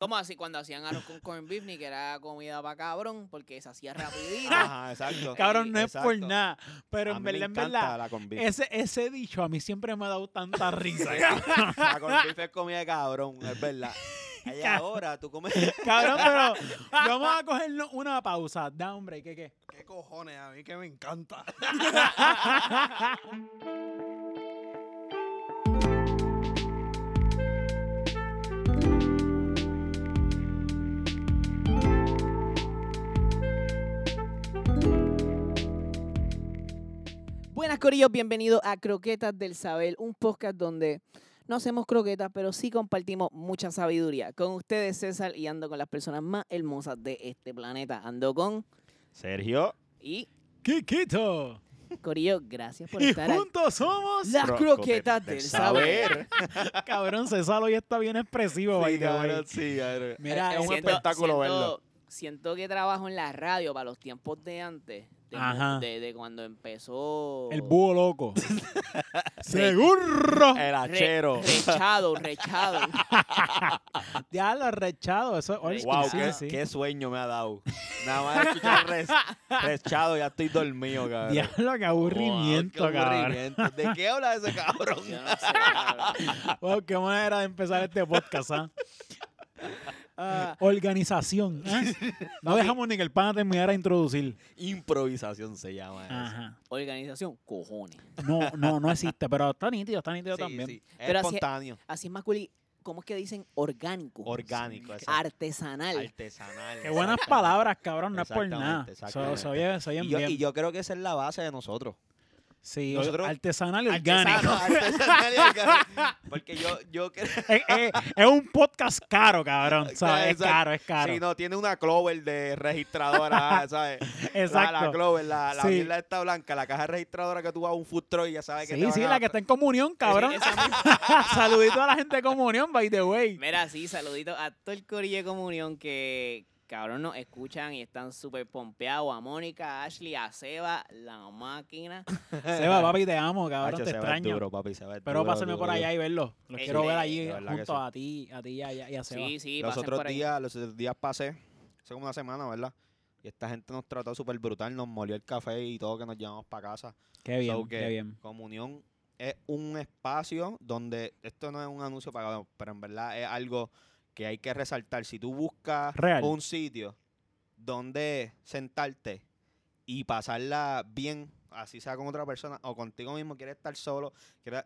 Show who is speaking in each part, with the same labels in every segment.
Speaker 1: Como así cuando hacían arroz con corn beef, ni que era comida para cabrón, porque se hacía rapidito.
Speaker 2: Ajá, exacto.
Speaker 3: Cabrón, no es por
Speaker 2: Exacto.
Speaker 3: nada. Pero
Speaker 2: A
Speaker 3: en
Speaker 2: mí me
Speaker 3: verdad, en
Speaker 2: encanta
Speaker 3: verdad,
Speaker 2: La corn beef.
Speaker 3: ese, ese dicho a mí siempre me ha dado tanta risa. cabrón.
Speaker 2: La corn beef es comida de cabrón, es verdad. Ahí
Speaker 3: Ca-
Speaker 2: ahora tú comes.
Speaker 3: Cabrón, pero vamos a cogernos una pausa. Da, hombre, ¿qué qué?
Speaker 4: ¿Qué cojones? A mí que me encanta.
Speaker 1: Buenas, Corillos, bienvenidos a Croquetas del Saber, un podcast donde no hacemos croquetas, pero sí compartimos mucha sabiduría. Con ustedes, César, y ando con las personas más hermosas de este planeta. Ando con.
Speaker 2: Sergio.
Speaker 1: Y,
Speaker 3: Kikito.
Speaker 1: Corillo, gracias por
Speaker 3: Y
Speaker 1: estar aquí.
Speaker 3: juntos somos.
Speaker 1: Las
Speaker 2: Cro-
Speaker 1: croquetas del saber.
Speaker 3: Cabrón, César hoy está bien expresivo, by
Speaker 2: Sí,
Speaker 3: the way.
Speaker 2: cabrón, sí, cabrón.
Speaker 3: Mira,
Speaker 1: Eh,
Speaker 3: es un
Speaker 1: siento-
Speaker 2: espectáculo
Speaker 1: siento-
Speaker 2: verlo.
Speaker 1: Siento que trabajo en la radio para los tiempos de antes. De,
Speaker 3: Ajá.
Speaker 1: de- de cuando empezó.
Speaker 3: El búho loco. Seguro.
Speaker 2: El
Speaker 1: Re-
Speaker 2: hachero.
Speaker 1: rechado, rechado.
Speaker 3: Ya lo rechado. Eso es old school,
Speaker 2: Wow,
Speaker 3: sí,
Speaker 2: qué,
Speaker 3: sí.
Speaker 2: qué sueño me ha dado. Nada más escuchar res, rechado, ya estoy dormido, cabrón.
Speaker 3: Diablo, qué aburrimiento,
Speaker 2: Wow, qué
Speaker 3: cabrón.
Speaker 2: aburrimiento. ¿De qué habla ese cabrón?
Speaker 1: Yo no sé, cabrón.
Speaker 3: Wow, qué manera de empezar este podcast, ¿ah?
Speaker 1: Ah,
Speaker 3: Organización. ¿ah? No dejamos ni que el pana terminara de introducir.
Speaker 2: Improvisación se llama eso.
Speaker 3: Ajá.
Speaker 1: organización, cojones.
Speaker 3: No, no, no existe, pero está nítido, está nítido
Speaker 2: Sí,
Speaker 3: también.
Speaker 2: sí. Es
Speaker 1: Pero así-
Speaker 2: espontáneo,
Speaker 1: Así es, Maculi. ¿Cómo es que dicen orgánico?
Speaker 2: orgánico, exacto.
Speaker 1: Artesanal.
Speaker 2: artesanal.
Speaker 3: Qué buenas
Speaker 2: exactamente.
Speaker 3: palabras, cabrón, no es por
Speaker 2: Exactamente,
Speaker 3: nada. So-
Speaker 2: exactamente.
Speaker 3: Se oye se oyen
Speaker 2: Y yo,
Speaker 3: bien.
Speaker 2: y yo creo que esa es la base de nosotros.
Speaker 3: sí,
Speaker 2: nosotros-
Speaker 3: artesanal y orgánico.
Speaker 2: Artesano, artesanal y orgánico. Porque yo, yo creo.
Speaker 3: es, es- es un podcast caro, cabrón. ¿sabes? Es
Speaker 2: Exacto.
Speaker 3: caro, es caro.
Speaker 2: Sí, no, tiene una clover de registradora, ¿sabes? La, la
Speaker 3: Exacto.
Speaker 2: clover, la, la
Speaker 3: Sí.
Speaker 2: mierda esta blanca, la caja registradora que tú vas a un food truck y ya sabes que te
Speaker 3: Sí,
Speaker 2: van
Speaker 3: sí,
Speaker 2: a-
Speaker 3: la que está en comunión, cabrón. Saludito a la gente de comunión, by the way.
Speaker 1: Mira, sí, saludito a todo el corillo de comunión que, cabrón, nos escuchan y están súper pompeados. A Mónica, a Ashley, a Seba, la máquina.
Speaker 3: Seba, papi, te amo, cabrón,
Speaker 2: Hacho,
Speaker 3: te
Speaker 2: se va
Speaker 3: extraño.
Speaker 2: duro, papi, se va
Speaker 3: Pero
Speaker 2: duro,
Speaker 3: pásenme
Speaker 2: duro,
Speaker 3: por
Speaker 2: duro.
Speaker 3: allá y verlo. Los
Speaker 1: Eh,
Speaker 3: quiero ver
Speaker 1: sí,
Speaker 3: allí
Speaker 2: de verdad que
Speaker 3: junto
Speaker 2: sí.
Speaker 3: a ti, a ti y a, y a- y a Seba.
Speaker 1: Sí, sí,
Speaker 2: Los
Speaker 1: pasen
Speaker 2: otros
Speaker 1: por ahí.
Speaker 2: días, los otros días pasé, hace como una semana, ¿verdad? Y esta gente nos trató súper brutal, nos molió el café y todo que nos llevamos para casa.
Speaker 3: Qué bien,
Speaker 2: So que
Speaker 3: qué bien.
Speaker 2: Comunión es un espacio donde, esto no es un anuncio pagado, pero en verdad es algo que hay que resaltar. Si tú buscas
Speaker 3: Real.
Speaker 2: un sitio donde sentarte y pasarla bien, así sea con otra persona o contigo mismo, quieres estar solo, quieres...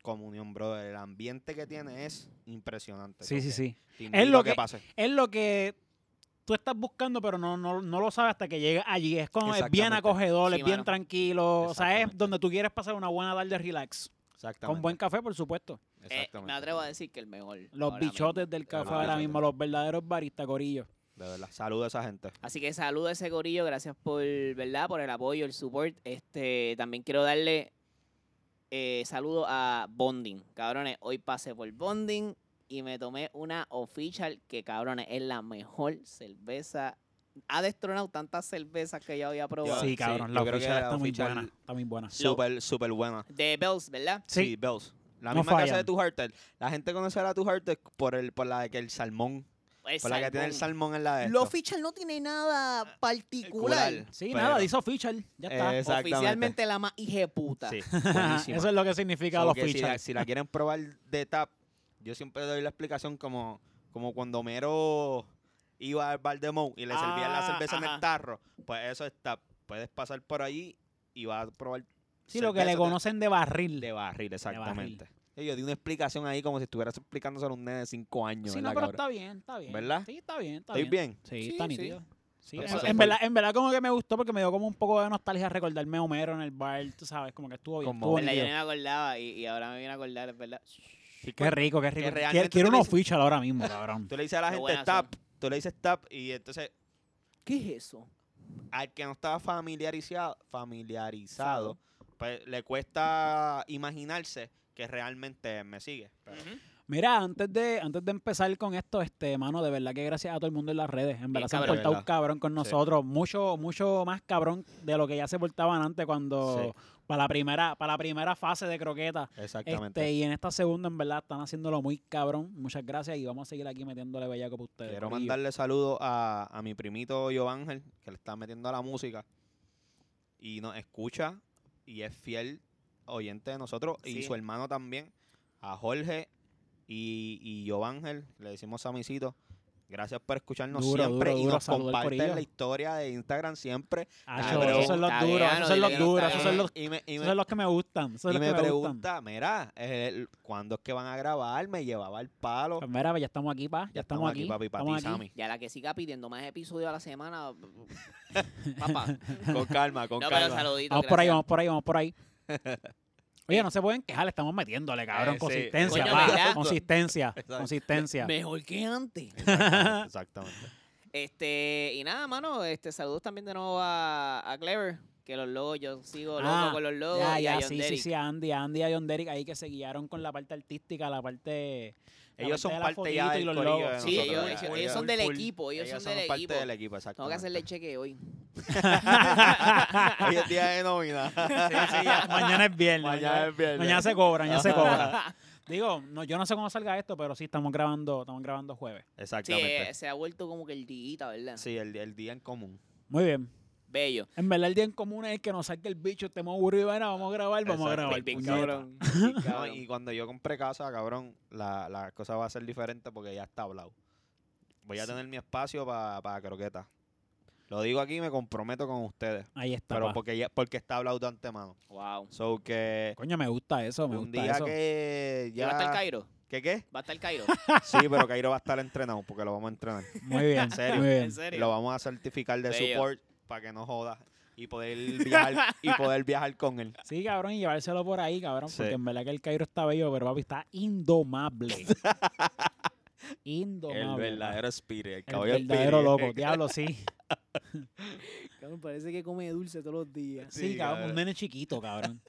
Speaker 2: Comunión, brother. El ambiente que tiene es impresionante.
Speaker 3: Sí,
Speaker 2: So
Speaker 3: sí,
Speaker 2: que
Speaker 3: sí.
Speaker 2: te invito
Speaker 3: lo
Speaker 2: a
Speaker 3: que-
Speaker 2: pase.
Speaker 3: Es lo que tú estás buscando, pero no, no, no lo sabes hasta que llegas allí. Es como es bien
Speaker 2: Exactamente.
Speaker 3: acogedor,
Speaker 1: Sí,
Speaker 3: es bien
Speaker 1: mano.
Speaker 3: tranquilo. O sea, es
Speaker 2: Exactamente.
Speaker 3: donde tú quieres pasar una buena tarde relax.
Speaker 2: Exactamente.
Speaker 3: Con buen café, por supuesto.
Speaker 1: Eh, me
Speaker 2: Exactamente.
Speaker 1: atrevo a decir que el mejor.
Speaker 3: Los
Speaker 1: ahora mismo.
Speaker 3: bichotes del café
Speaker 2: verdad,
Speaker 3: ahora
Speaker 2: sí.
Speaker 3: mismo, los verdaderos baristas, corillos.
Speaker 2: De verdad. Saludo a esa gente.
Speaker 1: Así que saludo a ese gorillo, gracias por, ¿verdad? Por el apoyo, el support. Este, también quiero darle eh, saludo a Bonding. Cabrones, hoy pasé por Bonding y me tomé una official que, cabrones, es la mejor cerveza. Ha destronado tantas cervezas que ya había probado.
Speaker 3: Sí, cabrón,
Speaker 2: sí,
Speaker 3: la
Speaker 2: yo creo que
Speaker 3: oficial
Speaker 2: la
Speaker 3: está muy
Speaker 2: oficial-
Speaker 3: buena. Está muy buena.
Speaker 2: Súper, súper buena.
Speaker 1: De Bells, ¿verdad?
Speaker 3: Sí.
Speaker 2: Sí, Bells. La
Speaker 3: No
Speaker 2: misma casa de
Speaker 3: fallan.
Speaker 2: tu Hartel. La gente conocerá a tu Hartel por, el, por la de que el salmón.
Speaker 1: El
Speaker 2: por la que tiene el
Speaker 1: Pues, salmón.
Speaker 2: salmón en la de.
Speaker 1: Lo
Speaker 2: esto.
Speaker 1: official no tiene nada
Speaker 2: Cural,
Speaker 1: particular.
Speaker 3: Sí,
Speaker 2: pero-
Speaker 3: nada, dice official. Ya está.
Speaker 2: Eh, exactamente.
Speaker 1: Oficialmente la más hijeputa.
Speaker 2: Sí, buenísima.
Speaker 3: Eso es lo que significa
Speaker 2: So
Speaker 3: los
Speaker 2: que si, la,
Speaker 3: fichas.
Speaker 2: si la quieren probar de tap, yo siempre doy la explicación como, como cuando Homero iba al bar de Moe y le servían la
Speaker 1: Ah,
Speaker 2: cerveza en
Speaker 1: ajá.
Speaker 2: el tarro. Pues eso es tap. Puedes pasar por allí y vas a probar.
Speaker 3: Sí, lo que le
Speaker 2: cerveza
Speaker 3: conocen de barril.
Speaker 2: De barril, exactamente.
Speaker 3: barril.
Speaker 2: Y Yo di una explicación ahí como si estuvieras explicándoselo a un nene de 5 años.
Speaker 3: Sí,
Speaker 2: ¿verdad,
Speaker 3: no, pero
Speaker 2: cabrón?
Speaker 3: está bien, está bien.
Speaker 2: ¿Verdad?
Speaker 3: Sí, está bien, está
Speaker 2: ¿Estoy bien?
Speaker 3: Sí,
Speaker 1: Sí,
Speaker 3: está
Speaker 1: sí.
Speaker 3: nítido. Sí,
Speaker 2: Lo
Speaker 3: en-
Speaker 2: pasé
Speaker 3: en,
Speaker 2: por-
Speaker 3: verdad, en verdad como que me gustó porque me dio como un poco de nostalgia recordarme a Homero en el bar, tú sabes, como que estuvo bien.
Speaker 2: Como-
Speaker 3: estuvo
Speaker 1: ¿Verdad? Yo
Speaker 3: nítido.
Speaker 1: ni me acordaba y, y ahora me viene a acordar, es verdad.
Speaker 3: Qué rico, qué rico. Quiero-
Speaker 2: realmente
Speaker 3: Quiero
Speaker 2: tú
Speaker 3: una
Speaker 2: le dices-
Speaker 3: official ahora mismo, cabrón.
Speaker 2: Tú le dices a la
Speaker 1: Qué
Speaker 2: gente
Speaker 1: buenas
Speaker 2: tap, tú le dices tap y entonces
Speaker 1: ¿Qué es eso?
Speaker 2: al que no estaba familiarizado, familiarizado pues le cuesta imaginarse que realmente me sigue. Pero
Speaker 1: Ujú.
Speaker 3: Mira, antes de, antes de empezar con esto, este, mano, de verdad que gracias a todo el mundo en las redes. En verdad se han
Speaker 1: cabrón.
Speaker 3: portado
Speaker 2: Verdad.
Speaker 3: cabrón con
Speaker 2: Sí.
Speaker 3: nosotros. Mucho, mucho más cabrón de lo que ya se portaban antes cuando Para la primera, para la primera fase de croqueta.
Speaker 2: Exactamente.
Speaker 3: Este, y en esta segunda, en verdad, están haciéndolo muy cabrón. Muchas gracias y vamos a seguir aquí metiéndole bellaco para ustedes.
Speaker 2: Quiero
Speaker 3: corillo.
Speaker 2: mandarle saludos a, a mi primito Yo Ángel, que le está metiendo a la música. Y nos escucha y es fiel oyente de nosotros. Y
Speaker 1: Sí.
Speaker 2: su hermano también, a Jorge y, y Yo Ángel, le decimos Samicito. Gracias por escucharnos
Speaker 3: Duro,
Speaker 2: siempre
Speaker 3: duro,
Speaker 2: y
Speaker 3: duro.
Speaker 2: nos
Speaker 3: Saludos al
Speaker 2: comparten
Speaker 3: corillo.
Speaker 2: la historia de Instagram siempre.
Speaker 3: Acho,
Speaker 1: Cabrón,
Speaker 3: Ah, esos son los
Speaker 1: está
Speaker 3: duros,
Speaker 1: bien,
Speaker 3: esos
Speaker 1: no
Speaker 3: son los
Speaker 1: diga que no
Speaker 3: duros,
Speaker 1: está
Speaker 3: esos son los,
Speaker 2: Y me, y
Speaker 3: esos
Speaker 2: me-
Speaker 3: son los que me gustan. Esos son
Speaker 2: y
Speaker 3: los
Speaker 2: me
Speaker 3: que me gustan.
Speaker 2: pregunta, mira, eh, ¿cuándo es que van a grabar? Me llevaba el palo.
Speaker 3: Pues mira, ya estamos aquí, pa. Ya, estamos aquí,
Speaker 2: papi, para
Speaker 3: estamos
Speaker 2: ti,
Speaker 3: aquí.
Speaker 2: Sammy.
Speaker 1: Ya la que siga pidiendo más episodios a la semana. Papá.
Speaker 2: Con calma, con
Speaker 1: No, pero
Speaker 2: calma.
Speaker 1: saluditos.
Speaker 3: Vamos por ahí,
Speaker 1: gracias.
Speaker 3: vamos por ahí, vamos por ahí. Oye, no se pueden quejar, le estamos metiéndole, cabrón.
Speaker 2: Eh, sí.
Speaker 3: Consistencia,
Speaker 1: Coño,
Speaker 3: pa.
Speaker 1: ¿verdad?
Speaker 3: Consistencia,
Speaker 2: Exacto.
Speaker 3: consistencia.
Speaker 1: Mejor que antes.
Speaker 2: Exactamente, exactamente.
Speaker 1: Este, y nada, mano, este, saludos también de nuevo a, a Clever, que los logos, yo sigo loco
Speaker 3: Ah,
Speaker 1: con los logos.
Speaker 3: Ya,
Speaker 1: y
Speaker 3: ya,
Speaker 1: a John
Speaker 3: sí, sí,
Speaker 1: Derrick.
Speaker 3: sí, a Andy, a Andy y a John Derrick ahí que se guiaron con la parte artística, la parte. la
Speaker 2: Ellos son
Speaker 3: de la
Speaker 2: parte ya
Speaker 3: fotito
Speaker 2: del
Speaker 3: y los
Speaker 2: corillo
Speaker 3: logos.
Speaker 2: de
Speaker 1: Sí,
Speaker 2: nosotros,
Speaker 1: ellos,
Speaker 2: ya,
Speaker 1: ellos-
Speaker 2: ya,
Speaker 1: ellos
Speaker 2: ya.
Speaker 1: son del
Speaker 3: full.
Speaker 1: equipo, ellos, son del
Speaker 2: parte
Speaker 1: equipo.
Speaker 2: del equipo,
Speaker 1: Tengo que hacerle
Speaker 2: exactamente.
Speaker 1: cheque hoy.
Speaker 2: Hoy es día de nómina.
Speaker 3: Sí, sí, ya, Mañana es viernes.
Speaker 2: Mañana es viernes.
Speaker 3: Mañana se cobra, mañana se cobra. Digo, no, yo no sé cómo salga esto, pero sí estamos grabando, estamos grabando jueves.
Speaker 1: Sí, eh,
Speaker 2: Exactamente.
Speaker 1: se ha vuelto como que el diguita, ¿verdad?
Speaker 2: Sí, el, el día en común.
Speaker 3: Muy bien.
Speaker 1: Bello.
Speaker 3: En verdad el día en común es el que nos saque el bicho, estemos aburridos, bueno, vamos a grabar, vamos
Speaker 2: Exacto.
Speaker 3: a grabar.
Speaker 1: Bien
Speaker 3: puñeta.
Speaker 1: cabrón. bien
Speaker 2: No,
Speaker 1: cabrón.
Speaker 2: y cuando yo compré casa, cabrón, la, la cosa va a ser diferente porque ya está hablado. Voy a
Speaker 3: Sí.
Speaker 2: tener mi espacio para croquetas. Lo digo aquí y me comprometo con ustedes.
Speaker 3: Ahí está.
Speaker 2: Pero
Speaker 3: pa.
Speaker 2: porque ya, porque está hablado de antemano.
Speaker 1: Wow.
Speaker 2: So que
Speaker 3: Coño, me gusta eso, me
Speaker 2: un
Speaker 3: gusta
Speaker 2: día
Speaker 3: eso.
Speaker 2: que
Speaker 1: ¿Y ¿Va a estar
Speaker 2: ya.
Speaker 1: Cairo?
Speaker 2: ¿Qué qué?
Speaker 1: ¿Va a estar Cairo?
Speaker 2: Sí, pero Cairo va a estar entrenado porque lo vamos a entrenar.
Speaker 3: Muy bien,
Speaker 2: serio.
Speaker 3: muy bien.
Speaker 1: ¿En serio?
Speaker 2: Lo vamos a certificar de
Speaker 1: Bello.
Speaker 2: support para que no joda y poder viajar y poder viajar con él.
Speaker 3: Sí, cabrón, y llevárselo por ahí, cabrón,
Speaker 2: Sí.
Speaker 3: porque en verdad que el Cairo está bello, pero papi está indomable. indomable.
Speaker 2: El
Speaker 3: pa.
Speaker 2: verdadero Spirit, el
Speaker 3: El
Speaker 2: caballo
Speaker 3: verdadero
Speaker 2: Spirit.
Speaker 3: loco, diablo, sí.
Speaker 1: Cabrón, parece que come dulce todos los días.
Speaker 3: Sí,
Speaker 2: Sí,
Speaker 3: cabrón, un
Speaker 2: cabrón.
Speaker 3: nene chiquito, cabrón.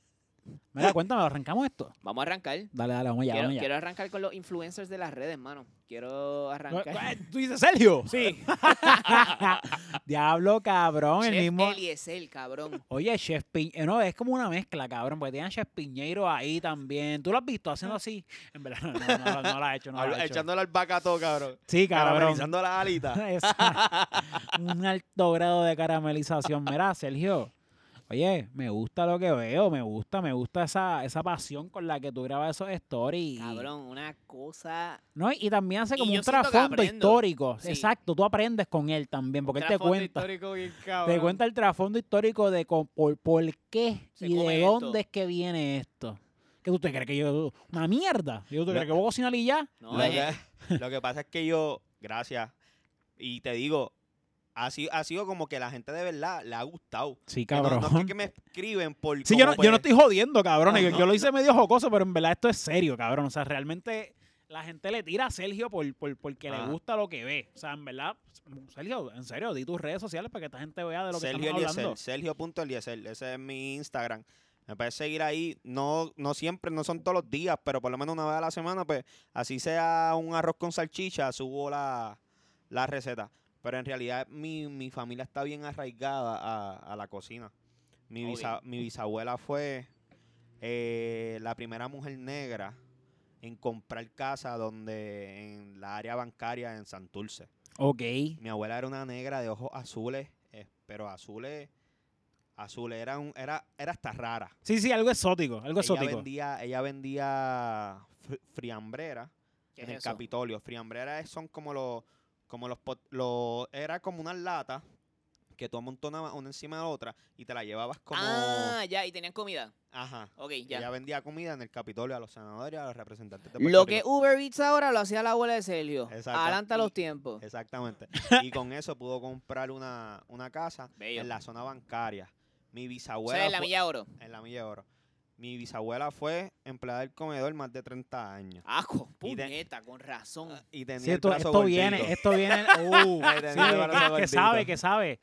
Speaker 3: Mira, cuéntame, ¿arrancamos esto?
Speaker 1: Vamos a arrancar.
Speaker 3: Dale, dale, vamos allá,
Speaker 1: quiero,
Speaker 3: vamos allá.
Speaker 1: quiero arrancar con los influencers de las redes, mano. Quiero arrancar.
Speaker 3: Eh, ¿Tú dices Sergio? Sí. Diablo, cabrón, el
Speaker 1: Chef
Speaker 3: mismo.
Speaker 1: Eliezer, cabrón.
Speaker 3: Oye, Chef Piñeiro, no, es como una mezcla, cabrón, porque tienen Chef Piñeiro ahí también. ¿Tú lo has visto haciendo así? En verdad, no, no, no, no lo ha hecho, no lo
Speaker 2: Habla-
Speaker 3: ha hecho.
Speaker 2: Echándole al vaca todo, cabrón.
Speaker 3: Sí, cabrón.
Speaker 2: Caramelizando las alitas.
Speaker 3: Esa- Un alto grado de caramelización. Mira, Sergio, oye, me gusta lo que veo, me gusta, me gusta esa, esa pasión con la que tú grabas esos stories.
Speaker 1: Cabrón, una cosa.
Speaker 3: No, y también hace
Speaker 1: Y
Speaker 3: como
Speaker 1: yo
Speaker 3: un
Speaker 1: siento que
Speaker 3: trasfondo
Speaker 1: aprendo.
Speaker 3: histórico.
Speaker 1: Sí.
Speaker 3: Exacto, tú aprendes con él también, porque él te
Speaker 1: trasfondo
Speaker 3: cuenta.
Speaker 1: histórico bien
Speaker 3: Te
Speaker 1: cabrón.
Speaker 3: cuenta el trasfondo histórico de con- por, por qué
Speaker 1: Se
Speaker 3: y
Speaker 1: come
Speaker 3: de
Speaker 1: esto.
Speaker 3: dónde es que viene esto. ¿Qué tú te crees que yo... Una mierda. Yo te
Speaker 2: Lo-
Speaker 3: crees que voy a cocinar y ya.
Speaker 1: No,
Speaker 2: Lo
Speaker 1: eh,
Speaker 2: que, lo que pasa es que yo, gracias, y te digo, ha sido, ha sido como que la gente de verdad le ha gustado.
Speaker 3: Sí,
Speaker 2: Que no-
Speaker 3: cabrón.
Speaker 2: No, es que me escriben por...
Speaker 3: Sí, yo no,
Speaker 2: como
Speaker 3: yo no
Speaker 2: pues-
Speaker 3: estoy jodiendo, cabrón.
Speaker 2: No,
Speaker 3: yo,
Speaker 1: Ah,
Speaker 2: no,
Speaker 3: yo lo hice medio jocoso, pero en verdad esto es serio, cabrón. O sea, realmente la gente le tira a Sergio por, por- porque
Speaker 2: Ajá.
Speaker 1: Ah.
Speaker 3: le gusta lo que ve. O sea, en verdad, Sergio, en serio, di tus redes sociales para que esta gente vea de lo que
Speaker 2: Sergio
Speaker 3: estamos hablando.
Speaker 2: Eliezer, Sergio.eliezer, ese es mi Instagram. Me puedes seguir ahí, no, no siempre, no son todos los días, pero por lo menos una vez a la semana, pues así sea un arroz con salchicha, subo la, la receta. Pero en realidad mi, mi familia está bien arraigada a, a la cocina. Mi,
Speaker 1: Oh,
Speaker 2: bisa- mi bisabuela fue eh, la primera mujer negra en comprar casa donde en la área bancaria en Santurce.
Speaker 3: Ok.
Speaker 2: Mi abuela era una negra de ojos azules, eh, pero azules, azules, era, un, era, era hasta rara.
Speaker 3: Sí, sí, algo exótico, algo
Speaker 2: Ella
Speaker 3: exótico.
Speaker 2: vendía, ella vendía fri- friambrera
Speaker 1: ¿qué
Speaker 2: en
Speaker 1: es
Speaker 2: el
Speaker 1: eso?
Speaker 2: Capitolio. Friambrera es- son como los, como los, pot- los- era como unas latas que tú amontonabas una encima de la otra y te la llevabas como,
Speaker 1: Ah, ya, y tenían comida.
Speaker 2: ajá.
Speaker 1: Ok,
Speaker 2: Ella
Speaker 1: ya.
Speaker 2: vendía comida en el Capitolio a los senadores y a los representantes de Puerto
Speaker 1: Lo que
Speaker 2: Rico.
Speaker 1: Uber Eats ahora lo hacía la abuela de Sergio.
Speaker 2: Exacto.
Speaker 1: Adelanta los
Speaker 2: Y-
Speaker 1: tiempos.
Speaker 2: Exactamente. Y con eso pudo comprar una, una casa
Speaker 1: Bello.
Speaker 2: en la zona bancaria. Mi
Speaker 1: O
Speaker 2: bisabuela.
Speaker 1: sea, en la
Speaker 2: fue-
Speaker 1: Milla Oro.
Speaker 2: en la Milla de Oro. Mi bisabuela fue empleada del comedor más de 30 años.
Speaker 1: Ajo,
Speaker 2: Y de-
Speaker 1: puñeta, con razón.
Speaker 2: Y tenía
Speaker 3: Sí,
Speaker 2: el
Speaker 3: esto,
Speaker 2: brazo
Speaker 3: esto viene,
Speaker 2: gordito.
Speaker 3: esto viene. Uh,
Speaker 2: Ahí
Speaker 3: sí,
Speaker 2: tenía el brazo
Speaker 3: que- que,
Speaker 2: gordito.
Speaker 3: sabe, que sabe,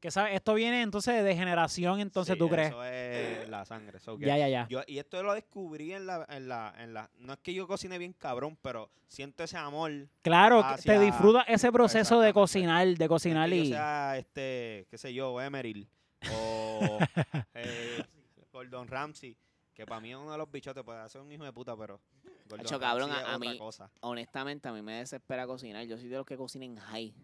Speaker 3: que sabe. Esto viene entonces de generación, entonces
Speaker 2: Sí,
Speaker 3: tú crees.
Speaker 2: Eso es la sangre. eso que-
Speaker 3: Ya, ya, ya.
Speaker 2: Yo- y esto lo descubrí en la, en, la, en la. No es que yo cocine bien cabrón, pero siento ese amor. no es
Speaker 3: Claro, que
Speaker 2: hacia-
Speaker 3: te disfruta ese proceso de
Speaker 2: ah, pues, Exactamente.
Speaker 3: cocinar, de
Speaker 2: que
Speaker 3: cocinar
Speaker 2: yo
Speaker 3: y.
Speaker 2: sea, este, qué sé yo, Emeril. O. eh, Gordon Ramsay, que para mí es uno de los bichotes, puede hacer un hijo de puta, pero. Gordon
Speaker 1: Hacho, cabrón,
Speaker 2: Ramsay
Speaker 1: a- a
Speaker 2: es otra
Speaker 1: mí-
Speaker 2: cosa.
Speaker 1: Honestamente, a mí me desespera cocinar. Yo soy de los que cocinan en high.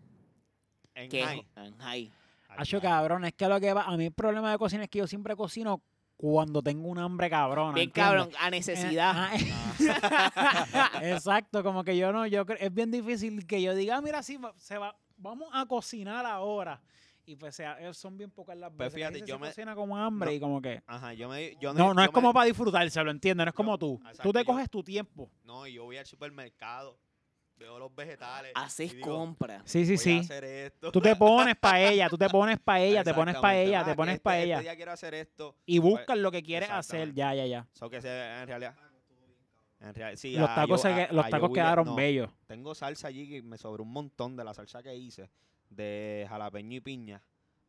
Speaker 2: En
Speaker 1: ¿Qué?
Speaker 2: high.
Speaker 1: En high.
Speaker 3: Hacho, cabrón, es que lo que va. A mí el problema de cocina es que yo siempre cocino cuando tengo un hambre cabrón.
Speaker 1: Bien, cabrón, a necesidad.
Speaker 3: Ah, Exacto, como que yo no, yo creo, es bien difícil que yo diga, "Ah, mira, sí, va- se va, vamos a cocinar ahora. Y pues sea, eh, son bien pocas las
Speaker 2: Pues
Speaker 3: veces. que a
Speaker 2: fíjate,
Speaker 3: veces
Speaker 2: yo
Speaker 3: se
Speaker 2: me-
Speaker 3: cocina como hambre
Speaker 2: no.
Speaker 3: y como que.
Speaker 2: Ajá, yo me. Yo
Speaker 3: No, no
Speaker 2: yo
Speaker 3: es
Speaker 2: me-
Speaker 3: como para disfrutárselo, ¿entiendes? No es como
Speaker 2: Yo-
Speaker 3: tú.
Speaker 2: exacto,
Speaker 3: Tú te
Speaker 2: yo-
Speaker 3: coges tu tiempo.
Speaker 2: No, y yo voy al supermercado, veo los vegetales.
Speaker 1: Haces
Speaker 2: y digo,
Speaker 1: compras.
Speaker 3: Sí, sí,
Speaker 2: voy a
Speaker 3: sí.
Speaker 2: hacer esto.
Speaker 3: Tú te pones para ella, tú te pones para ella, te pones para
Speaker 2: Exactamente.
Speaker 3: ella,
Speaker 2: Ah,
Speaker 3: te
Speaker 2: que
Speaker 3: pones
Speaker 2: este-
Speaker 3: para
Speaker 2: este
Speaker 3: ella.
Speaker 2: día quiero hacer esto.
Speaker 3: Y buscas lo que quieres hacer.
Speaker 2: exactamente.
Speaker 3: Ya, ya, ya.
Speaker 2: So que se- en realidad. En realidad sí,
Speaker 3: Los
Speaker 2: a
Speaker 3: tacos,
Speaker 2: yo-
Speaker 3: se que-
Speaker 2: a-
Speaker 3: los
Speaker 2: a
Speaker 3: tacos
Speaker 2: yo
Speaker 3: quedaron
Speaker 2: no,
Speaker 3: bellos.
Speaker 2: Tengo salsa allí que me sobró un montón de la salsa que hice de jalapeño y piña.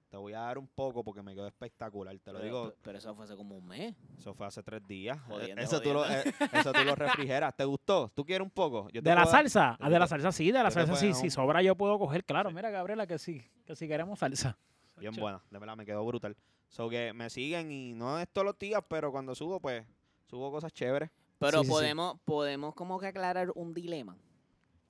Speaker 2: Te voy a dar un poco porque me quedó espectacular. Te lo
Speaker 1: Pero-
Speaker 2: digo,
Speaker 1: Pero eso fue hace como un mes.
Speaker 2: eso fue hace tres días. Eh,
Speaker 1: Jodiendo,
Speaker 2: eso, tú lo,
Speaker 1: jodiendo.
Speaker 2: eh, eso tú lo refrigeras. ¿Te gustó? ¿Tú quieres un poco? Yo te
Speaker 3: De la
Speaker 2: puedo dar-
Speaker 3: salsa,
Speaker 2: yo
Speaker 3: ah,
Speaker 2: te
Speaker 3: de la
Speaker 2: puedo-
Speaker 3: salsa sí, de la
Speaker 2: yo te
Speaker 3: salsa
Speaker 2: puedo
Speaker 3: sí,
Speaker 2: dar
Speaker 3: si
Speaker 2: un-
Speaker 3: sobra yo puedo coger, claro.
Speaker 2: Sí.
Speaker 3: Mira, Gabriela, que sí, que si queremos salsa.
Speaker 2: Bien
Speaker 3: Chacho.
Speaker 2: buena, de verdad me quedó brutal. So que me siguen y no es todos los días, pero cuando subo, pues subo cosas chéveres.
Speaker 1: Pero
Speaker 3: Sí, sí, sí.
Speaker 1: podemos, podemos como que aclarar un dilema.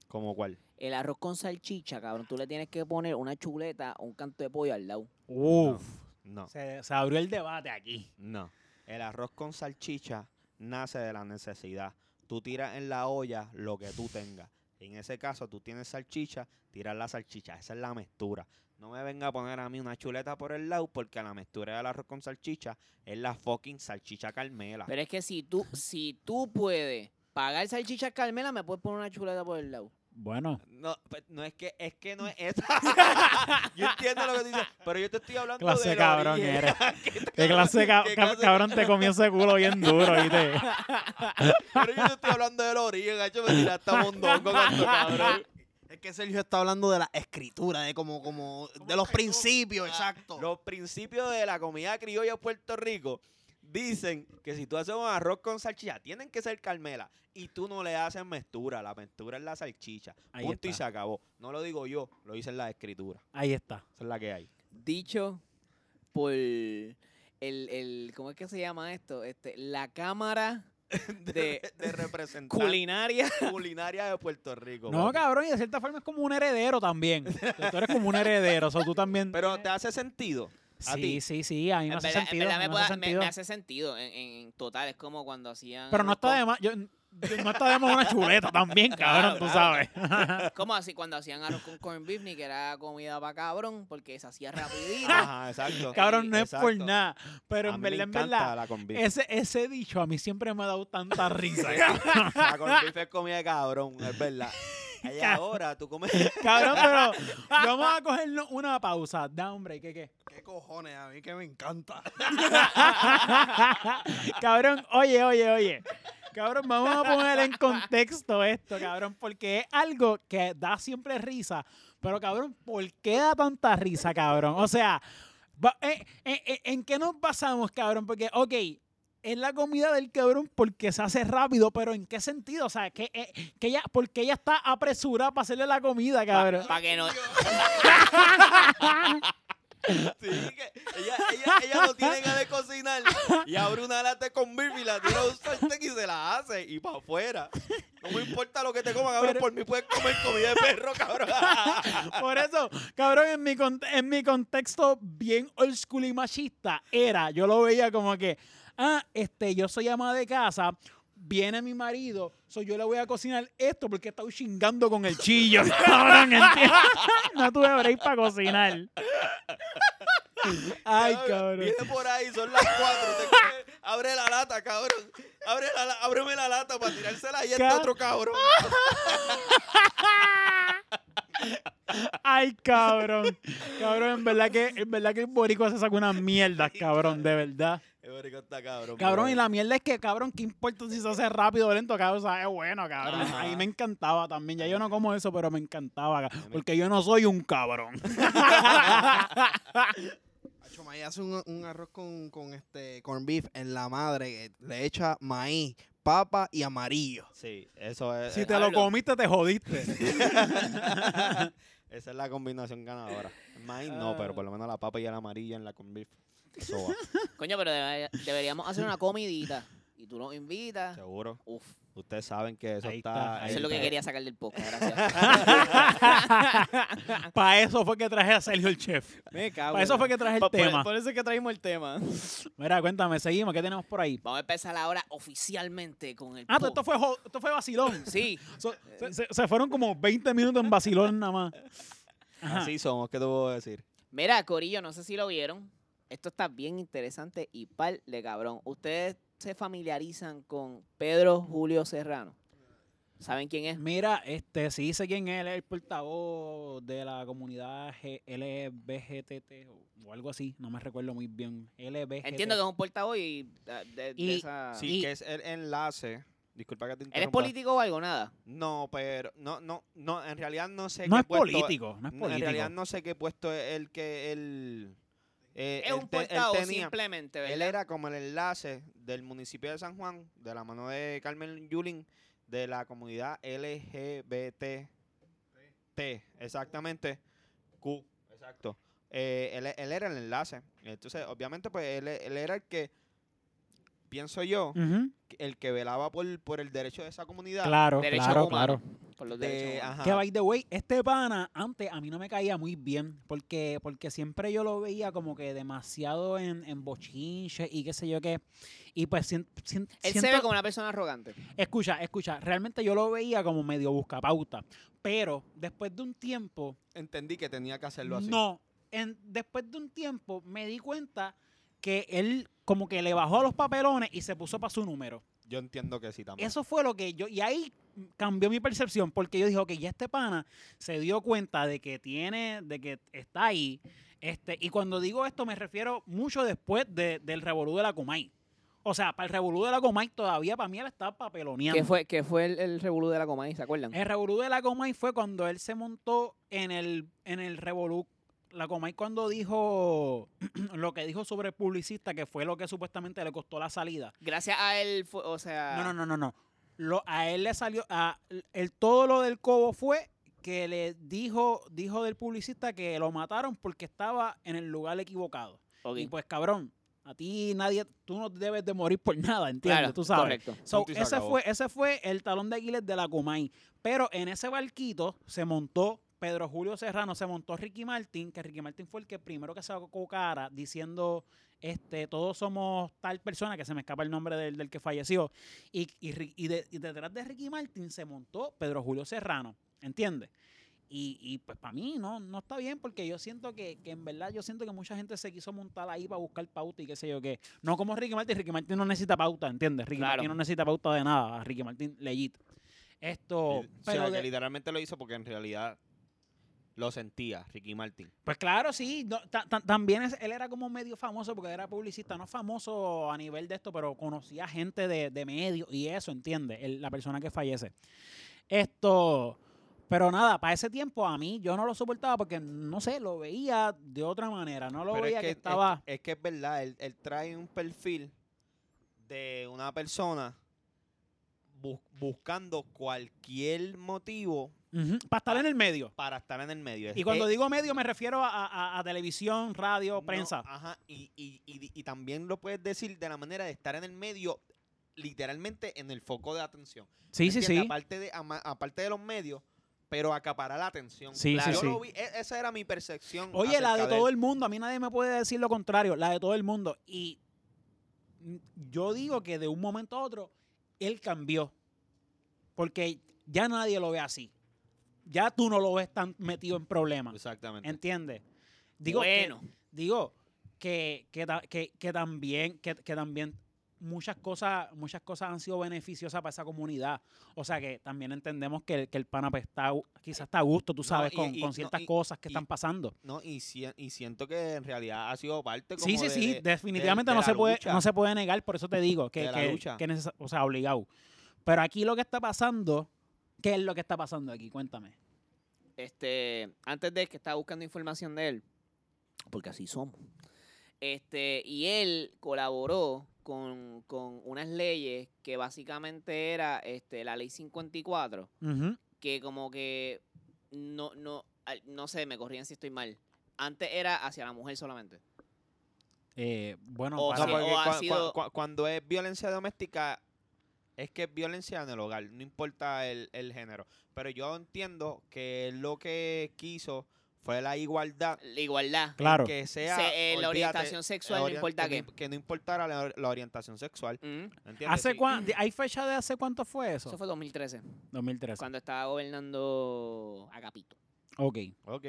Speaker 2: Como cuál.
Speaker 1: El arroz con salchicha, cabrón, tú le tienes que poner una chuleta o un canto de pollo al lado.
Speaker 3: Uf,
Speaker 2: No,
Speaker 3: se, se abrió el debate aquí.
Speaker 2: no. El arroz con salchicha nace de la necesidad. Tú tiras en la olla lo que tú tengas. En ese caso, tú tienes salchicha, tiras la salchicha. Esa es la mezcla. No me venga a poner a mí una chuleta por el lado porque la mezcla del arroz con salchicha es la fucking salchicha carmela.
Speaker 1: Pero es que si tú, si tú puedes pagar salchicha Carmela, me puedes poner una chuleta por el lado.
Speaker 3: Bueno,
Speaker 2: No, pe- no es que es que no es eso. yo entiendo lo que tú dices, pero yo te estoy hablando
Speaker 3: clase
Speaker 2: del
Speaker 3: cabrón
Speaker 2: origen.
Speaker 3: eres. Qué clase, ca-
Speaker 2: qué
Speaker 3: ca-
Speaker 2: clase-
Speaker 3: cabrón te comió ese culo bien duro, ¿viste?
Speaker 2: Pero yo te estoy hablando del origen, gacho, me tiraste a mondongo cuando cabrón.
Speaker 4: Es que Sergio está hablando de la escritura, de como, como, Ah, de los principios, exacto.
Speaker 2: Los principios de la comida criolla de Puerto Rico dicen que si tú haces un arroz con salchicha, tienen que ser carmela y tú no le haces mezcla, la mezcla es la salchicha.
Speaker 3: Ahí
Speaker 2: Punto y
Speaker 3: está.
Speaker 2: se acabó. No lo digo yo, lo dicen las escrituras.
Speaker 3: Ahí está.
Speaker 2: Esa es la que hay.
Speaker 1: Dicho por el, el ¿cómo es que se llama esto? Este, la cámara de
Speaker 2: De representar
Speaker 1: culinaria.
Speaker 2: culinaria de Puerto Rico.
Speaker 3: No,
Speaker 2: papi.
Speaker 3: cabrón, y de cierta forma es como un heredero también. Tú eres como un heredero, o sea, tú también.
Speaker 2: Pero te hace sentido. a
Speaker 3: sí,
Speaker 2: ti.
Speaker 3: sí, sí, a mí me
Speaker 1: En
Speaker 3: hace
Speaker 1: verdad- en
Speaker 3: sentido.
Speaker 1: verdad
Speaker 3: a mí
Speaker 1: me
Speaker 3: me hace
Speaker 1: pueda- me-
Speaker 3: sentido.
Speaker 1: me hace sentido en, en total, es como cuando hacían...
Speaker 3: Pero no
Speaker 1: los
Speaker 3: está de más. yo- yo- no está de más una chuleta también, cabrón, tú sabes.
Speaker 1: Como así cuando hacían arroz con corn beef, ni que era comida para cabrón, porque se hacía rapidito.
Speaker 2: Ajá, exacto.
Speaker 3: Cabrón, no es por
Speaker 2: Exacto.
Speaker 3: nada. Pero
Speaker 2: A
Speaker 3: en
Speaker 2: mí me
Speaker 3: verdad, en
Speaker 2: encanta
Speaker 3: verdad,
Speaker 2: La con beef.
Speaker 3: ese, ese dicho a mí siempre me ha dado tanta risa.
Speaker 2: La con beef es comida de cabrón, es verdad. Ahí ahora tú comes.
Speaker 3: cabrón, pero vamos a cogernos una pausa. Da, hombre, ¿qué qué?
Speaker 4: ¿Qué cojones? A mí que me encanta.
Speaker 3: cabrón, oye, oye, oye. Cabrón, vamos a poner en contexto esto, cabrón, porque es algo que da siempre risa. Pero, cabrón, ¿por qué da tanta risa, cabrón? O sea, va- eh, eh, eh, ¿en qué nos basamos, cabrón? Porque, ok, es la comida del cabrón porque se hace rápido, pero ¿en qué sentido? O sea, que, eh, que ella, ¿por qué ella está apresurada para hacerle la comida, cabrón?
Speaker 1: Para que no...
Speaker 2: Sí, que ella, ella, ella no tiene ganas de cocinar y abre una lata con beef y la tira a un sartén y se la hace y para afuera. No me importa lo que te coman, cabrón,
Speaker 3: Pero-
Speaker 2: por mí puedes comer comida de perro, cabrón.
Speaker 3: Por eso, cabrón, en mi, con- en mi contexto bien old school y machista era, yo lo veía como que, ah, este, yo soy ama de casa, viene mi marido, so yo le voy a cocinar esto porque está chingando con el chillo, cabrón, ¿entiendes? No tuve break para cocinar. Ay, cabrón.
Speaker 2: Viene por ahí, son las cuatro. te comes- abre la lata, cabrón. Abre la, la- ábreme la lata para tirársela y este
Speaker 3: Ca-
Speaker 2: otro cabrón.
Speaker 3: Ay, cabrón. Cabrón, en verdad que, en verdad que el boricua se saca unas mierdas, cabrón, de verdad.
Speaker 2: El boricua está cabrón.
Speaker 3: Cabrón, y
Speaker 2: brother.
Speaker 3: la mierda es que, cabrón, ¿qué importa si se hace rápido o lento? Cabrón, o sea, es bueno, cabrón.
Speaker 2: Ajá.
Speaker 3: A mí me encantaba también. Ya yo no como eso, pero me encantaba. ca-
Speaker 2: me-
Speaker 3: Porque yo no soy un cabrón.
Speaker 4: Acho, Maíz hace un, un arroz con, con este corn beef en la madre. eh, Le echa maíz, papa y amarillo.
Speaker 2: Sí, eso es.
Speaker 3: Si
Speaker 2: eh,
Speaker 3: te lo
Speaker 1: Pablo.
Speaker 3: comiste, te jodiste. Ah.
Speaker 2: Esa es la combinación ganadora. Maíz no, pero por lo menos la papa y el amarillo en la con beef. Eso va,
Speaker 1: Coño, pero debe- deberíamos hacer una comidita. Y tú nos invitas.
Speaker 2: seguro.
Speaker 1: Uf,
Speaker 2: Ustedes saben que eso
Speaker 3: Ahí
Speaker 2: está.
Speaker 3: está, ahí
Speaker 1: eso es lo que
Speaker 2: está.
Speaker 1: quería sacar del podcast, gracias.
Speaker 3: Para eso fue que traje a Sergio el chef.
Speaker 1: Me cago.
Speaker 3: Para eso fue que traje el tema.
Speaker 1: eso es que traímos el tema.
Speaker 3: Mira, cuéntame, seguimos. ¿Qué tenemos por ahí?
Speaker 1: Vamos a empezar ahora oficialmente con el
Speaker 3: Ah, tú,
Speaker 1: podcast.
Speaker 3: esto fue, jo- esto fue vacilón.
Speaker 1: Sí,
Speaker 3: So- se, se- se fueron como 20 minutos en vacilón nada más. Ajá.
Speaker 2: Así somos, ¿qué te puedo decir?
Speaker 1: Mira, Corillo, no sé si lo vieron. Esto está bien interesante y par de cabrón. Ustedes se familiarizan con Pedro Julio Serrano. ¿Saben quién es?
Speaker 3: Mira, este, sí sé quién es, él es el portavoz de la comunidad G- LBGTT o- o algo así, no me recuerdo muy bien. LBGT.
Speaker 1: Entiendo que es un portavoz y ah, de, de
Speaker 3: Y-
Speaker 1: esa-
Speaker 2: Sí,
Speaker 3: y-
Speaker 2: que es el enlace. Disculpa que te interrumpa.
Speaker 1: ¿Él es político o algo? Nada.
Speaker 2: No, pero no, no, no, en realidad no sé
Speaker 3: No
Speaker 2: qué
Speaker 3: es
Speaker 2: puesto-
Speaker 3: político, no es
Speaker 2: En realidad
Speaker 3: político.
Speaker 2: no sé qué puesto es el que él eh,
Speaker 1: Es
Speaker 2: él
Speaker 1: un
Speaker 2: te- él
Speaker 1: portavoz
Speaker 2: tenía.
Speaker 1: simplemente, ¿verdad?
Speaker 2: Él era como el enlace del municipio de San Juan, de la mano de Carmen Yulín, de la comunidad LGBT. T, exactamente. Q, exacto. Eh, él, él era el enlace. Entonces, obviamente, pues él, él era el que, pienso yo,
Speaker 3: Ujú,
Speaker 2: el que velaba por, por el derecho de esa comunidad.
Speaker 3: Claro,
Speaker 1: Derechos
Speaker 3: claro,
Speaker 1: humanos,
Speaker 3: claro.
Speaker 1: Por los
Speaker 2: de-
Speaker 1: derechos humanos.
Speaker 2: ajá.
Speaker 3: Que by the way, este pana antes a mí no me caía muy bien porque, porque siempre yo lo veía como que demasiado en, en bochinche y qué sé yo qué. Y pues sien- sien-
Speaker 1: Él
Speaker 3: siento-
Speaker 1: se ve como una persona arrogante.
Speaker 3: Escucha, escucha, realmente yo lo veía como medio buscapauta, pero después de un tiempo
Speaker 2: Entendí que tenía que hacerlo así.
Speaker 3: No, en- después de un tiempo me di cuenta que él como que le bajó a los papelones y se puso para su número.
Speaker 2: Yo entiendo que sí también.
Speaker 3: Eso fue lo que yo, y ahí cambió mi percepción porque yo dije, ok, ya este pana se dio cuenta de que tiene, de que está ahí. Este, y cuando digo esto me refiero mucho después de- del revolú de la Comay. O sea, para el revolú de la Comay todavía para mí él estaba papeloneando.
Speaker 1: Que fue, que fue el, el revolú de la Comay, ¿se acuerdan?
Speaker 3: El revolú de la Comay fue cuando él se montó en el, en el revolú. La Comay cuando dijo lo que dijo sobre el publicista, que fue lo que supuestamente le costó la salida.
Speaker 1: Gracias a él, fue- o sea...
Speaker 3: No, no, no, no, no. Lo, a él le salió, a, el, todo lo del cobo fue que le dijo, dijo del publicista que lo mataron porque estaba en el lugar equivocado.
Speaker 1: Ok,
Speaker 3: Y pues cabrón, a ti nadie, tú no debes de morir por nada, ¿entiendes?
Speaker 1: claro,
Speaker 3: tú sabes.
Speaker 1: correcto.
Speaker 3: So,
Speaker 2: Punto y se
Speaker 3: ese,
Speaker 2: acabó.
Speaker 3: fue, ese fue el talón de Aquiles de la Comay. Pero en ese barquito se montó Pedro Julio Serrano, se montó Ricky Martin, que Ricky Martin fue el que primero que se cara diciendo este, todos somos tal persona, que se me escapa el nombre del, del que falleció. Y, y Ri- y de- y detrás de Ricky Martin se montó Pedro Julio Serrano, ¿entiendes? Y, y, pues para mí no, no está bien porque yo siento que, que en verdad yo siento que mucha gente se quiso montar ahí para buscar pauta y qué sé yo qué. No como Ricky Martin, Ricky Martin no necesita pauta, ¿entiendes? Ricky
Speaker 1: Claro.
Speaker 3: Martin no necesita pauta de nada, a Ricky Martin legit. Esto,
Speaker 2: Li- o sea,
Speaker 3: pero
Speaker 2: que
Speaker 3: de-
Speaker 2: literalmente lo hizo porque en realidad lo sentía Ricky Martin.
Speaker 3: pues claro, sí, no, ta- ta- también es- él era como medio famoso porque era publicista, no famoso a nivel de esto, pero conocía gente de, de medios y eso, ¿entiendes? El- La persona que fallece. Esto, pero nada, para ese tiempo a mí yo no lo soportaba porque, no sé, lo veía de otra manera, no lo
Speaker 2: Pero
Speaker 3: veía
Speaker 2: es que, eh,
Speaker 3: que,
Speaker 2: es-
Speaker 3: estaba...
Speaker 2: Es, que es verdad, él, él trae un perfil de una persona bu- buscando cualquier motivo
Speaker 3: Ujú, para estar en el medio.
Speaker 2: para estar en el medio. Es-
Speaker 3: Y cuando
Speaker 2: eh,
Speaker 3: digo medio me refiero a, a- a televisión, radio,
Speaker 2: no, ah,
Speaker 3: prensa.
Speaker 2: ajá, y, y- y- y también lo puedes decir de la manera de estar en el medio, literalmente en el foco de atención.
Speaker 3: Sí, sí,
Speaker 2: ¿Entiendes?
Speaker 3: sí.
Speaker 2: Aparte de, ama- aparte de los medios, pero acaparar la atención.
Speaker 3: Sí,
Speaker 1: sí,
Speaker 2: Yo
Speaker 3: sí.
Speaker 2: lo vi- e- esa era mi percepción.
Speaker 3: Oye, la de
Speaker 2: acerca
Speaker 3: todo
Speaker 2: él.
Speaker 3: el mundo, a mí nadie me puede decir lo contrario, la de todo el mundo. Y mm, yo digo que de un momento a otro, él cambió. Porque ya nadie lo ve así. Ya tú no lo ves tan metido en problemas.
Speaker 2: Exactamente.
Speaker 3: ¿Entiendes? Digo que-
Speaker 1: bueno,
Speaker 3: digo que, que, ta- que- que también que, que también muchas cosas muchas cosas han sido beneficiosas para esa comunidad o sea que también entendemos que, el- que el pana pues, está a gu- quizás está a gusto tú sabes
Speaker 2: y-
Speaker 3: con,
Speaker 2: y-
Speaker 3: con
Speaker 2: no,
Speaker 3: ciertas
Speaker 2: y-
Speaker 3: cosas que
Speaker 2: y-
Speaker 3: están pasando
Speaker 2: No, y, sien- y siento que en realidad ha sido parte como
Speaker 3: sí sí
Speaker 2: de-
Speaker 3: sí
Speaker 2: de-
Speaker 3: definitivamente
Speaker 2: de
Speaker 3: no
Speaker 2: la
Speaker 3: se puede
Speaker 2: lucha.
Speaker 3: no se puede negar por eso te digo que,
Speaker 2: De la
Speaker 3: que-
Speaker 2: lucha.
Speaker 3: que neces- o sea obligado pero aquí lo que está pasando qué es lo que está pasando aquí cuéntame
Speaker 1: este, antes de que estaba buscando información de él, porque así somos. Este, y él colaboró con, con unas leyes que básicamente era este, la ley 54,
Speaker 3: Ujú.
Speaker 1: que como que no, no, al- no sé, me corrían si estoy mal. Antes era hacia la mujer solamente.
Speaker 3: Eh, bueno,
Speaker 1: O
Speaker 3: para-
Speaker 1: sea,
Speaker 2: porque
Speaker 1: ha
Speaker 2: cua- cua-
Speaker 1: sido-
Speaker 2: cua- cuando es violencia doméstica, es que es violencia en el hogar, no importa el, el género. Pero yo entiendo que lo que quiso fue la igualdad.
Speaker 1: La igualdad.
Speaker 3: claro.
Speaker 2: Que sea.
Speaker 1: Se- eh, la
Speaker 2: olvídate,
Speaker 1: orientación sexual, no
Speaker 2: ori-
Speaker 1: importa
Speaker 2: que
Speaker 1: qué.
Speaker 2: no imp- Que no importara la, la orientación sexual.
Speaker 1: Mm.
Speaker 2: ¿entiendes?
Speaker 3: ¿Hace
Speaker 2: Sí.
Speaker 3: cuán- ¿Hay fecha de hace cuánto fue eso?
Speaker 1: Eso fue 2013,
Speaker 3: 2013.
Speaker 1: cuando estaba gobernando Agapito.
Speaker 3: Ok.
Speaker 2: Ok.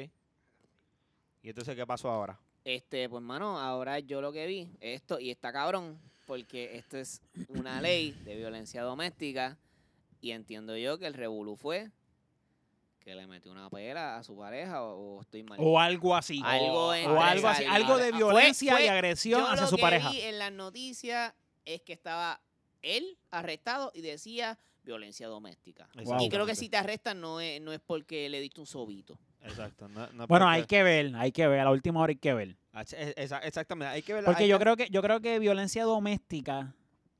Speaker 2: ¿Y entonces qué pasó ahora?
Speaker 1: Este, pues, mano, ahora yo lo que vi, esto, y está cabrón, porque esto es una ley de violencia doméstica, y entiendo yo que el revolú fue que le metió una pela a su pareja, o, o estoy mal.
Speaker 3: O algo así.
Speaker 1: Algo en-
Speaker 3: o algo así. Algo de
Speaker 1: Fue-
Speaker 3: violencia
Speaker 1: fue-
Speaker 3: y agresión
Speaker 1: Yo
Speaker 3: hacia
Speaker 1: lo
Speaker 3: su
Speaker 1: que
Speaker 3: pareja.
Speaker 1: vi eh, en las noticias es que estaba él arrestado y decía violencia doméstica.
Speaker 3: Ah,
Speaker 1: Y creo que si te arrestan no es, no es porque le diste un sobito.
Speaker 2: Exacto. no- no
Speaker 3: Bueno,
Speaker 2: porque-
Speaker 3: hay que ver, hay que ver. A la última hora hay que ver.
Speaker 2: Ah, e- esa- Exactamente. Hay que ver
Speaker 3: Porque yo creo que, yo creo que violencia doméstica.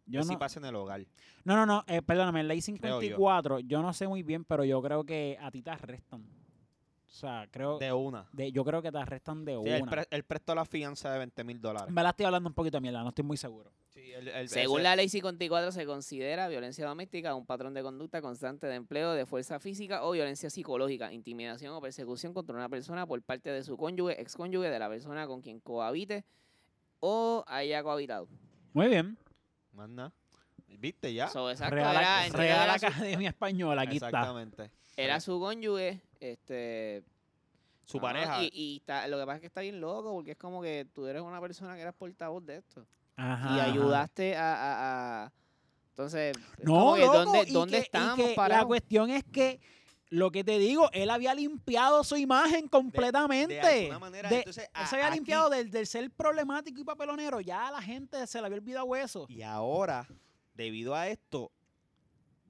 Speaker 3: Yo
Speaker 2: si
Speaker 3: no,
Speaker 2: pasa en el hogar.
Speaker 3: no, no, no, eh, perdóname, ley
Speaker 2: yo.
Speaker 3: 54, yo no sé muy bien, pero yo creo que a ti te arrestan. O sea, creo,
Speaker 2: De una.
Speaker 3: de- yo creo que te arrestan de
Speaker 2: Sí,
Speaker 3: una.
Speaker 2: él, pre- él prestó la fianza de 20 mil dólares.
Speaker 3: Me la estoy hablando un poquito de mierda, no estoy muy seguro.
Speaker 2: Sí, él- él-
Speaker 1: Según
Speaker 2: ese-
Speaker 1: la ley 54 se considera violencia doméstica un patrón de conducta constante de empleo de fuerza física o violencia psicológica, intimidación o persecución contra una persona por parte de su cónyuge, excónyuge, de la persona con quien cohabite o haya cohabitado.
Speaker 3: Muy bien.
Speaker 2: Más nada. ¿Viste ya?
Speaker 1: So, exacto,
Speaker 3: Real,
Speaker 1: era-
Speaker 3: Ac-
Speaker 1: entiendo que
Speaker 3: Real
Speaker 1: era su-
Speaker 3: Academia Española, aquí está.
Speaker 2: Exactamente.
Speaker 1: era su cónyuge, este,
Speaker 2: Su
Speaker 1: No,
Speaker 2: pareja.
Speaker 1: Y, y está- lo que pasa es que está bien loco porque es como que tú eres una persona que eras portavoz de esto.
Speaker 3: Ajá,
Speaker 1: y
Speaker 3: ajá.
Speaker 1: ayudaste a... a- a- entonces, es
Speaker 3: No,
Speaker 1: como que
Speaker 3: loco,
Speaker 1: ¿dónde,
Speaker 3: y
Speaker 1: dónde
Speaker 3: que- y
Speaker 1: estamos
Speaker 3: que La
Speaker 1: parados?
Speaker 3: cuestión es que, lo que te digo, él había limpiado su imagen completamente.
Speaker 2: De alguna manera,
Speaker 3: De-
Speaker 2: entonces,
Speaker 3: él
Speaker 2: a-
Speaker 3: se había
Speaker 2: aquí-
Speaker 3: limpiado del, del ser problemático y papelonero. Ya a la gente se le había olvidado eso.
Speaker 2: Y ahora, debido a esto,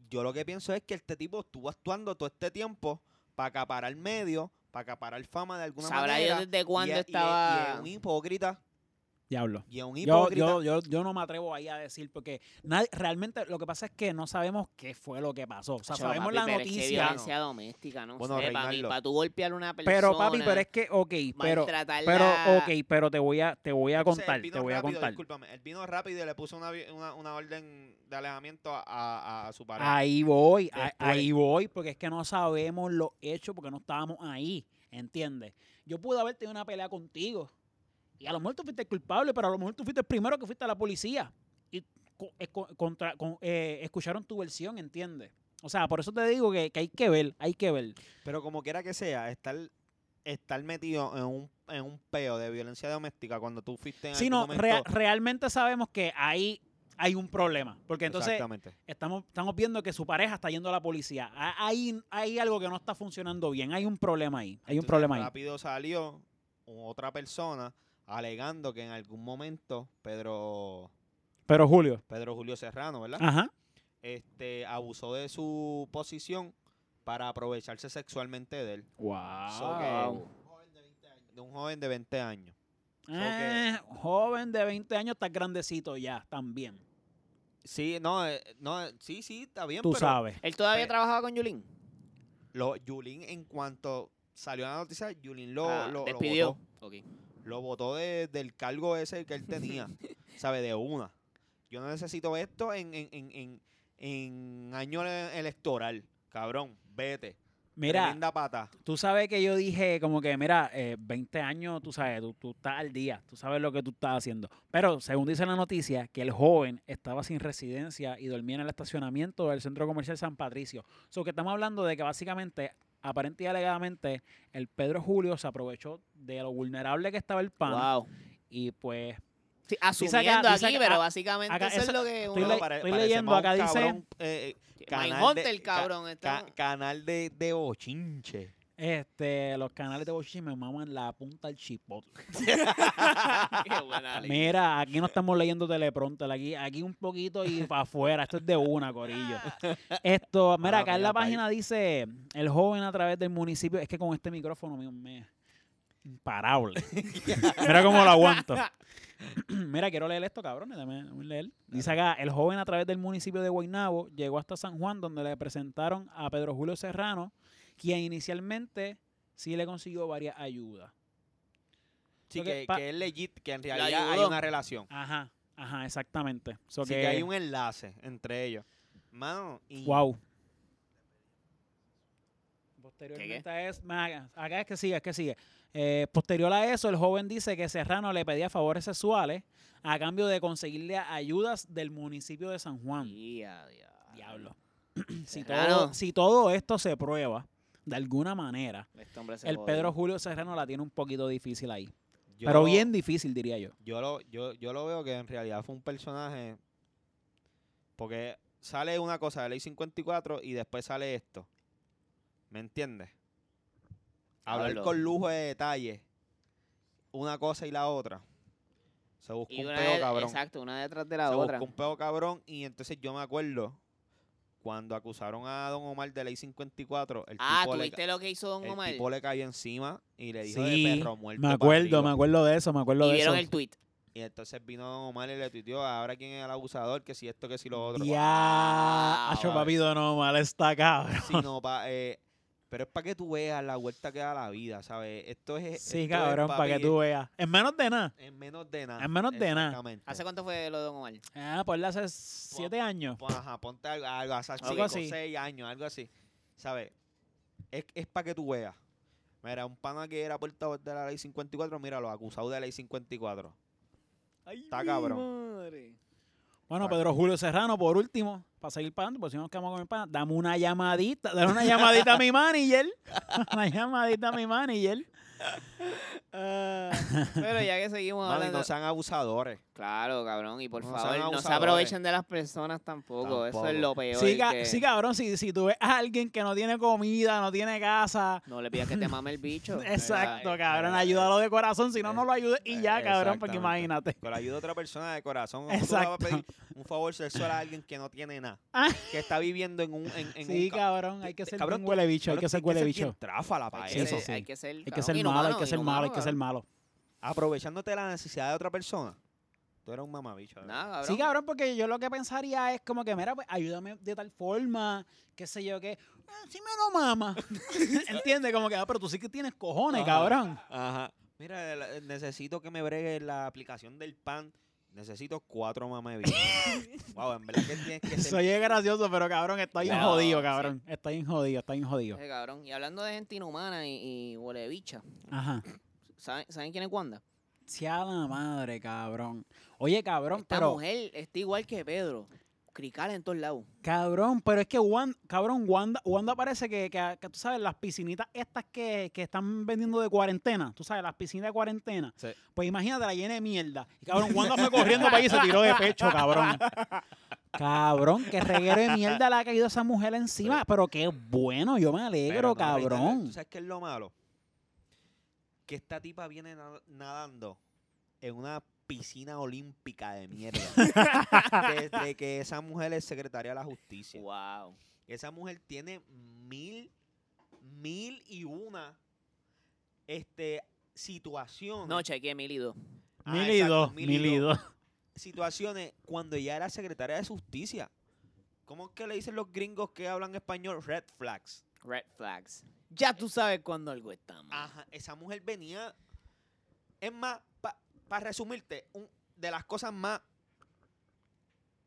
Speaker 2: yo lo que pienso es que este tipo estuvo actuando todo este tiempo para acaparar medio, para acaparar fama de alguna
Speaker 1: Sabrá
Speaker 2: manera.
Speaker 1: Dios desde cuándo
Speaker 2: y es- y es-
Speaker 1: estaba...
Speaker 2: Y es un hipócrita.
Speaker 3: Diablo.
Speaker 2: Y es un
Speaker 3: Yo,
Speaker 2: hipócrita.
Speaker 3: yo, yo, yo no me atrevo ahí a decir porque nadie- realmente lo que pasa es que no sabemos qué fue lo que pasó. O sea,
Speaker 1: Chacho,
Speaker 3: sabemos
Speaker 1: papi,
Speaker 3: la
Speaker 1: pero es que
Speaker 3: noticia.
Speaker 1: violencia doméstica, no
Speaker 2: Bueno,
Speaker 1: sé, para mí,
Speaker 2: Reinaldo.
Speaker 1: para tú golpear a una persona,
Speaker 3: pero papi, pero es que, ok, pero,
Speaker 1: maltratarla...
Speaker 3: pero, ok, pero te voy a, te voy a
Speaker 2: Entonces, él
Speaker 3: contar,
Speaker 2: vino
Speaker 3: te voy a
Speaker 2: rápido,
Speaker 3: contar.
Speaker 2: Discúlpame, él vino rápido y le puso una, vi- una, una orden de alejamiento a, a- a su pareja.
Speaker 3: Ahí voy, a-
Speaker 2: Después.
Speaker 3: ahí voy, porque es que no sabemos los hechos porque no estábamos ahí, ¿entiendes? Yo pude haber tenido una pelea contigo y a lo mejor tú fuiste el culpable, pero a lo mejor tú fuiste el primero que fuiste a la policía y co- eh, co- contra- con- eh, escucharon tu versión, ¿entiendes? O sea, por eso te digo que, que hay que ver, hay que ver.
Speaker 2: Pero como quiera que sea, estar, estar metido en un, en un peo de violencia doméstica cuando tú fuiste en
Speaker 3: Si
Speaker 2: algún
Speaker 3: no,
Speaker 2: momento-
Speaker 3: rea- realmente sabemos que ahí hay un problema, porque entonces
Speaker 2: Exactamente.
Speaker 3: estamos, estamos viendo que su pareja está yendo a la policía. Ah, Hay, hay algo que no está funcionando bien, hay un problema ahí, hay un
Speaker 2: Entonces,
Speaker 3: problema ahí.
Speaker 2: Rápido salió otra persona alegando que en algún momento Pedro,
Speaker 3: Pero Julio.
Speaker 2: Pedro Julio Serrano, ¿verdad?
Speaker 3: Ajá.
Speaker 2: Este abusó de su posición para aprovecharse sexualmente de él,
Speaker 1: Wow.
Speaker 2: de un joven de 20 años.
Speaker 3: Eh, joven de 20 años, estás grandecito ya también.
Speaker 2: Sí, no, eh, no, eh, sí, sí, está bien,
Speaker 3: Tú
Speaker 2: pero
Speaker 3: sabes.
Speaker 1: ¿Él todavía
Speaker 2: Pe-
Speaker 1: trabajaba con Yulín?
Speaker 2: lo Yulín en cuanto salió la noticia, Yulín lo,
Speaker 1: Ah,
Speaker 2: lo, lo
Speaker 1: despidió.
Speaker 2: votó.
Speaker 1: Ok.
Speaker 2: Lo votó de- del cargo ese que él tenía, sabe, de una. Yo no necesito esto en, en, en, en, en año ele- electoral, cabrón, vete.
Speaker 3: Mira,
Speaker 2: Tremenda pata.
Speaker 3: tú sabes que yo dije como que, mira, eh, 20 años, tú sabes, tú, tú estás al día, tú sabes lo que tú estás haciendo. Pero según dice la noticia, que el joven estaba sin residencia y dormía en el estacionamiento del Centro Comercial San Patricio. So que estamos hablando de que básicamente, aparente y alegadamente, el Pedro Julio se aprovechó de lo vulnerable que estaba el pan
Speaker 1: Wow.
Speaker 3: y pues
Speaker 1: Sí,
Speaker 3: Dice acá-
Speaker 1: asumiendo
Speaker 3: dice
Speaker 1: aquí,
Speaker 3: acá-
Speaker 1: pero
Speaker 3: a-
Speaker 1: básicamente
Speaker 3: acá-
Speaker 1: eso,
Speaker 3: eso-
Speaker 1: es lo que
Speaker 3: estoy
Speaker 1: uno...
Speaker 3: le- estoy leyendo
Speaker 2: más un
Speaker 3: acá, dice-
Speaker 2: cabrón, eh, canal
Speaker 1: Mindhunter,
Speaker 2: de-
Speaker 1: el cabrón. está-
Speaker 2: ca- canal de, de bochinche.
Speaker 3: Este, los canales de Bochi me maman la punta al chipotle.
Speaker 1: Qué buena ley.
Speaker 3: Mira, aquí no estamos leyendo teleprompter, aquí, aquí un poquito y para afuera. Esto es de una, Corillo. Esto, mira,
Speaker 2: Mala
Speaker 3: acá en
Speaker 2: mía,
Speaker 3: la
Speaker 2: país.
Speaker 3: página dice, el joven a través del municipio, es que con este micrófono mío me imparable. mira cómo lo aguanto. mira, quiero leer esto, cabrones, dame, dame leer. Dice acá, el joven a través del municipio de Guaynabo llegó hasta San Juan donde le presentaron a Pedro Julio Serrano, quien inicialmente sí le consiguió varias ayudas.
Speaker 2: Sí,
Speaker 3: Ok,
Speaker 2: que,
Speaker 3: pa-
Speaker 2: que es legit, que en
Speaker 1: La
Speaker 2: realidad hay
Speaker 1: ayudó.
Speaker 2: una relación.
Speaker 3: Ajá, ajá, exactamente. So
Speaker 2: Sí, que hay un enlace entre ellos. Mano, y
Speaker 3: Wow.
Speaker 1: ¿Qué,
Speaker 3: Posteriormente a eso, ma- acá es que sigue, es que sigue. Eh, posterior a eso, el joven dice que Serrano le pedía favores sexuales a cambio de conseguirle ayudas del municipio de San Juan.
Speaker 1: Ya, ya.
Speaker 3: Diablo. si,
Speaker 1: ah, Serrano.
Speaker 3: todo, si todo esto se prueba, de alguna manera,
Speaker 1: Este hombre se
Speaker 3: el
Speaker 1: jodió.
Speaker 3: Pedro Julio Serrano la tiene un poquito difícil ahí.
Speaker 2: yo-
Speaker 3: Pero bien difícil, diría yo.
Speaker 2: Yo lo, yo, yo lo veo que en realidad fue un personaje. Porque sale una cosa de ley 54 y después sale esto. ¿Me entiendes? Hablar
Speaker 1: Hablo.
Speaker 2: con lujo de detalle. Una cosa y la otra. Se buscó
Speaker 1: Y
Speaker 2: un
Speaker 1: una
Speaker 2: peo
Speaker 1: de-
Speaker 2: cabrón.
Speaker 1: Exacto, una detrás de la
Speaker 2: Se
Speaker 1: otra.
Speaker 2: buscó un peo cabrón. Y entonces yo me acuerdo cuando acusaron a Don Omar de ley 54. El,
Speaker 1: Ah,
Speaker 2: tipo, le,
Speaker 1: ¿tuviste lo que hizo Don
Speaker 2: el
Speaker 1: Omar?
Speaker 2: tipo le cayó encima y le dijo
Speaker 3: Sí,
Speaker 2: de perro muerto.
Speaker 3: Me
Speaker 2: pa'
Speaker 3: acuerdo, me
Speaker 2: arriba.
Speaker 3: acuerdo de eso, me acuerdo
Speaker 1: Y
Speaker 3: de eso.
Speaker 1: vieron el tweet.
Speaker 2: Y entonces vino Don Omar y le tuiteó ahora quién es el abusador, que si esto, que si lo otro.
Speaker 3: Ya, Acho,
Speaker 1: vale.
Speaker 3: papi, Don Omar está cabrón.
Speaker 2: Si no, pa- eh, pero es para que tú veas la vuelta que da la vida, ¿sabes? Esto es. esto
Speaker 3: Sí,
Speaker 2: es,
Speaker 3: cabrón, para que
Speaker 2: papi,
Speaker 3: tú veas. En menos de nada.
Speaker 2: En menos de nada.
Speaker 3: En menos de nada.
Speaker 2: Exactamente.
Speaker 1: ¿Hace cuánto fue lo de Don Omar?
Speaker 3: Ah, por hace siete años.
Speaker 2: Pon- Ajá, ponte algo, algo, hace
Speaker 1: Algo
Speaker 2: cinco,
Speaker 3: así.
Speaker 2: seis años, algo así. ¿Sabes? Es, es para que tú veas. Mira, un pana que era portavoz de la ley 54, mira, los acusados de la ley 54. Está mi cabrón.
Speaker 3: Bueno,
Speaker 2: Exacto.
Speaker 3: Pedro Julio Serrano, por último, para seguir pagando, por si nos quedamos con el pana, dame una llamadita, dame una llamadita a mi manager. una llamadita a mi manager.
Speaker 1: Ah, pero ya que seguimos
Speaker 2: Mano, y
Speaker 1: hablando.
Speaker 2: no sean abusadores.
Speaker 1: Claro, cabrón. Y por
Speaker 2: No sean
Speaker 1: favor, no se
Speaker 2: abusadores.
Speaker 1: aprovechen de las personas tampoco. Eso es
Speaker 2: Tampoco.
Speaker 1: lo peor.
Speaker 3: Sí, ca-
Speaker 1: que
Speaker 3: sí, cabrón, si, si tú ves a alguien que no tiene comida, no tiene casa.
Speaker 1: No le pidas que te mame el bicho.
Speaker 3: Exacto,
Speaker 1: ¿verdad?
Speaker 3: cabrón,
Speaker 2: eh,
Speaker 3: ayúdalo de corazón, si no, no lo ayudes y ya,
Speaker 2: eh,
Speaker 3: cabrón, porque
Speaker 2: exactamente.
Speaker 3: imagínate.
Speaker 2: Con la ayuda de otra persona de corazón. ¿Cómo tú le vas a
Speaker 3: Exacto.
Speaker 2: pedir un favor sexual a alguien que no tiene nada?
Speaker 3: Ah.
Speaker 2: que está viviendo en un. En, en
Speaker 3: Sí,
Speaker 2: un ca-
Speaker 3: cabrón, hay que ser
Speaker 2: Cabrón,
Speaker 3: bien
Speaker 2: tú-
Speaker 3: huele bicho, hay
Speaker 2: cabrón,
Speaker 3: que ser
Speaker 2: tienes
Speaker 3: huele
Speaker 2: bien
Speaker 3: bicho.
Speaker 2: Tráfala para
Speaker 1: Hay
Speaker 3: Sí,
Speaker 1: que,
Speaker 2: eso.
Speaker 1: ser,
Speaker 3: sí.
Speaker 1: hay que ser,
Speaker 3: Hay que
Speaker 1: cabrón,
Speaker 3: ser malo,
Speaker 1: inhumano,
Speaker 3: hay que ser malo, hay que ser
Speaker 1: inhumano,
Speaker 3: malo.
Speaker 2: Aprovechándote de la necesidad de otra persona. Tú eres un mamabicho. de verdad.
Speaker 1: cabrón. Nah,
Speaker 3: Sí, cabrón, porque yo lo que pensaría es como que, mira, pues ayúdame de tal forma, qué sé yo, que "Ah, sí me lo mama. ¿Entiendes? Como que, ah, pero tú sí que tienes cojones,
Speaker 2: Ajá.
Speaker 3: cabrón.
Speaker 2: Ajá. Mira, la- necesito que me bregue la aplicación del pan. Necesito cuatro mamabichos. wow, en verdad que tienes que ser.
Speaker 3: Soy gracioso, pero cabrón, está bien
Speaker 1: Wow, Este sí.
Speaker 3: jodido,
Speaker 1: Eh.
Speaker 3: cabrón. Está bien jodido, está bien jodido.
Speaker 1: Sí, cabrón. Y hablando de gente inhumana y, y huele bicha,
Speaker 3: Ajá.
Speaker 1: ¿saben, saben quién es Wanda?
Speaker 3: Sí, a la madre, cabrón. Oye, cabrón,
Speaker 1: Esta
Speaker 3: pero.
Speaker 1: mujer está igual que Pedro. Crical en todos lados.
Speaker 3: Cabrón, pero es que Wanda, cabrón, Wanda, Wanda parece que, que- que tú sabes, las piscinitas estas que, que están vendiendo de cuarentena, tú sabes, las piscinas de cuarentena.
Speaker 2: Sí.
Speaker 3: Pues imagínate, la llena de mierda. Y cabrón, Wanda fue corriendo para allí y se tiró de pecho, cabrón. Cabrón, qué reguero de mierda le ha caído a esa mujer encima. Pero qué bueno, yo me alegro,
Speaker 2: Pero no, ahorita,
Speaker 3: cabrón.
Speaker 2: ¿Tú sabes qué es lo malo? Que esta tipa viene na- nadando en una piscina olímpica de mierda. Desde que esa mujer es secretaria de la justicia.
Speaker 1: Wow.
Speaker 2: Esa mujer tiene mil, mil y una este, situaciones.
Speaker 1: No, chequeé mil y dos.
Speaker 2: Ah,
Speaker 3: mil y
Speaker 2: exacto,
Speaker 3: dos,
Speaker 2: mil y dos. Situaciones cuando ya era secretaria de justicia. ¿Cómo es que le dicen los gringos que hablan español? Red flags.
Speaker 1: Red flags. Ya tú sabes cuando algo está mal.
Speaker 3: Ah,
Speaker 2: Ajá, esa mujer venía. Es más, para resumirte, un- de las cosas más.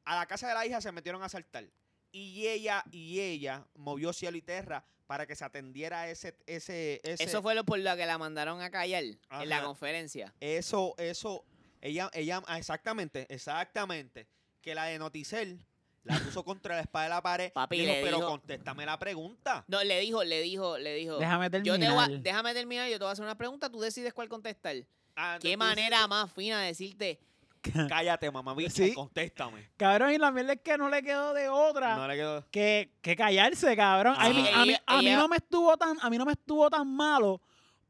Speaker 2: A la casa de la hija se metieron a asaltar. Y ella, y ella movió cielo y tierra para que se atendiera ese. ese, ese
Speaker 1: Eso fue lo por lo que la mandaron a callar en la
Speaker 2: Ajá.
Speaker 1: conferencia.
Speaker 2: Eso, eso. Ella, ella, ah, exactamente, exactamente. Que la de Noticel la puso contra la espada de la pared.
Speaker 1: Papi,
Speaker 2: dijo,
Speaker 1: le
Speaker 2: pero
Speaker 1: dijo-
Speaker 2: contéstame la pregunta.
Speaker 1: No, le dijo, le dijo, le dijo.
Speaker 3: Déjame
Speaker 1: yo te voy a-
Speaker 3: terminar.
Speaker 1: déjame terminar, yo te voy a hacer una pregunta, tú decides cuál contestar.
Speaker 2: Ah,
Speaker 1: Qué
Speaker 2: entonces,
Speaker 1: manera más fina de decirte,
Speaker 2: Cállate, mamá,
Speaker 3: Sí.
Speaker 2: contéstame.
Speaker 3: Cabrón, y la mierda es que no le quedó de otra.
Speaker 2: No le quedó.
Speaker 3: que, que callarse, cabrón. A
Speaker 1: Sí,
Speaker 3: mí, a mí-
Speaker 1: ella-
Speaker 3: a mí
Speaker 1: ella-
Speaker 3: no me estuvo tan, a mí no me estuvo tan malo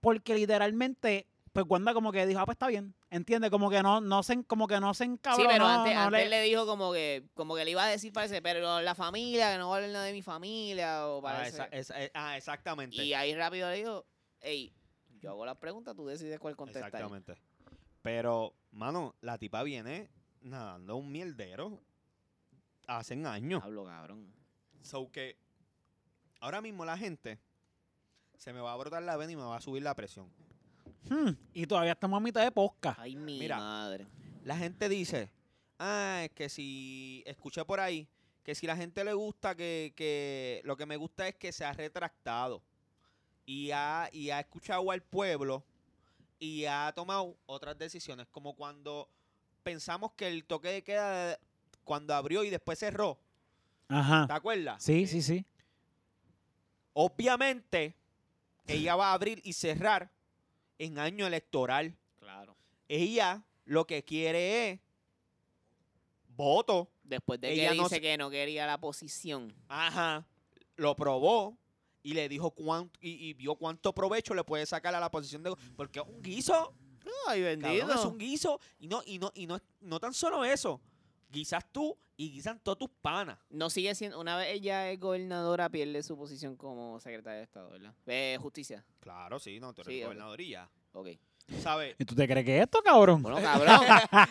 Speaker 3: porque literalmente pues Wanda como que dijo, "Ah, pues está bien." ¿Entiendes? Como que no no se como que no se encabró,
Speaker 1: sí, pero
Speaker 3: no,
Speaker 1: antes,
Speaker 3: no
Speaker 1: antes
Speaker 3: le-
Speaker 1: le... dijo como que, como que le iba a decir parece, pero la familia, que no vale nada de mi familia, o
Speaker 2: Ah,
Speaker 1: parece.
Speaker 2: esa- esa- eh, ah, exactamente.
Speaker 1: y ahí rápido le dijo, hey, yo hago las preguntas, tú decides cuál contestar.
Speaker 2: Exactamente. Pero, mano, la tipa viene nadando un mierdero hace años.
Speaker 1: Hablo, cabrón.
Speaker 2: So que ahora mismo la gente se me va a brotar la vena y me va a subir la presión.
Speaker 3: Hmm, y todavía estamos a mitad de posca.
Speaker 1: Ay, mi
Speaker 2: Mira.
Speaker 1: madre.
Speaker 2: La gente dice, ah, es que si escuché por ahí, que si la gente le gusta, que, que lo que me gusta es que se ha retractado y ha, y ha escuchado al pueblo y ha tomado otras decisiones, como cuando pensamos que el toque de queda, eh, cuando abrió y después cerró, ¿te
Speaker 3: Ajá.
Speaker 2: acuerdas?
Speaker 3: Ah, Sí, sí, sí.
Speaker 2: Obviamente, ella va a abrir y cerrar en año electoral.
Speaker 1: Claro.
Speaker 2: Ella lo que quiere es voto.
Speaker 1: Después de
Speaker 2: Ella
Speaker 1: que
Speaker 2: no
Speaker 1: dice
Speaker 2: se-
Speaker 1: que no quería la posición.
Speaker 2: Ajá. Lo probó y le dijo cuánto y, y vio cuánto provecho le puede sacar a la posición de porque es un guiso,
Speaker 1: Ay,
Speaker 2: cabrón, es un guiso y no y no y no no tan solo eso. Guisas tú y guisan todos tus panas.
Speaker 1: No sigue siendo. Una vez ella es gobernadora, pierde su posición como secretaria de Estado, ¿verdad? Eh, justicia.
Speaker 2: Claro, sí, no, tú
Speaker 1: eres Sí, ok.
Speaker 2: gobernadorilla.
Speaker 1: Ok.
Speaker 2: ¿Sabes?
Speaker 3: ¿Y tú te crees que esto, cabrón?
Speaker 1: Bueno, cabrón.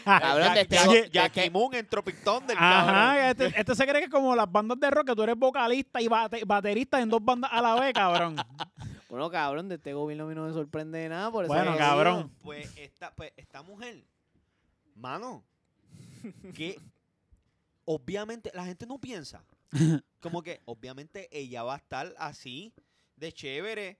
Speaker 1: cabrón, de este go- de
Speaker 2: Jackie
Speaker 1: este-
Speaker 2: Moon entró Pictón del cabrón.
Speaker 3: Ajá, este, este se cree que como las bandas de rock, que tú eres vocalista y bate- baterista en dos bandas a la vez, cabrón.
Speaker 1: Bueno, cabrón, de este gobierno a mí no me sorprende de nada. Por eso
Speaker 3: Bueno,
Speaker 1: que-
Speaker 3: cabrón.
Speaker 2: Pues esta, pues esta mujer, mano, que obviamente la gente no piensa. Como que obviamente ella va a estar así, de chévere,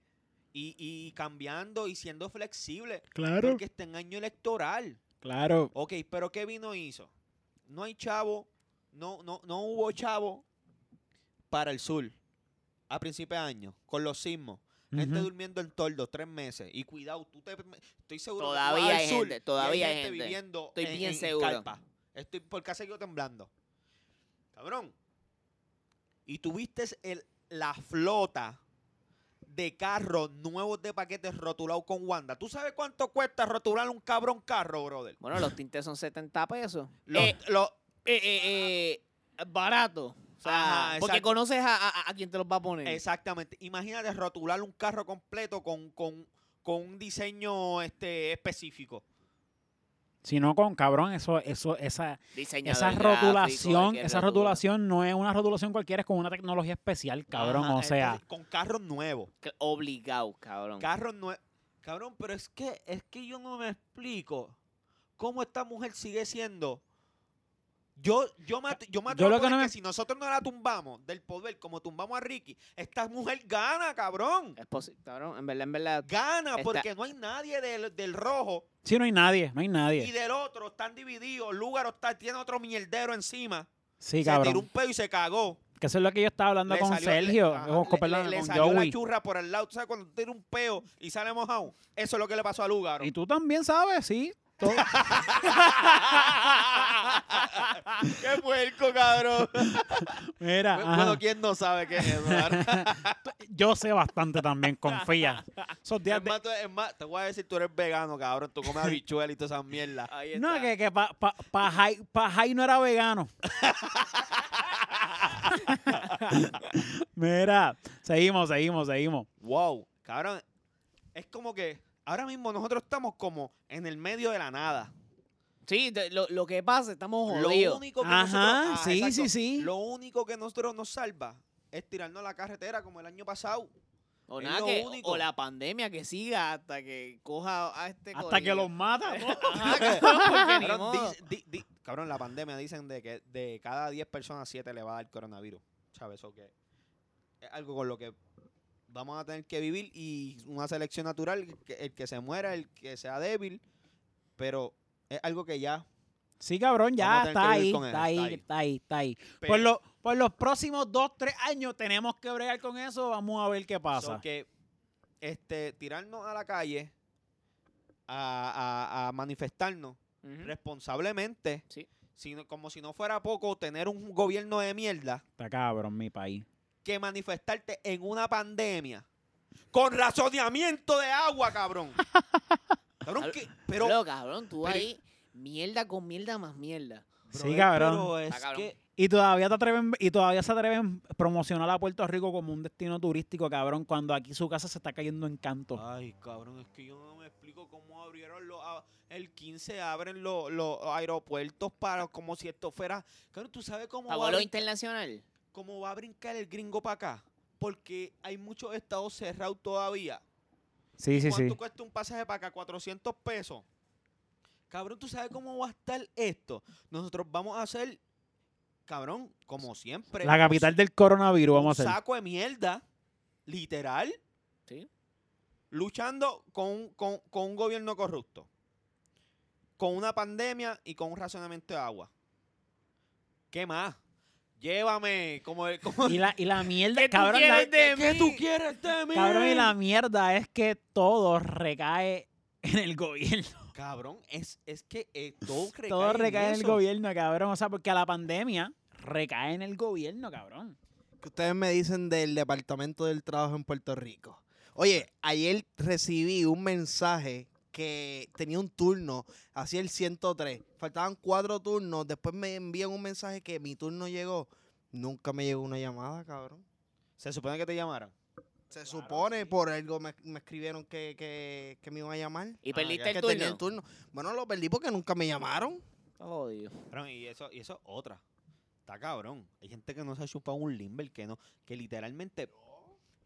Speaker 2: y, y cambiando y siendo flexible.
Speaker 3: Claro.
Speaker 2: Porque está en año electoral.
Speaker 3: Claro.
Speaker 2: Ok, pero ¿qué vino e hizo? No hay chavo, no, no, no hubo chavo para el sur a principio de año, con los sismos. Gente
Speaker 3: Ujú.
Speaker 2: durmiendo en toldo tres meses. Y cuidado, tú te, estoy seguro que tú vas
Speaker 1: Todavía
Speaker 2: al
Speaker 1: hay
Speaker 2: sur
Speaker 1: gente,
Speaker 2: y
Speaker 1: todavía hay gente.
Speaker 2: viviendo
Speaker 1: Estoy
Speaker 2: en-
Speaker 1: bien
Speaker 2: en
Speaker 1: seguro.
Speaker 2: carpa. Estoy porque ha seguido temblando. Cabrón. Y tuviste el, la flota de carros nuevos de paquetes rotulados con Wanda. ¿Tú sabes cuánto cuesta rotular un cabrón carro, brother?
Speaker 1: Bueno, los tintes son 70 pesos.
Speaker 2: Los-
Speaker 1: Eh,
Speaker 2: los-
Speaker 1: eh, eh, eh, barato. O sea,
Speaker 2: Ajá,
Speaker 1: porque
Speaker 2: exacto.
Speaker 1: conoces a, a- a quien te los va a poner.
Speaker 2: exactamente. Imagínate rotular un carro completo con, con, con un diseño este, específico.
Speaker 3: Si no, con cabrón, eso, eso, esa,
Speaker 1: Diseñador
Speaker 3: esa
Speaker 1: gráfico, hay que
Speaker 3: rotulación, esa
Speaker 1: rotular.
Speaker 3: rotulación no es una rotulación cualquiera, es con una tecnología especial, cabrón.
Speaker 2: Ajá,
Speaker 3: o sea,
Speaker 2: entonces, con carros nuevos.
Speaker 1: Que- Obligado, cabrón.
Speaker 2: Carros nuevos. Cabrón, pero es que, es que yo no me explico cómo esta mujer sigue siendo. Yo, yo me, at- yo me
Speaker 3: Yo
Speaker 2: atrevo
Speaker 3: lo
Speaker 2: a
Speaker 3: que no
Speaker 2: poner que
Speaker 3: me-
Speaker 2: si nosotros no la tumbamos del poder como tumbamos a Ricky, esta mujer gana, cabrón.
Speaker 1: Es posi- cabrón, en verdad, en verdad.
Speaker 2: Gana
Speaker 1: Está-
Speaker 2: porque no hay nadie del, del rojo
Speaker 3: si no hay nadie, no hay
Speaker 2: y
Speaker 3: nadie.
Speaker 2: del otro. Están divididos. Lúgaro está, tiene otro mierdero encima.
Speaker 3: Sí,
Speaker 2: se tiró
Speaker 3: cabrón.
Speaker 2: un pedo y se cagó.
Speaker 3: Que eso es lo que yo estaba hablando
Speaker 2: Le
Speaker 3: con
Speaker 2: salió- le-
Speaker 3: Sergio,
Speaker 2: ajá,
Speaker 3: con,
Speaker 2: le-
Speaker 3: con-
Speaker 2: le-
Speaker 3: perdón,
Speaker 2: le
Speaker 3: con
Speaker 2: salió la
Speaker 3: Joey.
Speaker 2: churra por el lado. ¿Tú sabes cuando tira un peo y sale mojado? Eso es lo que le pasó a Lugaro.
Speaker 3: Y tú también sabes, sí. Todo-
Speaker 2: ¡Qué puerco, cabrón!
Speaker 3: Mira,
Speaker 2: Bu-
Speaker 3: ajá.
Speaker 2: Bueno, ¿quién no sabe qué es eso? ¿verdad?
Speaker 3: yo sé bastante también, confía. Esos días
Speaker 2: es,
Speaker 3: de-
Speaker 2: más, tú- es más, te voy a decir, tú eres vegano, cabrón. Tú comes habichuela y todas esas mierdas.
Speaker 3: No, que, que pa, pa, pa Jai- pa Jai no era vegano. Mira, seguimos, seguimos, seguimos.
Speaker 2: ¡Wow! Cabrón, es como que ahora mismo nosotros estamos como en el medio de la nada.
Speaker 1: Sí, te- lo, lo que pasa, estamos
Speaker 2: Lo
Speaker 1: jodidos.
Speaker 2: único que
Speaker 3: Ajá,
Speaker 2: nosotros, ah,
Speaker 3: sí,
Speaker 2: exacto.
Speaker 3: sí, sí.
Speaker 2: Lo único que nosotros nos salva es tirarnos a la carretera como el año pasado.
Speaker 1: O
Speaker 2: es
Speaker 1: nada
Speaker 2: lo
Speaker 1: que,
Speaker 2: único.
Speaker 1: o la pandemia que siga hasta que coja a este
Speaker 3: Hasta que
Speaker 1: corillo.
Speaker 3: los mata.
Speaker 1: Ajá, cabrón, porque ni
Speaker 2: Cabrón,
Speaker 1: modo.
Speaker 2: dice- di- di- cabrón, la pandemia dicen de que de cada 10 personas, 7 le va a dar coronavirus. ¿Sabes? O que es algo con lo que vamos a tener que vivir y una selección natural, el que, el que se muera, el que sea débil, pero es algo que ya...
Speaker 3: Sí, cabrón,
Speaker 2: Vamos
Speaker 3: ya
Speaker 2: a tener
Speaker 3: está
Speaker 2: que
Speaker 3: ahí,
Speaker 2: vivir con
Speaker 3: está
Speaker 2: él,
Speaker 3: ahí, está ahí, está ahí.
Speaker 1: Pues
Speaker 3: Por, lo- por los próximos dos, tres años tenemos que bregar con eso. Vamos a ver qué
Speaker 2: So
Speaker 3: pasa.
Speaker 2: que este, tirarnos a la calle a, a- a manifestarnos
Speaker 1: Ujú.
Speaker 2: responsablemente,
Speaker 1: Sí.
Speaker 2: sino, como si no fuera poco tener un gobierno de mierda
Speaker 3: Está cabrón mi país.
Speaker 2: que manifestarte en una pandemia con razoneamiento de agua, cabrón. cabrón,
Speaker 1: Hablo-
Speaker 2: ¿qué? Pero,
Speaker 1: Pero, cabrón, tú
Speaker 2: pero-
Speaker 1: ahí, mierda con mierda más mierda.
Speaker 3: sí,
Speaker 2: brother,
Speaker 3: cabrón.
Speaker 2: pero es
Speaker 1: Está cabrón.
Speaker 2: que-
Speaker 3: Y todavía, te atreven, y todavía se atreven a promocionar a Puerto Rico como un destino turístico, cabrón, cuando aquí su casa se está cayendo en canto.
Speaker 2: Ay, cabrón, es que yo no me explico cómo abrieron los... a- El 15 abren los, los aeropuertos para como si esto fuera... Cabrón, ¿tú sabes cómo
Speaker 1: A
Speaker 2: va a
Speaker 1: vuelo
Speaker 2: abrir-
Speaker 1: internacional.
Speaker 2: cómo va a brincar el gringo para acá, porque hay muchos estados cerrados todavía.
Speaker 3: Sí, sí, sí.
Speaker 2: ¿Cuánto cuesta un pasaje para acá? 400 pesos. Cabrón, ¿tú sabes cómo va a estar esto? Nosotros vamos a hacer, cabrón, como siempre.
Speaker 3: La capital del coronavirus
Speaker 2: un
Speaker 3: vamos a hacer.
Speaker 2: saco de mierda, literal,
Speaker 1: Sí.
Speaker 2: luchando con, un- con- con un gobierno corrupto, con una pandemia y con un racionamiento de agua. ¿Qué más? Llévame, como, el- como
Speaker 3: Y la, y la mierda,
Speaker 1: ¿Qué tú
Speaker 3: cabrón, la-
Speaker 1: quieres de
Speaker 2: ¿Qué
Speaker 1: mí?
Speaker 2: tú quieres de mí?
Speaker 3: cabrón, y la mierda es que todo recae en el gobierno.
Speaker 2: Cabrón, es, es que eh, todo recae,
Speaker 3: Todo recae en el
Speaker 2: eso.
Speaker 3: gobierno, cabrón. O sea, porque a la pandemia recae en el gobierno, cabrón.
Speaker 4: que ustedes me dicen del Departamento del Trabajo en Puerto Rico. Oye, ayer recibí un mensaje que tenía un turno, hacía el 103. Faltaban cuatro turnos. Después me envían un mensaje que mi turno llegó. Nunca me llegó una llamada, cabrón.
Speaker 2: Se supone que te llamaron.
Speaker 4: Se supone, por algo me, me escribieron que, que- que me iban a llamar.
Speaker 1: Y
Speaker 2: Ah,
Speaker 1: perdiste
Speaker 2: ya.
Speaker 1: el
Speaker 4: que tenía
Speaker 1: turno.
Speaker 4: el turno. Bueno, lo perdí porque nunca me llamaron.
Speaker 1: Oh, Dios.
Speaker 2: Cabrón, y eso, y eso es otra. Está cabrón. Hay gente que no se ha chupado un limber, que no, que literalmente,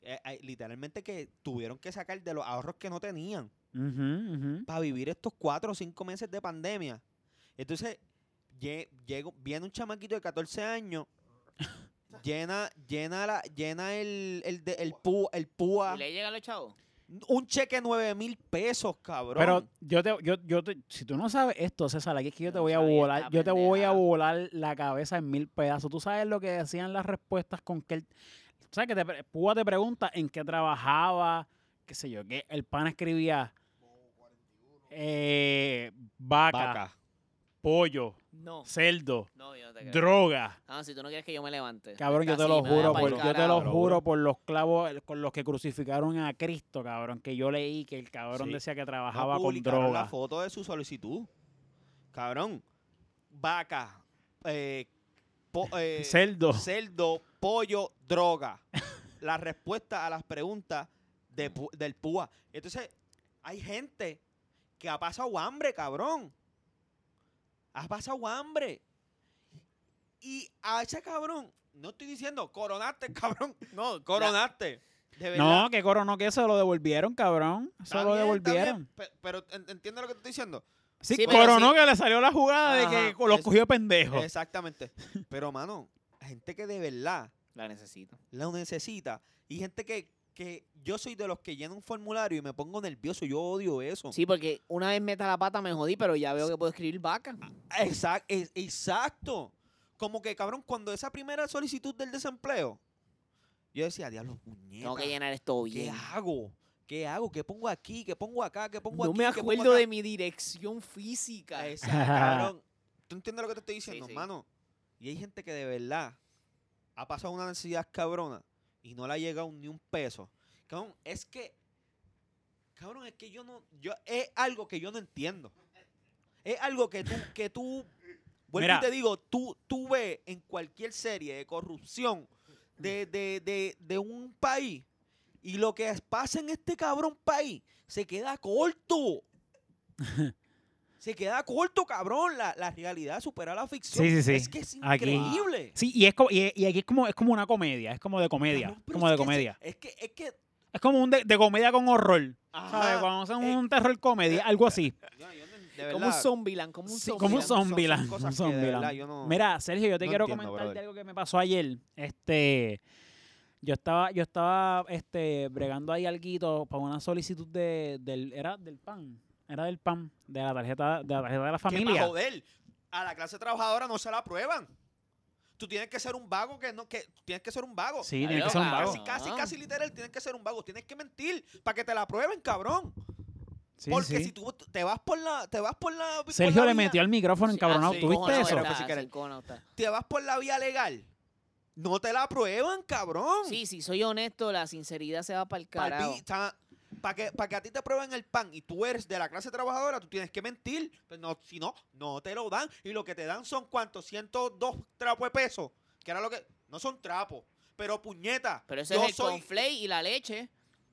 Speaker 2: eh, eh, literalmente que tuvieron que sacar de los ahorros que no tenían
Speaker 3: Ujú, ujú.
Speaker 2: para vivir estos cuatro o cinco meses de pandemia. Entonces, lle- llego, viene un chamaquito de 14 años, llena, llena la, llena el, el, de- el púa, el púa,
Speaker 1: ¿Y le llegan los chavos?
Speaker 2: un cheque de 9 mil pesos, cabrón.
Speaker 3: Pero yo te, yo, yo te- si tú no sabes esto, César, aquí es que yo
Speaker 1: Yo
Speaker 3: te
Speaker 1: no
Speaker 3: voy a
Speaker 1: sabía
Speaker 3: volar,
Speaker 1: esta
Speaker 3: yo te voy a
Speaker 1: pendeja.
Speaker 3: volar la cabeza en mil pedazos. Tú sabes lo que decían las respuestas con que el, sabes que te, pre- Púa te pregunta en qué trabajaba, qué sé yo, que el pan escribía eh, vaca,
Speaker 2: Vaca.
Speaker 3: pollo,
Speaker 1: No.
Speaker 3: cerdo,
Speaker 1: No, yo no te creo.
Speaker 3: droga.
Speaker 1: Ah, si tú no quieres que yo me levante.
Speaker 3: Cabrón, yo
Speaker 1: Está
Speaker 3: te
Speaker 1: así,
Speaker 3: lo
Speaker 1: me voy a
Speaker 3: juro,
Speaker 1: pa'l
Speaker 3: por, yo te lo
Speaker 1: carajo.
Speaker 3: juro por los clavos el- con los que crucificaron a Cristo, cabrón, que yo leí que el cabrón
Speaker 2: Sí.
Speaker 3: decía que
Speaker 2: No
Speaker 3: trabajaba con
Speaker 2: publicaron la
Speaker 3: droga.
Speaker 2: foto de su solicitud. Cabrón. Vaca. eh, po- eh,
Speaker 3: Cerdo.
Speaker 2: cerdo, pollo, droga. la respuesta a las preguntas de pu- del PUA. Entonces, hay gente que ha pasado hambre, cabrón. Ha pasado hambre. Y a ese cabrón, no estoy diciendo coronaste, cabrón. No, coronaste. De verdad.
Speaker 3: No, que coronó que se lo devolvieron, cabrón. Se
Speaker 2: Está
Speaker 3: lo
Speaker 2: bien, está bien,
Speaker 3: devolvieron.
Speaker 2: pe- Pero en- entiende lo que te estoy diciendo.
Speaker 3: Sí,
Speaker 1: Sí, pero
Speaker 3: coronó
Speaker 1: sí.
Speaker 3: que le salió la jugada
Speaker 2: Ajá,
Speaker 3: de que los
Speaker 2: es-
Speaker 3: cogió de pendejo.
Speaker 2: Exactamente. Pero, mano, gente que de verdad
Speaker 1: La necesito.
Speaker 2: la necesita y gente que, que yo soy de los que llena un formulario y me pongo nervioso. Yo odio eso.
Speaker 1: Sí, porque una vez meta la pata me jodí, pero ya veo que puedo escribir vaca.
Speaker 2: Exac- es- exacto. Como que, cabrón, cuando esa primera solicitud del desempleo, yo decía, diablo, puñeta.
Speaker 1: Tengo que llenar esto
Speaker 2: ¿Qué
Speaker 1: bien.
Speaker 2: hago? ¿Qué hago? ¿Qué pongo aquí? ¿Qué pongo acá? ¿Qué pongo
Speaker 1: No
Speaker 2: aquí?
Speaker 1: me
Speaker 2: ¿Qué pongo
Speaker 1: acuerdo
Speaker 2: acá?
Speaker 1: de mi dirección física.
Speaker 2: Exacto, cabrón. ¿Tú entiendes lo que te estoy diciendo,
Speaker 1: sí.
Speaker 2: hermano? Y hay gente que de verdad ha pasado una necesidad cabrona y no le ha llegado ni un peso. Cabrón, es que. Cabrón, es que yo no. Yo, es algo que yo no entiendo. Es algo que tú. Que tú vuelvo
Speaker 3: Mira.
Speaker 2: y te digo, tú, tú ves en cualquier serie de corrupción de, de, de, de un país y lo que pasa en este cabrón país se queda corto. Se queda corto, cabrón. La, la realidad supera la ficción.
Speaker 3: Sí, sí, sí.
Speaker 2: Es que es
Speaker 3: Aquí.
Speaker 2: increíble.
Speaker 3: Sí, y, es co- y, y aquí es como, es como una comedia, es como de comedia,
Speaker 2: Cabrón, pero
Speaker 3: como
Speaker 2: es
Speaker 3: de
Speaker 2: que se-
Speaker 3: comedia.
Speaker 2: Es que, es que.
Speaker 3: Es como un de, de comedia con horror, ¿sabes?
Speaker 2: ajá.
Speaker 3: Cuando son
Speaker 2: Eh,
Speaker 3: un terror comedy, algo así.
Speaker 2: yo- yo no- de
Speaker 1: Como un
Speaker 2: verdad,
Speaker 1: zombieland, como un
Speaker 3: Sí,
Speaker 1: zombieland.
Speaker 3: como un
Speaker 2: son- son
Speaker 3: zombieland,
Speaker 2: cosas
Speaker 3: un
Speaker 2: que de
Speaker 3: zombieland.
Speaker 2: verdad yo no-
Speaker 3: Mira, Sergio, yo te
Speaker 2: no
Speaker 3: quiero
Speaker 2: entiendo,
Speaker 3: comentar de
Speaker 2: brother.
Speaker 3: algo que me pasó ayer. Este, yo estaba, yo estaba, este, bregando ahí alguito para una solicitud de, del, era del PAN, era del PAN, de la tarjeta, de la tarjeta de la
Speaker 2: que pa'
Speaker 3: familia.
Speaker 2: joder, a la clase trabajadora no se la aprueban. Tú tienes que ser un vago que no, que tienes que ser un vago.
Speaker 3: Sí, tiene que ser un
Speaker 1: Claro,
Speaker 2: Casi,
Speaker 3: vago.
Speaker 2: casi, casi literal, tienes que ser un vago. Tienes que mentir para que te la aprueben, cabrón.
Speaker 3: Sí,
Speaker 2: Porque
Speaker 3: sí.
Speaker 2: si tú te vas por la, te vas por la. por
Speaker 3: Sergio
Speaker 2: la
Speaker 3: le
Speaker 2: vía-
Speaker 3: metió al
Speaker 1: ah,
Speaker 3: micrófono encabronado.
Speaker 2: sí, Mm.
Speaker 3: ¿Tuviste
Speaker 2: cómo no,
Speaker 3: eso?
Speaker 2: era- Fue sin querer. Te vas por la vía legal. No te la aprueban, cabrón.
Speaker 1: Sí, si soy honesto, la sinceridad se va para el carajo.
Speaker 2: Para que, pa' que a ti te aprueben el pan y tú eres de la clase trabajadora, tú tienes que mentir. Pues No, si no, no te lo dan. Y lo que te dan son cuántos, 102 trapos de peso. Que era lo que. No son trapos. Pero puñeta.
Speaker 1: Pero ese
Speaker 2: yo
Speaker 1: es el
Speaker 2: soy-
Speaker 1: conflay y la leche.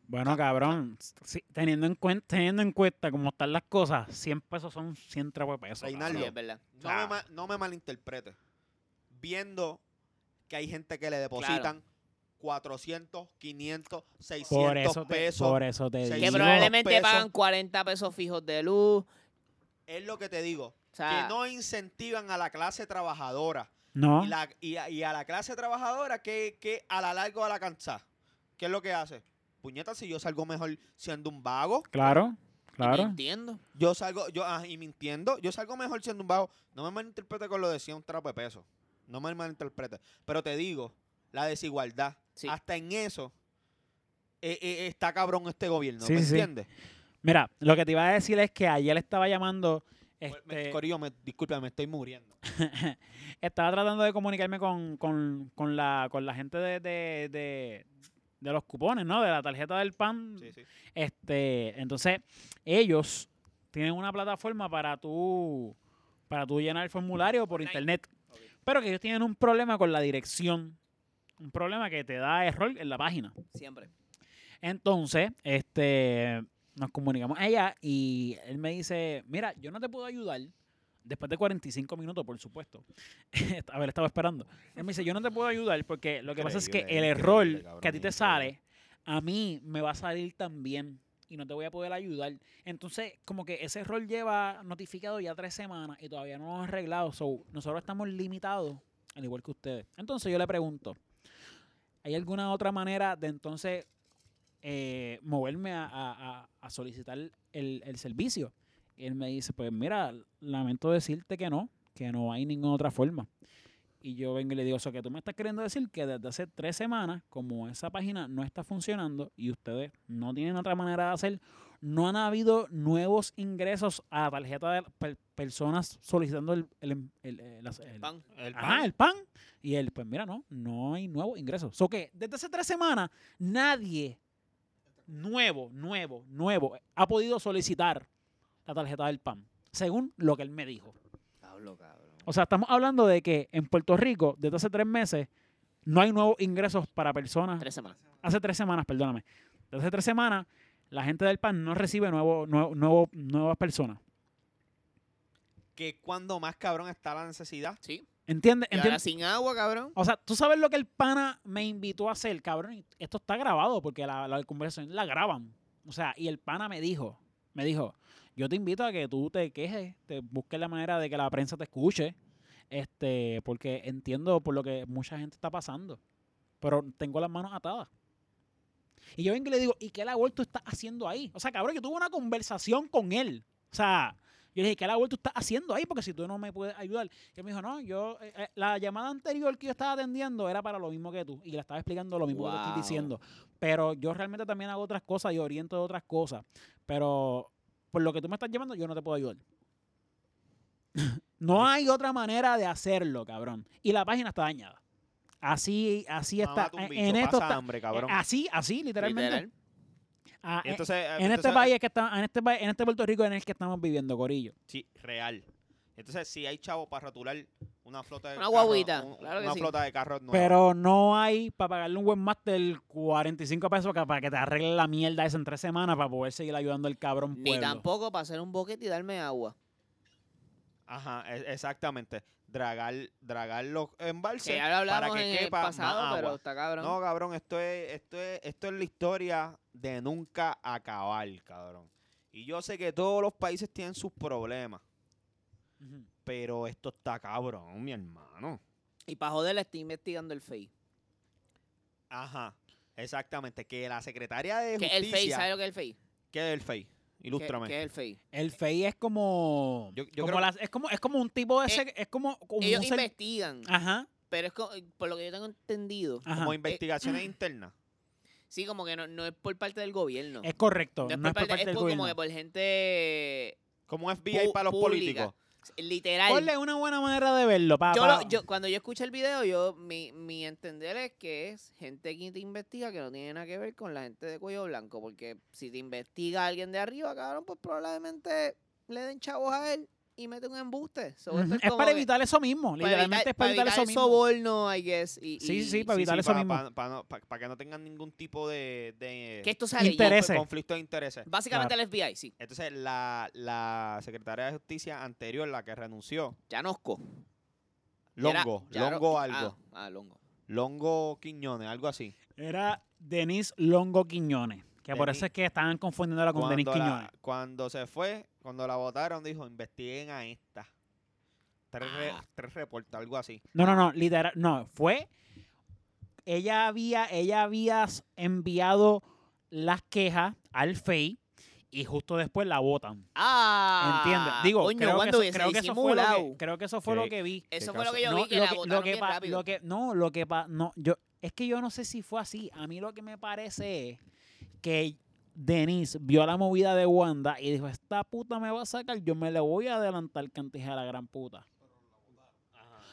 Speaker 3: Bueno, cabrón, sí, teniendo, en cuenta, teniendo en cuenta cómo están las cosas, 100 pesos son 100 trapos de pesos.
Speaker 1: Sí,
Speaker 2: Reinaldo.
Speaker 3: cabrón.
Speaker 1: es verdad.
Speaker 2: No, me, ma- no me malinterpretes. Viendo que hay gente que le depositan 400, 500, 600
Speaker 3: Por eso, te,
Speaker 2: pesos.
Speaker 3: por eso te
Speaker 2: Que
Speaker 1: Que
Speaker 3: digo.
Speaker 1: probablemente
Speaker 2: pesos.
Speaker 1: pagan 40 pesos fijos de luz.
Speaker 2: Es lo que te digo.
Speaker 1: O sea,
Speaker 2: que no incentivan a la clase trabajadora.
Speaker 3: No.
Speaker 2: Y, la- y a, y a la clase trabajadora que, que a la larga va a cansar. ¿Qué es lo que hace? Puñeta, si yo salgo mejor siendo un vago,
Speaker 3: Claro,
Speaker 1: claro.
Speaker 3: claro.
Speaker 1: entiendo.
Speaker 2: yo salgo, yo, ah, y mintiendo, yo salgo mejor siendo un vago. No me malinterprete con lo de decía un trapo de peso. No me malinterprete. Pero te digo, la desigualdad.
Speaker 1: Sí.
Speaker 2: Hasta en eso eh, eh, está cabrón este gobierno.
Speaker 3: Sí,
Speaker 2: ¿Me
Speaker 3: sí, sí.
Speaker 2: entiendes?
Speaker 3: Mira, lo que te iba a decir es que ayer estaba llamando.
Speaker 2: Pues, me-
Speaker 3: Este,
Speaker 2: Corillo, me, disculpa, me estoy muriendo.
Speaker 3: estaba tratando de comunicarme con, con, con la, con la gente de, de, de- de los cupones, ¿no? De la tarjeta del PAN.
Speaker 2: Sí, sí.
Speaker 3: Este, entonces, ellos tienen una plataforma para tú, para tú llenar el formulario por internet. Pero que ellos tienen un problema con la dirección. Un problema que te da error en la página.
Speaker 1: Siempre.
Speaker 3: Entonces, este, nos comunicamos a ella y él me dice, mira, yo no te puedo ayudar. Después de 45 minutos, por supuesto. a ver, estaba esperando. Él me dice, yo no te puedo ayudar porque lo que pasa es que el
Speaker 2: Increíble,
Speaker 3: error
Speaker 2: increíble, cabrón,
Speaker 3: que a ti te
Speaker 2: increíble.
Speaker 3: sale, a mí me va a salir también y no te voy a poder ayudar. Entonces, como que ese error lleva notificado ya tres semanas y todavía no lo hemos arreglado. So, nosotros estamos limitados, al igual que ustedes. Entonces yo le pregunto, ¿hay alguna otra manera de entonces eh, moverme a, a- a- a solicitar el, el servicio? Y él me dice, pues mira, lamento decirte que no, que no hay ninguna otra forma. Y yo vengo y le digo, o sea, que tú me estás queriendo decir que desde hace tres semanas, como esa página no está funcionando y ustedes no tienen otra manera de hacer, no han habido nuevos ingresos a la tarjeta de per- personas solicitando el, el, em- el- el- las- el-
Speaker 1: Pan.
Speaker 2: El
Speaker 3: Ajá,
Speaker 2: pan.
Speaker 3: Ah, el pan. Y él, pues mira, no, no hay nuevos ingresos. So que desde hace tres semanas nadie nuevo, nuevo, nuevo eh, ha podido solicitar la tarjeta del pan, según lo que él me dijo.
Speaker 1: Pablo, cabrón.
Speaker 3: O sea, estamos hablando de que en Puerto Rico, desde hace tres meses, no hay nuevos ingresos para personas.
Speaker 1: Tres semanas.
Speaker 3: Hace tres semanas, perdóname. Desde hace tres semanas, la gente del PAN no recibe nuevo, nuevo, nuevo- nuevas personas.
Speaker 2: Que cuando más cabrón está la necesidad.
Speaker 1: Sí.
Speaker 3: ¿Entiendes?
Speaker 1: Y
Speaker 3: ¿Entiendes?
Speaker 1: ahora sin agua, cabrón.
Speaker 3: O sea, tú sabes lo que el pana me invitó a hacer, cabrón. y Esto está grabado porque la, la conversación la graban. O sea, y el pana me dijo, me dijo, yo te invito a que tú te quejes, te busques la manera de que la prensa te escuche, este, porque entiendo por lo que mucha gente está pasando, pero tengo las manos atadas. Y yo vengo y le digo, ¿y qué labor tú estás haciendo ahí? O sea, cabrón, yo tuve una conversación con él. O sea, yo le dije, ¿qué labor tú estás haciendo ahí? Porque si tú no me puedes ayudar. Y él me dijo, no, yo, eh, eh, la llamada anterior que yo estaba atendiendo era para lo mismo que tú. Y le estaba explicando lo mismo que te estoy
Speaker 1: Wow.
Speaker 3: diciendo. Pero yo realmente también hago otras cosas y oriento de otras cosas. Pero por lo que tú me estás llamando, yo no te puedo ayudar. no hay otra manera de hacerlo, cabrón. Y la página está dañada. Así, así está.
Speaker 2: Mamá, tu
Speaker 3: En-
Speaker 2: bicho,
Speaker 3: en esto
Speaker 2: pasa
Speaker 3: está.
Speaker 2: hambre, cabrón.
Speaker 3: Así, así, literalmente.
Speaker 1: Literal.
Speaker 3: Ah,
Speaker 2: Y
Speaker 3: en-
Speaker 2: entonces, eh,
Speaker 3: en este
Speaker 2: entonces,
Speaker 3: país es que está, en este país, en este Puerto Rico en el que estamos viviendo, Corillo.
Speaker 2: Sí, real. Entonces, sí hay chavos para rotular una flota de
Speaker 1: Una
Speaker 2: carros,
Speaker 1: guaguita,
Speaker 2: un-
Speaker 1: claro que
Speaker 2: una
Speaker 1: sí.
Speaker 2: flota de carros nuevos.
Speaker 3: Pero no hay para pagarle un buen máster 45 pesos ca- para que te arregle la mierda esa en tres semanas para poder seguir ayudando al cabrón
Speaker 1: Ni
Speaker 3: pueblo.
Speaker 1: tampoco para hacer un boquete y darme agua.
Speaker 2: Ajá, e- exactamente. Dragar, dragar los
Speaker 1: Que
Speaker 2: embalses
Speaker 1: ya lo
Speaker 2: para
Speaker 1: hablamos
Speaker 2: que
Speaker 1: en el
Speaker 2: quepa más
Speaker 1: pasado, pero
Speaker 2: agua.
Speaker 1: está cabrón.
Speaker 2: No, cabrón, esto es, esto es, esto es la historia de nunca acabar, cabrón. Y yo sé que todos los países tienen sus problemas,
Speaker 3: Ujú.
Speaker 2: pero esto está cabrón, mi hermano.
Speaker 1: Y para joder, le estoy investigando el FEI.
Speaker 2: Ajá, exactamente. Que la secretaria de
Speaker 1: ¿Qué es el FEI? ¿Sabes
Speaker 2: justicia,
Speaker 1: lo que es el FEI? ¿Qué-
Speaker 2: ¿qué es el FEI? Ilústrame.
Speaker 1: ¿Qué es el FEI?
Speaker 3: El FEI es como,
Speaker 2: Yo- yo
Speaker 3: como
Speaker 2: creo-
Speaker 3: las- es como es como un tipo de
Speaker 1: Eh,
Speaker 3: sec- es como como
Speaker 1: Ellos
Speaker 3: un Ah. ser-
Speaker 1: investigan,
Speaker 3: ajá,
Speaker 1: pero es co- por lo que yo tengo entendido.
Speaker 3: ajá.
Speaker 2: Como investigaciones internas.
Speaker 1: Sí, como que no, no es por parte del gobierno.
Speaker 3: Es correcto,
Speaker 1: No es
Speaker 3: no es por parte
Speaker 1: es
Speaker 3: del
Speaker 1: por-
Speaker 3: gobierno.
Speaker 1: como que por gente
Speaker 2: Como un FBI
Speaker 1: pu-
Speaker 2: para los
Speaker 1: pública.
Speaker 2: políticos.
Speaker 1: literal.
Speaker 3: Ponle una buena manera de verlo, papá.
Speaker 1: Yo lo- yo- cuando yo escuché el video, yo mi, mi entender es que es gente que te investiga que no tiene nada que ver con la gente de cuello blanco. Porque si te investiga alguien de arriba, cabrón, pues probablemente le den chavos a él y mete un embuste. So,
Speaker 3: Ujú,
Speaker 1: esto
Speaker 3: Es
Speaker 1: como
Speaker 3: para
Speaker 1: que-
Speaker 3: evitar eso mismo.
Speaker 1: para
Speaker 3: Literalmente es para evitar eso
Speaker 1: el
Speaker 3: mismo.
Speaker 1: soborno, I guess. y-
Speaker 3: Sí,
Speaker 1: y-
Speaker 3: sí, para evitar eso
Speaker 2: para,
Speaker 3: mismo.
Speaker 2: que no tengan ningún tipo de, de
Speaker 1: Que esto sea ley.
Speaker 3: Interés. Intereses.
Speaker 2: pues, conflicto de intereses.
Speaker 1: Básicamente el FBI, sí.
Speaker 2: Entonces, la, la secretaria de Justicia anterior, la que renunció,
Speaker 1: Llanosco.
Speaker 2: Longo,
Speaker 1: Era- Llano-
Speaker 2: Longo algo,
Speaker 1: Ah, ah, Longo.
Speaker 2: Longo Quiñones, algo así.
Speaker 3: Era Denise Longo Quiñones. Que por
Speaker 2: Denis-
Speaker 3: eso es que estaban confundiéndola Ah, con Denise
Speaker 2: la-
Speaker 3: Quiñones.
Speaker 2: cuando se fue, cuando la votaron, dijo, investiguen a esta. Tres, re- tres reportes, algo así.
Speaker 3: No, no, no, literal, no, fue. Ella había, ella había s- enviado las quejas al FEI y justo después la votan.
Speaker 1: Ah,
Speaker 3: ¿Entiendes? Digo,
Speaker 1: coño,
Speaker 3: creo, que
Speaker 1: ¿cuándo
Speaker 3: eso,
Speaker 1: hubiese
Speaker 3: creo que eso fue lo que,
Speaker 1: disimulado?
Speaker 3: creo que eso fue lo
Speaker 2: Sí.
Speaker 3: que vi.
Speaker 1: Eso
Speaker 2: Qué
Speaker 1: fue lo que yo
Speaker 3: No,
Speaker 1: vi, que
Speaker 3: lo
Speaker 1: la
Speaker 3: que- lo
Speaker 1: votaron
Speaker 3: que
Speaker 1: bien
Speaker 3: pa-
Speaker 1: rápido.
Speaker 3: lo que- no, lo que pa- no, yo, es que yo no sé si fue así. A mí lo que me parece es que Denise vio la movida de Wanda y dijo, esta puta me va a sacar, yo me le voy a adelantar cantija a la gran puta.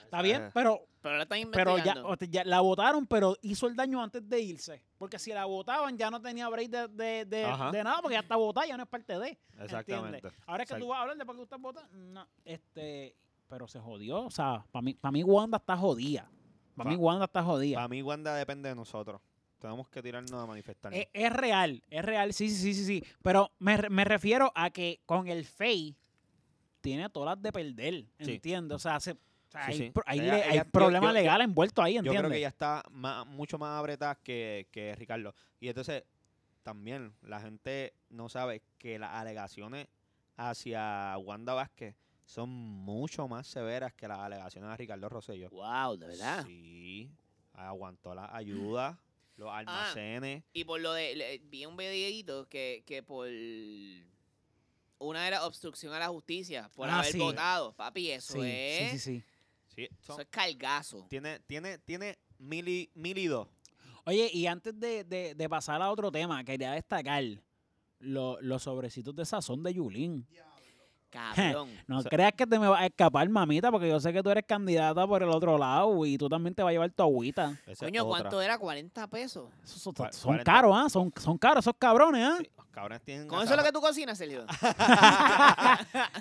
Speaker 3: Está bien,
Speaker 2: Ajá.
Speaker 3: pero
Speaker 1: Pero la están investigando.
Speaker 3: pero ya, o te- ya la votaron, pero hizo el daño antes de irse. Porque si la votaban, ya no tenía break de, de- de-
Speaker 2: Ajá.
Speaker 3: de nada, porque ya está votada, ya no es parte de.
Speaker 2: Exactamente.
Speaker 3: ¿entiendes? Ahora es que tú
Speaker 2: Exacto.
Speaker 3: vas a hablar de por qué tú estás votada. No, este, pero se jodió. O sea, para mí, para mí Wanda está jodida. Para
Speaker 2: Fa-
Speaker 3: mí Wanda está jodida.
Speaker 2: Para mí, Wanda depende de nosotros. Tenemos que tirarnos a manifestarnos.
Speaker 3: E, Es, es real, es real, sí, sí, sí, sí, sí. Pero me, re- me refiero a que con el Fey tiene todas las de perder,
Speaker 2: Sí.
Speaker 3: ¿entiendes? O sea, se- o sea,
Speaker 2: Sí,
Speaker 3: hay,
Speaker 2: sí.
Speaker 3: pro- hay
Speaker 2: Ella-
Speaker 3: le- hay
Speaker 2: ella- yo-
Speaker 3: problemas
Speaker 2: yo- yo-
Speaker 3: legales envueltos ahí,
Speaker 2: Yo
Speaker 3: ¿entiendes?
Speaker 2: creo que ya está más- mucho más apretada que, que Ricardo. Y entonces, también la gente no sabe que las alegaciones hacia Wanda Vázquez son mucho más severas que las alegaciones a Ricardo Rosselló.
Speaker 1: Wow, de verdad.
Speaker 2: Sí, aguantó las ayudas, los
Speaker 1: Ah.
Speaker 2: almacenes.
Speaker 1: Y por lo de. le- vi un videíto que, que por. Una era obstrucción a la justicia por
Speaker 3: Ah,
Speaker 1: haber
Speaker 3: sí.
Speaker 1: votado. Papi, eso
Speaker 3: Sí,
Speaker 1: es.
Speaker 3: sí, sí, sí.
Speaker 2: Sí, son-
Speaker 1: Eso es cargazo.
Speaker 2: tiene, tiene, tiene mil y, mil y dos.
Speaker 3: Oye, y antes de, de- de pasar a otro tema, quería destacar lo- los sobrecitos de sazón de Yulín.
Speaker 1: Cabrón.
Speaker 3: No
Speaker 2: O sea-
Speaker 3: creas que te me va a escapar, mamita, porque yo sé que tú eres candidata por el otro lado y tú también te vas a llevar tu agüita.
Speaker 2: Esa es
Speaker 1: Coño,
Speaker 2: otra.
Speaker 1: ¿cuánto era? 40 pesos.
Speaker 3: Esos son,
Speaker 2: Cua-
Speaker 3: son
Speaker 2: 40.
Speaker 3: caros, ¿ah? Son, son caros esos cabrones, ¿ah?
Speaker 2: Sí, los cabrones tienen,
Speaker 1: ¿Con eso es lo
Speaker 2: azafra-
Speaker 1: que tú cocinas, Sergio?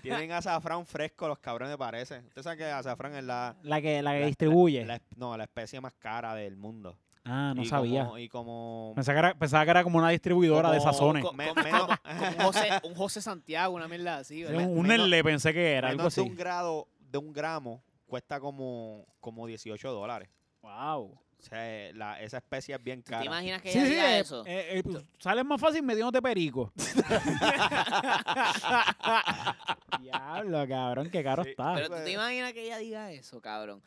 Speaker 2: tienen azafrán fresco, los cabrones parece. Ustedes saben que azafrán es la,
Speaker 3: La que, la que
Speaker 2: La-
Speaker 3: distribuye.
Speaker 2: la esp- no, la especie más cara del mundo.
Speaker 3: ah, no
Speaker 2: Y
Speaker 3: sabía.
Speaker 2: como- y como...
Speaker 3: Pensaba, que era, pensaba que era como una distribuidora de
Speaker 2: como-
Speaker 3: sazones.
Speaker 2: co-
Speaker 1: Con-
Speaker 2: me-
Speaker 1: con-
Speaker 2: menos-
Speaker 1: Como un José, un José Santiago, una mierda así,
Speaker 3: Sí,
Speaker 1: ¿verdad?
Speaker 3: un un
Speaker 2: menos-
Speaker 3: L pensé que era, algo
Speaker 2: menos de
Speaker 3: así.
Speaker 2: un grado, de un gramo, cuesta como, como 18 dólares.
Speaker 3: Wow.
Speaker 2: O sea, la- esa especie es bien
Speaker 1: ¿Te
Speaker 2: cara.
Speaker 1: imaginas que
Speaker 3: Sí,
Speaker 1: ella
Speaker 3: sí,
Speaker 1: diga
Speaker 3: eh,
Speaker 1: eso?
Speaker 3: eh, eh, pues, sale más fácil metiéndote perico. Diablo, cabrón, qué caro
Speaker 2: Sí,
Speaker 3: está.
Speaker 1: Pero tú
Speaker 2: pues-
Speaker 1: te imaginas que ella diga eso, cabrón.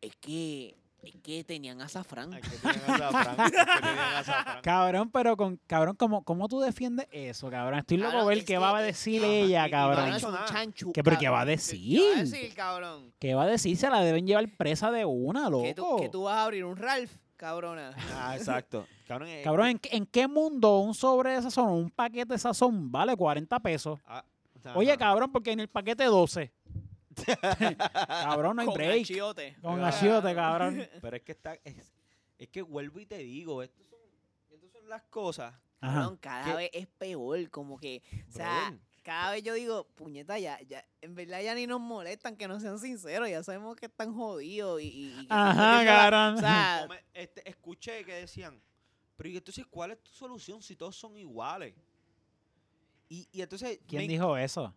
Speaker 1: Es que, es que tenían azafrán.
Speaker 2: Ay, que tienen azafrán, que tienen azafrán.
Speaker 3: Cabrón, pero con cabrón, ¿cómo, cómo tú defiendes eso, cabrón? Estoy loco
Speaker 1: Cabrón,
Speaker 3: a ver
Speaker 1: es
Speaker 3: qué
Speaker 1: que-
Speaker 3: va a decir
Speaker 2: Ajá, y-
Speaker 3: ella,
Speaker 2: y
Speaker 3: cabrón.
Speaker 2: van
Speaker 1: es
Speaker 2: hecho
Speaker 1: un
Speaker 2: nada.
Speaker 1: chanchu,
Speaker 3: ¿Qué- pero qué va a
Speaker 1: cabrón. ¿Qué va a
Speaker 3: decir?
Speaker 1: decir, cabrón?
Speaker 3: ¿Qué va a decir? Se la deben llevar presa de una, loco.
Speaker 1: Que tú, que tú vas a abrir un Ralph, cabrona.
Speaker 2: Ah, exacto. Cabrón, eh,
Speaker 3: Cabrón, ¿en, qué- en qué mundo un sobre de sazón, un paquete de sazón vale 40 pesos?
Speaker 2: ah, ajá.
Speaker 3: Oye, cabrón, porque en el paquete 12. cabrón, no hay
Speaker 1: con
Speaker 3: break.
Speaker 1: achiote.
Speaker 3: Con
Speaker 2: Ah.
Speaker 3: achiote, cabrón.
Speaker 2: Pero es que está. Es, es que vuelvo y te digo, estas son, estos son las cosas.
Speaker 3: Ajá.
Speaker 1: Cabrón, cada
Speaker 2: ¿Qué?
Speaker 1: vez es peor, como que, o sea,
Speaker 2: brother.
Speaker 1: cada vez yo digo, puñeta, ya, ya, en verdad ya ni nos molestan, que no sean sinceros, ya sabemos que están jodidos y... y- y que están
Speaker 3: Ajá,
Speaker 1: perdiendo la-
Speaker 3: cabrón.
Speaker 1: O sea,
Speaker 2: Come- este, escuché que decían, pero ¿y entonces cuál es tu solución si todos son iguales? Y, y entonces.
Speaker 3: ¿Quién
Speaker 2: me-
Speaker 3: dijo eso?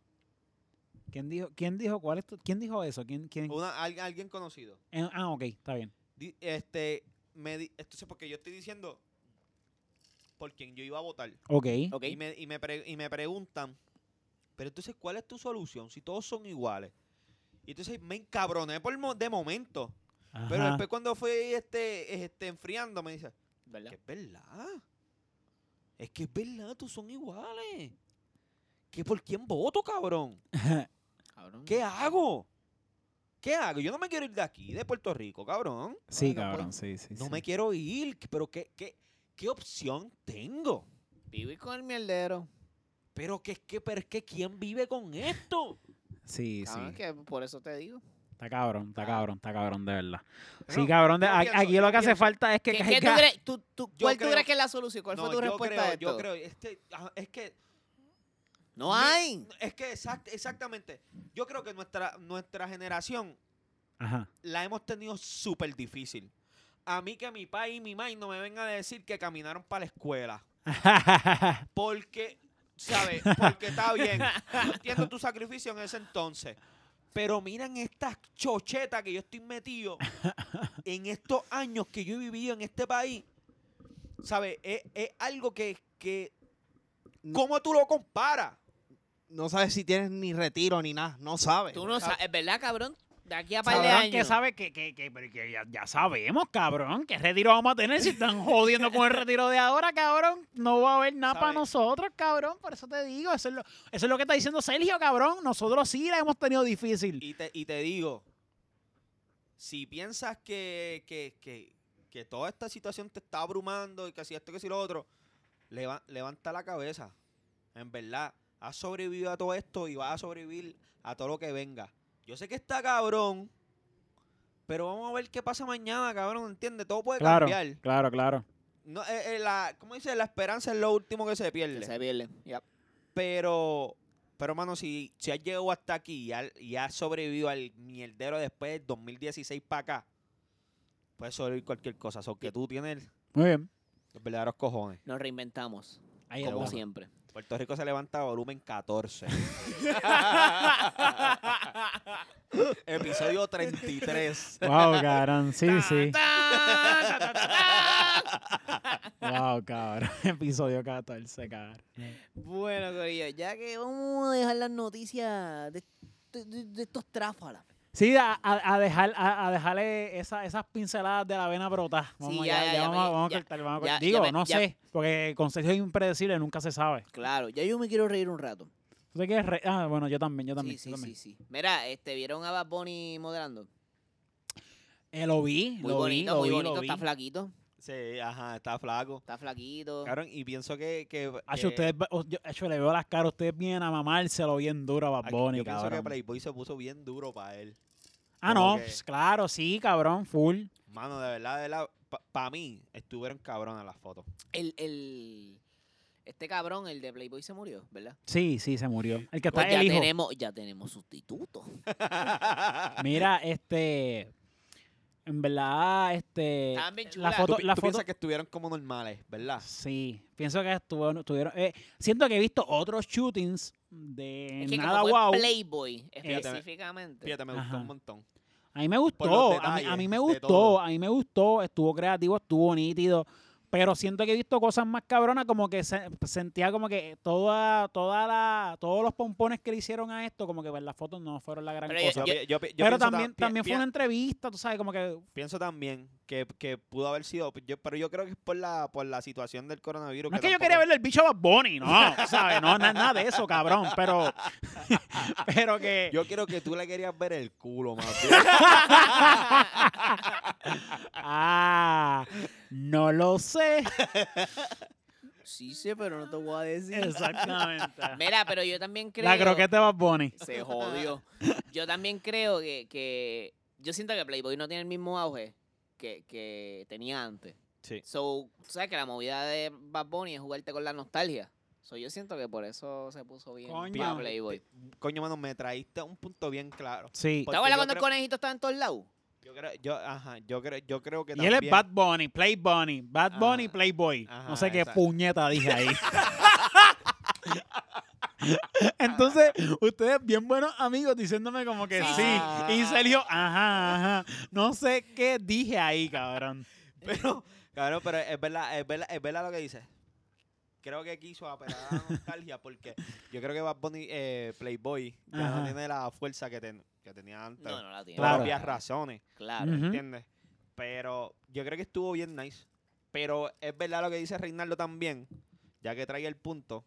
Speaker 3: ¿Quién dijo, quién dijo, cuál es tu- quién dijo eso? ¿Quién, quién?
Speaker 2: una- al- alguien conocido.
Speaker 3: Eh, Ah, ok, está bien.
Speaker 2: Di- Este. Me di- entonces, porque yo estoy diciendo por quien yo iba a votar.
Speaker 3: Ok.
Speaker 1: ok,
Speaker 2: Y, me, y me pre- y me preguntan, pero entonces, ¿cuál es tu solución si todos son iguales? Y entonces me encabroné por mo- de momento. Pero
Speaker 3: Ajá.
Speaker 2: después cuando fue este, este, enfriando, me dice,
Speaker 1: ¿verdad?
Speaker 2: que es verdad. Es que es verdad, todos son iguales. ¿Qué por quién voto, cabrón?
Speaker 1: Cabrón.
Speaker 2: ¿Qué hago? ¿Qué hago? Yo no me quiero ir de aquí, de Puerto Rico, cabrón.
Speaker 3: Sí,
Speaker 2: Ahora,
Speaker 3: cabrón,
Speaker 2: pues,
Speaker 3: sí, sí.
Speaker 2: No
Speaker 3: sí.
Speaker 2: me quiero ir, pero ¿qué, qué, qué opción tengo?
Speaker 1: Viví con el mierdero.
Speaker 2: Pero que es que, pero es que ¿quién vive con esto?
Speaker 3: Sí,
Speaker 1: Cabrón,
Speaker 3: sí.
Speaker 1: que por eso te digo.
Speaker 3: Está cabrón, está cabrón, está cabrón, de verdad. Sí,
Speaker 2: No,
Speaker 3: cabrón, de-
Speaker 2: yo
Speaker 3: a-
Speaker 2: pienso-
Speaker 3: aquí lo
Speaker 2: yo
Speaker 3: que hace
Speaker 2: pienso-
Speaker 3: falta es que
Speaker 1: ¿Qué, qué tú
Speaker 3: caiga-
Speaker 1: crees, tú, tú-
Speaker 2: Yo
Speaker 1: ¿Cuál tú
Speaker 2: creo-
Speaker 1: crees que es la solución? ¿Cuál
Speaker 2: No,
Speaker 1: fue tu
Speaker 2: yo
Speaker 1: respuesta
Speaker 2: creo,
Speaker 1: a esto?
Speaker 2: Yo creo, es que, ah, es que
Speaker 1: No
Speaker 2: Mi-
Speaker 1: hay.
Speaker 2: Es que exact- exactamente. Yo creo que nuestra, nuestra generación
Speaker 3: Ajá.
Speaker 2: la hemos tenido súper difícil. A mí que mi país y mi mãe no me vengan a decir que caminaron para la escuela. Porque, ¿sabes? Porque está bien. Yo entiendo tu sacrificio en ese entonces. Pero miren estas chochetas que yo estoy metido en estos años que yo he vivido en este país. ¿Sabes? Es, es algo que, que.
Speaker 4: No.
Speaker 2: ¿Cómo tú lo comparas?
Speaker 4: No sabes si tienes ni retiro ni nada. No sabes.
Speaker 1: Tú no sabes, ¿verdad, cabrón? De aquí a par de
Speaker 3: Cabrón,
Speaker 1: años.
Speaker 3: que sabe que, que, que, pero que ya, ya sabemos, cabrón, que retiro vamos a tener si están jodiendo con el retiro de ahora, cabrón. No va a haber nada para
Speaker 2: ¿Sabe?
Speaker 3: nosotros, cabrón. Por eso te digo, eso es, lo, eso es lo que está diciendo Sergio, cabrón. Nosotros sí la hemos tenido difícil.
Speaker 2: Y te, y te digo, si piensas que, que, que- que toda esta situación te está abrumando y que si esto, que si lo otro, leva- levanta la cabeza. En verdad, has sobrevivido a todo esto y vas a sobrevivir a todo lo que venga. Yo sé que está cabrón, pero vamos a ver qué pasa mañana, cabrón, ¿entiendes? Todo puede cambiar.
Speaker 3: claro, claro.
Speaker 2: No, eh, eh, la, ¿Cómo dice? La esperanza es lo último que se
Speaker 1: Que
Speaker 2: pierde.
Speaker 1: se pierde. Yep.
Speaker 2: Pero, pero mano, si, si has llegado hasta aquí y has, y has sobrevivido al mierdero después del 2016 para acá, puedes sobrevivir cualquier cosa. O que tú tienes
Speaker 3: Muy bien.
Speaker 2: los verdaderos cojones.
Speaker 1: Nos reinventamos,
Speaker 3: Ahí
Speaker 1: como
Speaker 3: está.
Speaker 1: siempre.
Speaker 2: Puerto Rico se levanta a volumen 14. Episodio 33.
Speaker 3: Wow, cabrón, sí, sí. Wow, cabrón. Episodio 14, cabrón.
Speaker 1: Bueno, Corillo, ya que vamos a dejar las noticias de, de- de- de estos tráfalas.
Speaker 3: Sí, a, a- a dejar, a, a dejarle esa- esas pinceladas de la vena brotar. Vamos,
Speaker 1: Sí,
Speaker 3: ya,
Speaker 1: ya, ya,
Speaker 3: ya
Speaker 1: ya,
Speaker 3: vamos, a-
Speaker 1: ya,
Speaker 3: vamos a
Speaker 1: ya,
Speaker 3: cortar, vamos a
Speaker 1: ya,
Speaker 3: cortar.
Speaker 1: ya
Speaker 3: Digo,
Speaker 1: me-
Speaker 3: no
Speaker 1: ya.
Speaker 3: sé, porque con Sergio es impredecible, nunca se sabe.
Speaker 1: Claro, ya yo me quiero reír un rato.
Speaker 3: ¿Tú te quieres re- Ah, bueno, yo también, yo también.
Speaker 1: sí, sí,
Speaker 3: yo también.
Speaker 1: sí, sí. Mira, este, ¿vieron a Bad Bunny moderando?
Speaker 3: Eh, lo vi,
Speaker 1: Muy
Speaker 3: lo
Speaker 1: bonito, muy
Speaker 3: vi, lo vi, lo
Speaker 1: bonito.
Speaker 3: vi.
Speaker 1: Está flaquito,
Speaker 2: Sí, ajá, está flaco.
Speaker 1: está flaquito.
Speaker 2: Cabrón, y pienso que. que,
Speaker 3: Hacho,
Speaker 1: eh.
Speaker 2: que-
Speaker 3: ustedes, ve- oh, yo, hacho, le veo las caras, ustedes vienen a mamárselo bien duro a Bad
Speaker 2: aquí-
Speaker 3: Bunny,
Speaker 2: yo pienso que
Speaker 3: cabrón.
Speaker 2: Playboy se puso bien duro para él.
Speaker 3: Ah,
Speaker 2: como
Speaker 3: no,
Speaker 2: que-
Speaker 3: pues, claro, sí, cabrón, full.
Speaker 2: Mano, de verdad, de verdad. Para mí, estuvieron cabronas las fotos.
Speaker 1: El, el, este cabrón, el de Playboy, se murió, ¿verdad?
Speaker 3: Sí, sí, se murió. El que está
Speaker 1: Pues
Speaker 3: el
Speaker 1: ya,
Speaker 3: hijo.
Speaker 1: tenemos, ya tenemos sustituto.
Speaker 3: Mira, este... En verdad, este...
Speaker 1: Estaban bien
Speaker 3: La
Speaker 1: chulas.
Speaker 3: foto,
Speaker 2: tú, pi-
Speaker 3: la
Speaker 2: tú
Speaker 3: foto,
Speaker 2: piensas que estuvieron como normales, ¿verdad?
Speaker 3: Sí, pienso que estuvo, estuvieron. eh, siento que he visto otros shootings de
Speaker 1: Es que como
Speaker 3: nada
Speaker 1: fue
Speaker 3: wow.
Speaker 1: Playboy,
Speaker 2: Fíjate,
Speaker 1: específicamente.
Speaker 2: Fíjate, me gustó
Speaker 3: Ajá.
Speaker 2: un montón.
Speaker 3: A mí me
Speaker 2: por los
Speaker 3: gustó, a mí,
Speaker 2: detalles
Speaker 3: a mí me
Speaker 2: de
Speaker 3: gustó,
Speaker 2: todo.
Speaker 3: a mí me gustó. Estuvo creativo, estuvo nítido. Pero siento que he visto cosas más cabronas, como que se- sentía como que toda, toda la, todos los pompones que le hicieron a esto, como que pues, las fotos no fueron la gran
Speaker 1: Pero yo-
Speaker 3: cosa.
Speaker 1: yo-
Speaker 3: pero también, también fue
Speaker 2: fue
Speaker 3: una entrevista, tú sabes, como que
Speaker 2: Pienso también que, que pudo haber sido, yo- pero yo creo que es por la, por la situación del coronavirus.
Speaker 3: No es que yo
Speaker 2: tampoco-
Speaker 3: quería verle el bicho a Bad Bunny, no, ¿sabes? No, na- nada de eso, cabrón, pero. pero que.
Speaker 2: Yo creo que tú le querías ver el culo, más bien.
Speaker 3: Ah, no lo sé.
Speaker 1: Sí sé, pero no te voy a decir.
Speaker 3: Exactamente.
Speaker 1: Mira, pero yo también creo...
Speaker 3: La croqueta va Bunny.
Speaker 1: Se jodió. Yo también creo que, que- Yo siento que Playboy no tiene el mismo auge que, que tenía antes.
Speaker 2: Sí.
Speaker 1: So, tú sabes que la movida de Bad Bunny es jugarte con la nostalgia. So, yo siento que por eso se puso bien
Speaker 3: Coño.
Speaker 1: pa' Playboy.
Speaker 2: Coño, mano, me traíste a un punto bien claro.
Speaker 3: Sí.
Speaker 1: ¿Te
Speaker 2: Porque
Speaker 1: acuerdas
Speaker 2: yo
Speaker 1: cuando el
Speaker 2: creo-
Speaker 1: conejito estaba en todos lados?
Speaker 2: Yo creo, yo, ajá, yo creo, yo creo que
Speaker 3: Y él es
Speaker 2: también-
Speaker 3: Bad Bunny, Play Bunny, Bad Bunny,
Speaker 2: Ajá.
Speaker 3: Playboy. no
Speaker 2: Ajá,
Speaker 3: sé qué
Speaker 2: exacto.
Speaker 3: puñeta dije ahí. Entonces, ustedes bien buenos amigos diciéndome como que
Speaker 1: Sí,
Speaker 3: sí.
Speaker 2: sí.
Speaker 3: Y Sergio, ajá, ajá. No sé qué dije ahí, cabrón.
Speaker 2: Pero, claro, pero es verdad, es verdad, es verdad lo que dices. Creo que quiso apelar a la nostalgia porque yo creo que Bad Bunny eh, Playboy ya
Speaker 3: Ajá.
Speaker 2: no tiene la fuerza que, ten- que tenía antes.
Speaker 1: No, no la tiene.
Speaker 2: por
Speaker 3: Claro.
Speaker 2: obvias razones,
Speaker 1: Claro.
Speaker 3: Ujú.
Speaker 2: ¿entiendes? Pero yo creo que estuvo bien nice. Pero es verdad lo que dice Reinaldo también, ya que trae el punto.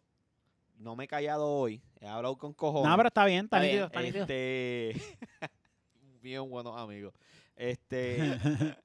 Speaker 2: No me he callado hoy, he hablado con cojones.
Speaker 3: No, pero está bien, está
Speaker 1: Está bien,
Speaker 3: nítido, está nítido.
Speaker 2: Este. Bien buenos amigos. Este.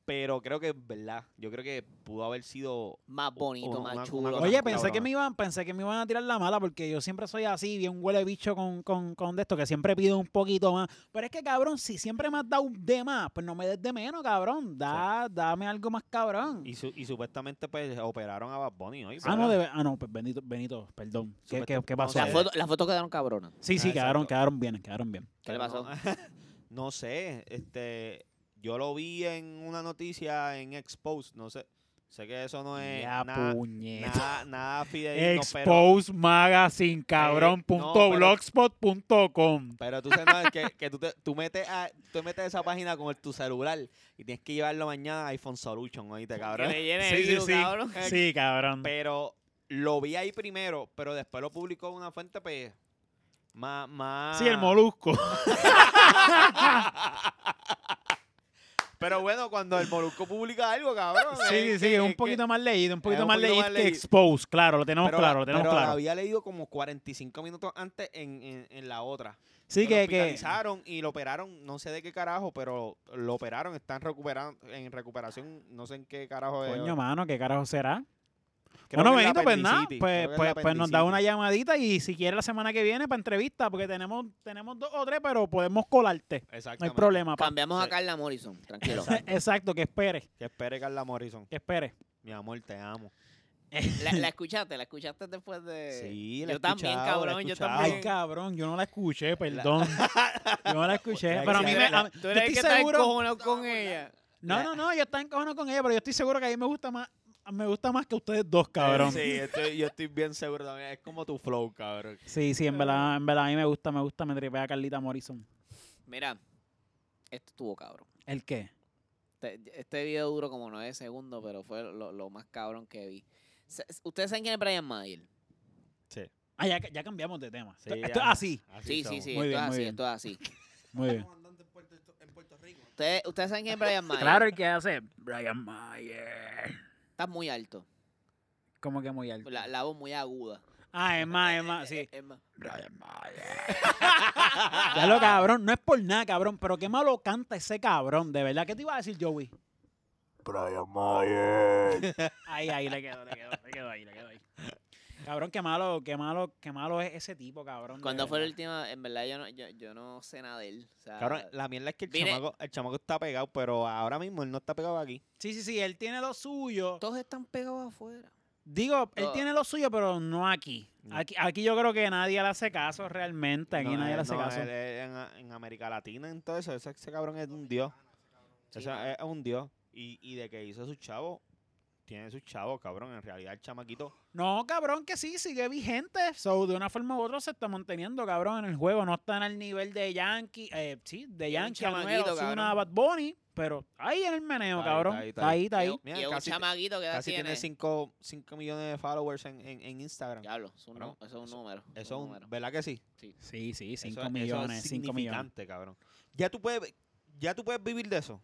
Speaker 2: pero creo que es verdad. Yo creo que pudo haber sido.
Speaker 1: Más bonito,
Speaker 2: Una- una
Speaker 1: más chulo.
Speaker 2: cosa
Speaker 3: Oye,
Speaker 2: Cabrón,
Speaker 3: pensé que,
Speaker 2: cabrón.
Speaker 3: me iban, pensé que me iban a tirar la mala porque yo siempre soy así, bien huele bicho con, con, con de esto, que siempre pido un poquito más. Pero es que, cabrón, si siempre me has dado de más, pues no me des de menos, cabrón. Da, Dame algo más, cabrón.
Speaker 2: Y, su- y supuestamente, pues, operaron a Bad Bunny hoy.
Speaker 3: Ah, no,
Speaker 2: ¿verdad?
Speaker 3: debe- ah, no, pues Benito, Benito perdón. ¿Qué,
Speaker 2: Súper
Speaker 3: qué-
Speaker 2: top.
Speaker 3: qué pasó?
Speaker 1: Las
Speaker 2: Sí.
Speaker 1: fotos las fotos quedaron cabronas.
Speaker 3: Sí, sí,
Speaker 2: Ah,
Speaker 3: quedaron,
Speaker 2: exacto.
Speaker 3: quedaron bien, quedaron bien.
Speaker 1: ¿Qué le
Speaker 2: Pero
Speaker 1: pasó?
Speaker 2: No, no sé. Este. Yo lo vi en una noticia en Expose, no sé. Sé que eso no es
Speaker 3: Ya,
Speaker 2: nada,
Speaker 3: puñeta.
Speaker 2: nada, nada fidedigno, pero, Eh,
Speaker 3: Expose Magazine, cabrón,
Speaker 2: no,
Speaker 3: punto
Speaker 2: pero-
Speaker 3: blogspot punto com.
Speaker 2: pero tú sabes no, es que, que tú, te- tú, metes a- tú metes esa página con el- tu celular y tienes que llevarlo mañana a iPhone Solution, oíste,
Speaker 1: Que
Speaker 2: cabrón.
Speaker 1: le llene
Speaker 3: Sí,
Speaker 1: el
Speaker 3: sí,
Speaker 1: virus,
Speaker 3: sí.
Speaker 1: cabrón.
Speaker 2: Eh,
Speaker 3: Sí, cabrón.
Speaker 2: Pero lo vi ahí primero, pero después lo publicó una fuente pues, más, más...
Speaker 3: Sí, el molusco.
Speaker 2: Pero bueno, cuando el Molusco publica algo, cabrón. es
Speaker 3: Sí, sí,
Speaker 2: que-
Speaker 3: es
Speaker 2: es
Speaker 3: un
Speaker 2: que-
Speaker 3: poquito más leído, un poquito
Speaker 2: un
Speaker 3: más
Speaker 2: poquito
Speaker 3: leído
Speaker 2: más
Speaker 3: que
Speaker 2: leído.
Speaker 3: Expose, claro, lo tenemos
Speaker 2: pero
Speaker 3: claro,
Speaker 2: la-
Speaker 3: lo tenemos
Speaker 2: pero la
Speaker 3: claro.
Speaker 2: había leído como 45 minutos antes en, en- en la otra.
Speaker 3: Sí,
Speaker 2: Lo
Speaker 3: que, que
Speaker 2: hospitalizaron y lo operaron, no sé de qué carajo, pero lo operaron, están recuperando en recuperación, no sé en qué carajo es.
Speaker 3: Coño, mano, ¿qué carajo será?
Speaker 2: Creo
Speaker 3: bueno,
Speaker 2: pues. que es la
Speaker 3: Benito, pues nada,
Speaker 2: apendicitis,
Speaker 3: pues,
Speaker 2: creo que es la
Speaker 3: pues, pues nos da
Speaker 2: apendicitis.
Speaker 3: una llamadita y si quieres la semana que viene para entrevista, porque tenemos, tenemos dos o tres, pero podemos colarte. No hay
Speaker 2: Exactamente.
Speaker 3: problema. pa.
Speaker 1: Cambiamos a
Speaker 2: Sí.
Speaker 1: Carla Morrison, tranquilo.
Speaker 3: Exacto, que espere,
Speaker 2: Que espere Carla Morrison.
Speaker 3: que espere.
Speaker 2: Mi amor, te amo.
Speaker 1: la, la escuchaste, la escuchaste después de.
Speaker 2: Sí, la
Speaker 1: Eh,
Speaker 2: he
Speaker 1: Yo también,
Speaker 2: escuchado, la
Speaker 1: cabrón,
Speaker 2: he
Speaker 1: yo
Speaker 2: escuchado.
Speaker 1: también.
Speaker 3: Ay, cabrón, yo no la escuché, perdón. Yo no la escuché,
Speaker 2: Pues,
Speaker 3: pero a mí
Speaker 2: sí,
Speaker 3: me...
Speaker 2: la-
Speaker 3: a-
Speaker 1: Tú
Speaker 3: yo
Speaker 1: eres el
Speaker 3: estoy
Speaker 1: que está
Speaker 3: seguro...
Speaker 1: encojonado con ella.
Speaker 3: No, no, no, yo estaba encojonado con ella, pero yo estoy seguro que a mí me gusta más, me gusta más que ustedes dos, cabrón.
Speaker 2: Sí, estoy- yo estoy bien seguro también. Es como tu flow, cabrón.
Speaker 3: Sí, sí, en verdad, en verdad, a mí me gusta, me gusta, me tripea Carlita Morrison.
Speaker 1: Mira, esto estuvo cabrón.
Speaker 3: ¿El qué?
Speaker 1: Este, este video duró como nueve segundos, pero fue lo, lo más cabrón que vi. Se- Ustedes saben quién es Brian Mayer.
Speaker 2: Sí.
Speaker 3: Ah, ya, ya cambiamos de tema.
Speaker 2: Sí,
Speaker 3: Esto-
Speaker 2: ya.
Speaker 3: esto es así.
Speaker 1: Sí, sí, sí, esto
Speaker 3: Muy bien,
Speaker 1: es
Speaker 3: muy
Speaker 1: así,
Speaker 3: bien.
Speaker 1: esto es así.
Speaker 3: Muy bien.
Speaker 4: en Puerto, Rico.
Speaker 1: Ustedes, ustedes saben quién es Brian Mayer.
Speaker 3: Claro, ¿y qué hace? Brian Mayer.
Speaker 1: Está muy alto.
Speaker 3: Como que muy alto.
Speaker 1: La, la voz muy aguda.
Speaker 3: Ah, es más, es más,
Speaker 2: Eh,
Speaker 3: sí.
Speaker 1: Es más,
Speaker 3: Brian Mayer. ya lo cabrón, no es por nada, cabrón, pero qué malo canta ese cabrón, de verdad. ¿Qué te iba a decir, Joey?
Speaker 4: Brian Mayer.
Speaker 3: Ahí, ahí, le quedó, le quedó, le quedó ahí, le quedó ahí. Cabrón, qué malo, qué malo, qué malo es ese tipo, cabrón. de
Speaker 1: Cuando fue la
Speaker 3: verdad.
Speaker 1: última, en verdad yo no, yo, yo no sé nada de él. o sea,
Speaker 2: Cabrón, la mierda es que el
Speaker 1: Vine-
Speaker 2: chamaco, el chamaco está pegado, pero ahora mismo él no está pegado aquí.
Speaker 3: Sí, sí, sí, él tiene lo suyo.
Speaker 1: todos están pegados afuera.
Speaker 3: Digo, él
Speaker 1: Todo.
Speaker 3: tiene lo suyo, pero no aquí.
Speaker 2: Oh. No.
Speaker 3: Aquí, aquí yo creo que nadie le hace caso realmente. Aquí
Speaker 2: No,
Speaker 3: nadie
Speaker 2: él-
Speaker 3: le hace
Speaker 2: no, eh,
Speaker 3: caso.
Speaker 2: él es en, en América Latina, entonces, ese, ese cabrón es un dios.
Speaker 1: Sí,
Speaker 2: Ese
Speaker 1: mano.
Speaker 2: es un dios. Y, y de que hizo su chavo, tiene su chavo, cabrón. En realidad, el chamaquito.
Speaker 3: No, cabrón, que sí, sigue vigente. So, de una forma u otra se está manteniendo, cabrón, en el juego. No están al nivel de Yankee, eh, sí, de Yankee, Anuel,
Speaker 1: chamaquito,
Speaker 3: Ozuna,
Speaker 1: cabrón.
Speaker 3: Bad Bunny, pero ahí en el meneo,
Speaker 2: Está ahí,
Speaker 3: cabrón.
Speaker 2: está ahí, está
Speaker 3: Está ahí, está
Speaker 1: Y-
Speaker 3: ahí.
Speaker 1: Y,
Speaker 2: Mira,
Speaker 1: es un
Speaker 2: casi-
Speaker 1: chamaguito que
Speaker 2: Casi tiene
Speaker 1: tiene.
Speaker 2: 5 millones de followers en, en, en Instagram.
Speaker 1: Diablo, es un nu-
Speaker 2: Cabrón,
Speaker 1: eso es un
Speaker 2: eso-
Speaker 1: número.
Speaker 2: eso es un.
Speaker 1: número.
Speaker 2: ¿Verdad que sí?
Speaker 3: Sí, sí,
Speaker 2: Eso-
Speaker 3: 5
Speaker 2: eso es
Speaker 3: millones, 5 millones.
Speaker 2: significante, cabrón. Ya tú puedes. Ya tú puedes vivir de eso.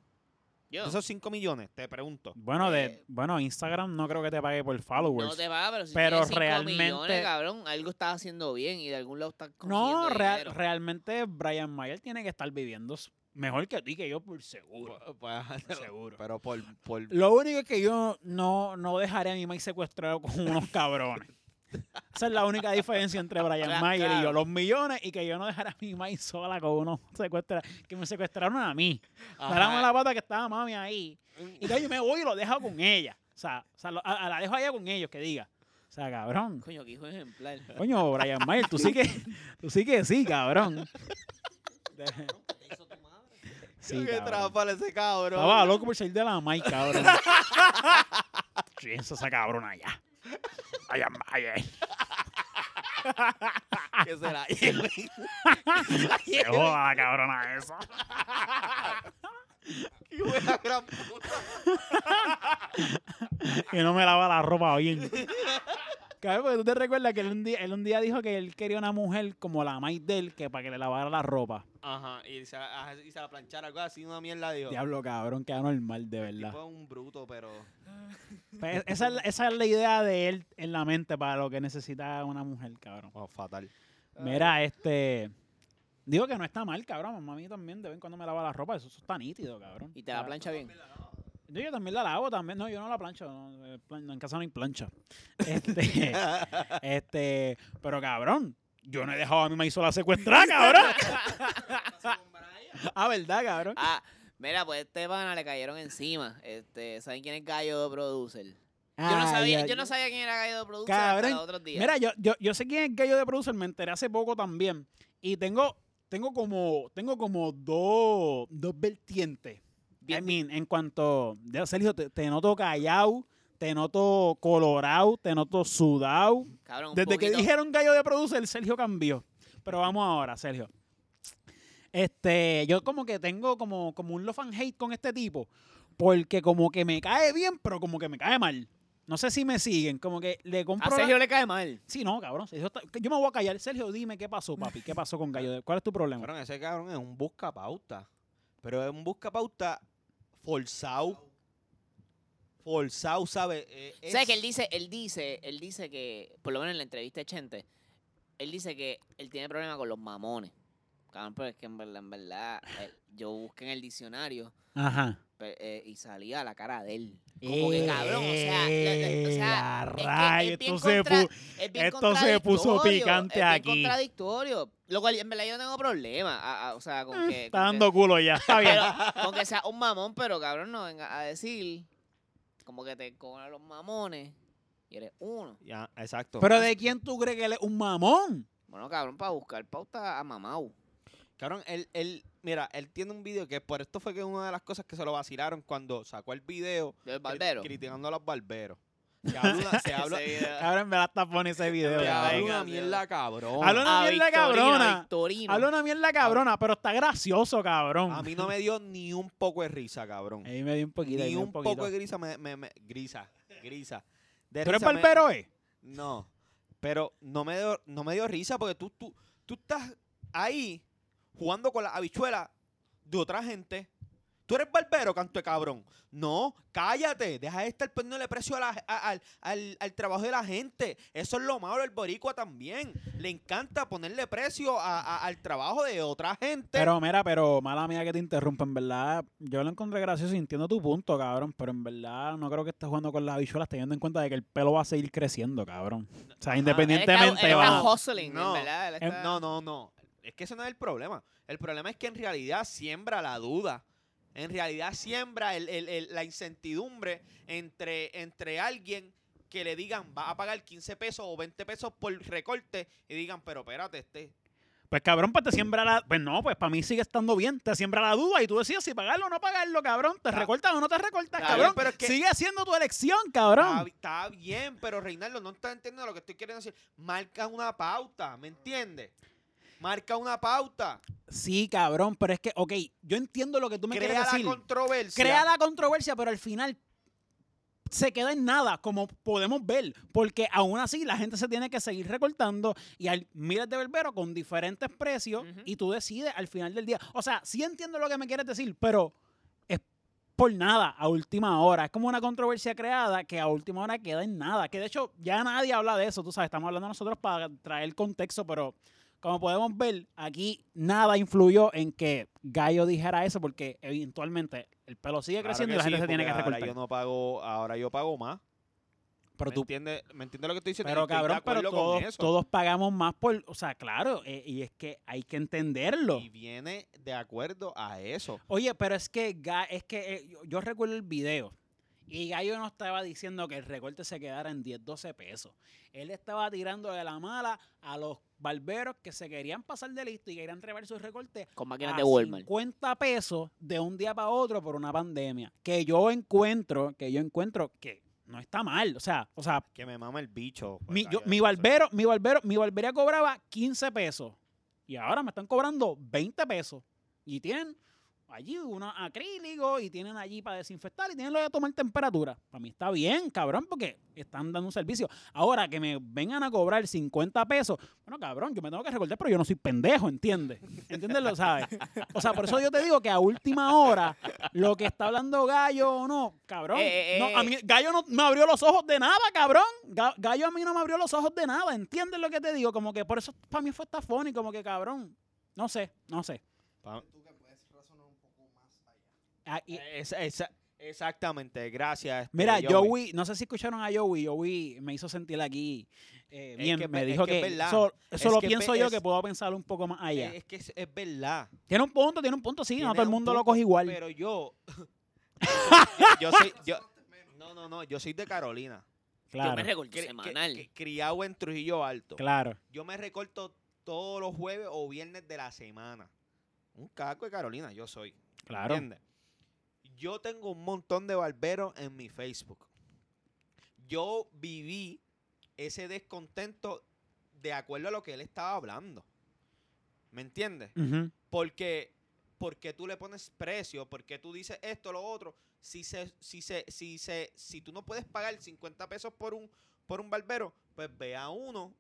Speaker 1: Yo,
Speaker 2: De esos 5 millones, te pregunto.
Speaker 3: Bueno, de,
Speaker 1: Eh,
Speaker 3: bueno, Instagram no creo que te pague por
Speaker 1: no
Speaker 3: followers.
Speaker 1: te va, pero si
Speaker 3: Pero
Speaker 1: tienes cinco
Speaker 3: realmente-
Speaker 1: millones, cabrón, algo estás haciendo bien y de algún lado estás
Speaker 3: No,
Speaker 1: consiguiendo
Speaker 3: real-
Speaker 1: dinero.
Speaker 3: realmente Brian Mayer tiene que estar viviendo s- mejor que ti, que yo, por seguro.
Speaker 2: Pu- pues,
Speaker 3: Seguro.
Speaker 2: Pero por. por
Speaker 3: Lo único es que yo no, no dejaré a mi maíz secuestrado con unos cabrones. Esa es la única diferencia entre Brian
Speaker 1: Claro,
Speaker 3: Mayer y yo.
Speaker 1: claro.
Speaker 3: Los millones y que yo no dejara a mi maíz sola con unos secuestrados. Que me secuestraron a mí. Me
Speaker 2: Ajá.
Speaker 3: la pata que estaba mami ahí. Y entonces yo me voy y lo dejo con ella. O sea, o sea, lo- a- a la dejo allá con ellos, que diga. O sea, cabrón.
Speaker 1: Coño, que hijo ejemplar.
Speaker 3: Coño, Brian Mayer, tú sí que, tú sí, que sí, cabrón. Sí,
Speaker 2: Qué
Speaker 3: cabrón.
Speaker 2: trampa ese cabrón.
Speaker 3: Estaba loco por salir de la Mike, cabrón. Piensa esa cabrona allá. Allá, allá.
Speaker 2: que se la lleve.
Speaker 3: Se joda la cabrona esa.
Speaker 2: Qué buena gran puta.
Speaker 3: Que no me lava la ropa bien. Cabrón, porque tú te recuerdas que él un, día, él un día dijo que él quería una mujer como la Mike de él, que para que le lavara la ropa.
Speaker 2: Ajá, y se, la- ajá, y se la planchara, algo así, una mierda, dijo.
Speaker 3: Diablo, cabrón, queda normal, de
Speaker 2: El
Speaker 3: verdad.
Speaker 2: tipo es un bruto, pero...
Speaker 3: Pues esa, es la- esa es la idea de él en la mente para lo que necesita una mujer, cabrón.
Speaker 2: Oh, fatal.
Speaker 1: Ah.
Speaker 3: Mira, este. Digo que no está mal, cabrón. Mamá a mí también de vez en cuando me lava la ropa. Eso, eso está nítido, cabrón.
Speaker 1: Y te la
Speaker 3: Ah,
Speaker 1: plancha bien.
Speaker 3: Yo, yo también la lavo también. No, yo no la plancho. no, eh, plan- en casa no hay plancha. Este, este, pero cabrón, yo no he dejado a mi maíz sola secuestrada, cabrón. ah, ¿verdad, cabrón?
Speaker 1: Ah, mira, pues este pana le cayeron encima. Este, ¿saben quién es Gallo de Producer? Yo no
Speaker 3: Ah,
Speaker 1: sabía,
Speaker 3: ya,
Speaker 1: yo no
Speaker 3: ya.
Speaker 1: sabía quién era Gallo de Producer
Speaker 3: Cabrón,
Speaker 1: hasta los otros días.
Speaker 3: Mira, yo, yo, yo sé quién es Gallo de Producer, me enteré hace poco también. Y tengo, tengo como, tengo como dos, dos vertientes. I
Speaker 1: Bien-
Speaker 3: mean, en cuanto. ya, Sergio, te, te noto callado, te noto colorado, te noto sudado.
Speaker 1: Cabrón, un
Speaker 3: Desde que
Speaker 1: poquito-
Speaker 3: dijeron gallo de producer, Sergio cambió. Pero vamos ahora, Sergio. Este, yo como que tengo como, como un love and hate con este tipo. Porque como que me cae bien, pero como que me cae mal. No sé si me siguen. Como que le compro.
Speaker 1: A
Speaker 3: la-
Speaker 1: Ah, Sergio le cae mal.
Speaker 3: Sí, no, cabrón. Sergio está- Yo me voy a callar. Sergio, dime qué pasó, papi. ¿Qué pasó con Gallo? de- ¿Cuál es tu problema?
Speaker 2: Cabrón, ese cabrón es un busca pauta. Pero es un busca pauta forzado. Forzado, ¿sabes? Eh,
Speaker 1: O sea,
Speaker 2: es-
Speaker 1: que él dice, él dice, él dice que, por lo menos en la entrevista de Chente, él dice que él tiene problemas con los mamones. Cabrón, pero es que en verdad, en verdad, eh, yo busqué en el diccionario
Speaker 3: Ajá.
Speaker 1: pe- eh, y salía la cara de él. Como que cabrón, o sea, la- la- o
Speaker 3: Eh,
Speaker 1: sea,
Speaker 3: a
Speaker 1: es que es
Speaker 3: rayos,
Speaker 1: bien
Speaker 3: esto se
Speaker 1: contra-
Speaker 3: pu-
Speaker 1: es bien
Speaker 3: Eh, esto se puso
Speaker 1: contradictorio,
Speaker 3: picante
Speaker 1: es bien
Speaker 3: aquí.
Speaker 1: contradictorio. Lo cual, en verdad, yo no tengo problema. a- a- o sea, con que.
Speaker 3: Eh, Está
Speaker 1: con que-
Speaker 3: dando culo ya. Está bien.
Speaker 1: pero, con que sea un mamón, pero cabrón, no venga a decir como que te cobran los mamones y eres uno.
Speaker 2: Ya, exacto.
Speaker 3: Pero ¿de quién tú crees que él es un mamón?
Speaker 1: Bueno, cabrón, para buscar pauta a mamau.
Speaker 2: Cabrón, él, él, mira, él tiene un video que por esto fue que una de las cosas que se lo vacilaron cuando sacó el video
Speaker 1: Yo el
Speaker 2: cri-
Speaker 1: barbero.
Speaker 2: criticando a los barberos. Se habla, una- se habla,
Speaker 1: Ese video.
Speaker 3: Ahora en verdad está poniendo ese
Speaker 2: se
Speaker 3: video.
Speaker 1: Ya,
Speaker 2: habla
Speaker 1: venga,
Speaker 2: una
Speaker 1: sí,
Speaker 2: mierda cabrón.
Speaker 3: Habla una
Speaker 1: A
Speaker 3: mierda
Speaker 1: Ah, Victorino,
Speaker 3: cabrona.
Speaker 1: a Victorino.
Speaker 3: Habla una mierda cabrona, pero está gracioso, cabrón.
Speaker 1: Ah,
Speaker 2: A mí no me dio ni un poco de risa, cabrón.
Speaker 3: Ahí me dio un poquito. ahí
Speaker 2: Ni
Speaker 3: me dio
Speaker 2: un
Speaker 3: poquito.
Speaker 2: poco de grisa me, me- me- grisa, grisa. De
Speaker 3: ¿Tú eres
Speaker 2: risa me-
Speaker 3: barbero, eh?
Speaker 2: No, pero no me dio, no me dio risa porque tú, tú, tú estás ahí jugando con las habichuelas de otra gente. Tú eres barbero, canto de cabrón. No, cállate. Deja de estar poniéndole precio a la- a- al, al- al trabajo de la gente. Eso es lo malo del boricua también. Le encanta ponerle precio a- a- al trabajo de otra gente.
Speaker 3: Pero mira, pero mala mía que te interrumpa, en verdad. Yo lo encontré gracioso y entiendo tu punto, cabrón. Pero en verdad no creo que estés jugando con las habichuelas teniendo en cuenta de que el pelo va a seguir creciendo, cabrón. O sea,
Speaker 1: Él está,
Speaker 3: independientemente
Speaker 1: él
Speaker 3: va.
Speaker 1: está hustling,
Speaker 2: No,
Speaker 1: en verdad. él
Speaker 3: en-
Speaker 1: está-
Speaker 2: Em, No, no, no. Es que ese no es el problema. El problema es que en realidad siembra la duda. En realidad siembra el- el- el- la incertidumbre entre, entre alguien que le digan va a pagar 15 pesos o 20 pesos por recorte y digan, pero espérate, este.
Speaker 3: Pues cabrón, pues te siembra la. Pues no, pues para mí sigue estando bien. Te siembra la duda y tú decides si pagarlo o no pagarlo, cabrón. ¿Te
Speaker 2: Está-
Speaker 3: recortas o no te recortas,
Speaker 2: Ah. está
Speaker 3: cabrón?
Speaker 2: bien, pero es que-
Speaker 3: Sigue siendo tu elección,
Speaker 2: Está,
Speaker 3: cabrón.
Speaker 2: está bien, pero Reinaldo no está entendiendo lo que estoy queriendo decir. Marca una pauta, ¿me entiendes? Marca una pauta.
Speaker 3: Sí, cabrón, pero es que, ok, yo entiendo lo que tú me
Speaker 2: Crea
Speaker 3: quieres
Speaker 2: la
Speaker 3: decir.
Speaker 2: controversia.
Speaker 3: Crea la controversia, pero al final se queda en nada, como podemos ver, porque aún así la gente se tiene que seguir recortando y hay miles de berberos con diferentes precios
Speaker 1: Ujú.
Speaker 3: y tú decides al final del día. O sea, sí entiendo lo que me quieres decir, pero es por nada a última hora. Es como una controversia creada que a última hora queda en nada. Que de hecho ya nadie habla de eso, tú sabes, estamos hablando nosotros para traer contexto, pero como podemos ver, aquí nada influyó en que Gallo dijera eso porque eventualmente el pelo sigue
Speaker 2: Claro
Speaker 3: creciendo
Speaker 2: que
Speaker 3: y la gente
Speaker 2: sí,
Speaker 3: se tiene que
Speaker 2: porque
Speaker 3: recortar.
Speaker 2: Ahora yo no pago, ahora yo pago más.
Speaker 3: pero
Speaker 2: ¿Me
Speaker 3: tú
Speaker 2: entiendes? ¿Me entiendes lo que estoy diciendo?
Speaker 3: Pero
Speaker 2: Estoy de
Speaker 3: cabrón, pero
Speaker 2: acuerdo con
Speaker 3: todos,
Speaker 2: eso.
Speaker 3: todos pagamos más por, o sea, claro, eh, y es que hay que entenderlo.
Speaker 2: Y viene de acuerdo a eso.
Speaker 3: Oye, pero es que Ga- es que eh, yo, yo recuerdo el video y Gallo no estaba diciendo que el recorte se quedara en 10, 12 pesos. Él estaba tirando de la mala a los barberos que se querían pasar de listo y querían trevar sus recortes
Speaker 1: Con máquinas
Speaker 3: a
Speaker 1: de Walmart.
Speaker 3: 50 pesos de un día para otro por una pandemia, que yo encuentro, que yo encuentro que no está mal, o sea, o sea,
Speaker 2: Que me mama el bicho. pues,
Speaker 3: mi,
Speaker 2: ahí
Speaker 3: yo-
Speaker 2: hay
Speaker 3: mi
Speaker 2: cosas.
Speaker 3: barbero, mi barbero, mi barbería cobraba 15 pesos. Y ahora me están cobrando 20 pesos. Y tienen allí unos acrílicos y tienen allí para desinfectar y tienen lo de tomar temperatura. Para mí está bien, cabrón, porque están dando un servicio. Ahora que me vengan a cobrar 50 pesos, bueno, cabrón, yo me tengo que recordar, pero yo no soy pendejo, ¿entiendes? ¿Entiendes? Lo sabes. O sea, por eso yo te digo que a última hora, lo que está hablando Gallo o no, cabrón.
Speaker 1: Eh, eh,
Speaker 3: no, a
Speaker 1: eh.
Speaker 3: mí, Gallo no me abrió los ojos de nada, cabrón. Ga- Gallo a mí no me abrió los ojos de nada, ¿entiendes lo que te digo? Como que por eso para mí fue esta y como que cabrón. No sé, no sé.
Speaker 2: Pa-
Speaker 3: Ah, y-
Speaker 2: Esa- esa- exactamente, gracias. este,
Speaker 3: Mira, Joey, no sé si escucharon a Joey. Joey me hizo sentir aquí eh,
Speaker 2: Es
Speaker 3: bien.
Speaker 2: que
Speaker 3: me
Speaker 2: es
Speaker 3: dijo
Speaker 2: que es
Speaker 3: que,
Speaker 2: verdad.
Speaker 3: eso, eso
Speaker 2: Es
Speaker 3: lo
Speaker 2: que
Speaker 3: pienso
Speaker 2: pe-
Speaker 3: yo
Speaker 2: es-
Speaker 3: que puedo pensarlo un poco más allá.
Speaker 2: Eh, Es que es, es verdad.
Speaker 3: tiene un punto, tiene un punto, sí. No
Speaker 2: Tiene
Speaker 3: todo el
Speaker 2: un
Speaker 3: mundo lo
Speaker 2: punto,
Speaker 3: coge igual.
Speaker 2: Pero yo. yo soy. Yo, no, no, no. Yo soy de Carolina.
Speaker 1: Yo me
Speaker 3: claro,
Speaker 1: recorté
Speaker 2: Cri- que-
Speaker 1: semanal.
Speaker 2: que- criado en Trujillo Alto.
Speaker 3: claro.
Speaker 2: Yo me recorto todos los jueves o viernes de la semana. Un caco de Carolina, yo soy.
Speaker 3: Claro.
Speaker 2: ¿Entiendes? Yo tengo un montón de barberos en mi Facebook. yo viví ese descontento de acuerdo a lo que él estaba hablando. ¿Me entiendes?
Speaker 3: Ujú.
Speaker 2: Porque, porque tú le pones precio, porque tú dices esto, lo otro. Si se, si se, si se, si tú no puedes pagar 50 pesos por un, por un barbero, pues ve a uno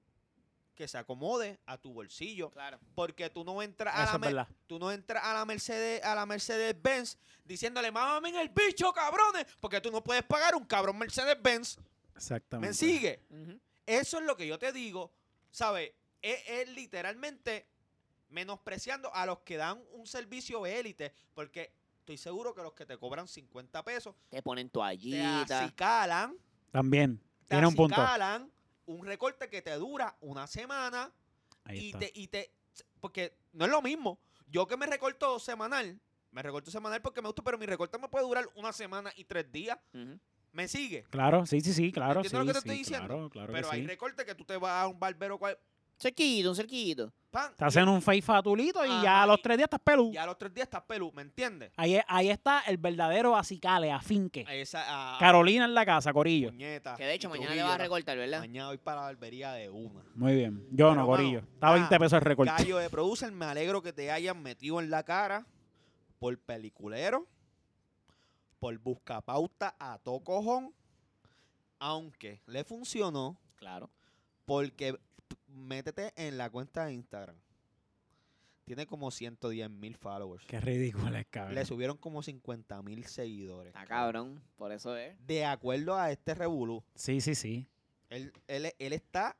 Speaker 2: que se acomode a tu bolsillo.
Speaker 1: Claro.
Speaker 2: Porque tú no entras a
Speaker 3: Eso
Speaker 2: la
Speaker 3: es
Speaker 2: mer-
Speaker 3: verdad.
Speaker 2: tú no entras a la Mercedes, a la Mercedes Benz diciéndole, mamen el bicho, cabrones, porque tú no puedes pagar un cabrón Mercedes Benz.
Speaker 3: Exactamente.
Speaker 2: ¿Me sigue?
Speaker 1: Ujú.
Speaker 2: Eso es lo que yo te digo, ¿sabes? Es, es literalmente menospreciando a los que dan un servicio élite, porque estoy seguro que los que te cobran 50 pesos
Speaker 1: Te ponen
Speaker 2: te
Speaker 1: toallitas.
Speaker 2: acicalan,
Speaker 3: También.
Speaker 2: te
Speaker 3: Tiene un punto.
Speaker 2: acicalan un recorte que te dura una semana
Speaker 3: Ahí
Speaker 2: y
Speaker 3: está.
Speaker 2: te, y te, porque no es lo mismo. Yo que me recorto semanal, me recorto semanal porque me gusta, pero mi recorte me puede durar una semana y tres días.
Speaker 1: Ujú.
Speaker 2: ¿Me sigue?
Speaker 3: Claro, sí, sí, sí, claro.
Speaker 2: ¿Entiendes lo
Speaker 3: sí,
Speaker 2: que te
Speaker 3: sí,
Speaker 2: estoy diciendo?
Speaker 3: Claro, claro
Speaker 2: pero
Speaker 3: que
Speaker 2: hay
Speaker 3: sí.
Speaker 2: recortes que tú te vas a un barbero cual,
Speaker 1: Cerquito, un cerquito.
Speaker 2: pan,
Speaker 3: Te hacen un face fatulito y ya
Speaker 2: Ajá,
Speaker 3: a los
Speaker 2: y-
Speaker 3: tres días estás pelú.
Speaker 2: y a los tres días estás pelú, ¿me entiendes?
Speaker 3: Ahí, es- ahí está el verdadero acicale, afinque.
Speaker 2: Esa, a,
Speaker 3: Carolina en la casa, Corillo.
Speaker 2: puñeta,
Speaker 1: Que de hecho
Speaker 2: y
Speaker 1: mañana le
Speaker 2: Trujillo,
Speaker 1: vas a
Speaker 2: la-
Speaker 1: recortar, ¿verdad?
Speaker 2: Mañana voy para la barbería de una.
Speaker 3: Muy bien. Yo no,
Speaker 2: Pero,
Speaker 3: Corillo.
Speaker 2: mano,
Speaker 3: Está a 20
Speaker 2: nada,
Speaker 3: pesos el recorte.
Speaker 2: Gallo de producer, me alegro que te hayan metido en la cara por peliculero, por buscapauta a to cojón, aunque le funcionó
Speaker 1: Claro.
Speaker 2: porque p- métete en la cuenta de Instagram. Tiene como 110 mil followers.
Speaker 3: Qué ridículo es,
Speaker 2: Le
Speaker 3: cabrón.
Speaker 2: subieron como 50 mil seguidores.
Speaker 1: Está Ah, cabrón. Por eso es.
Speaker 2: De acuerdo a este revolú,
Speaker 3: Sí, sí, sí.
Speaker 2: él, él, él está,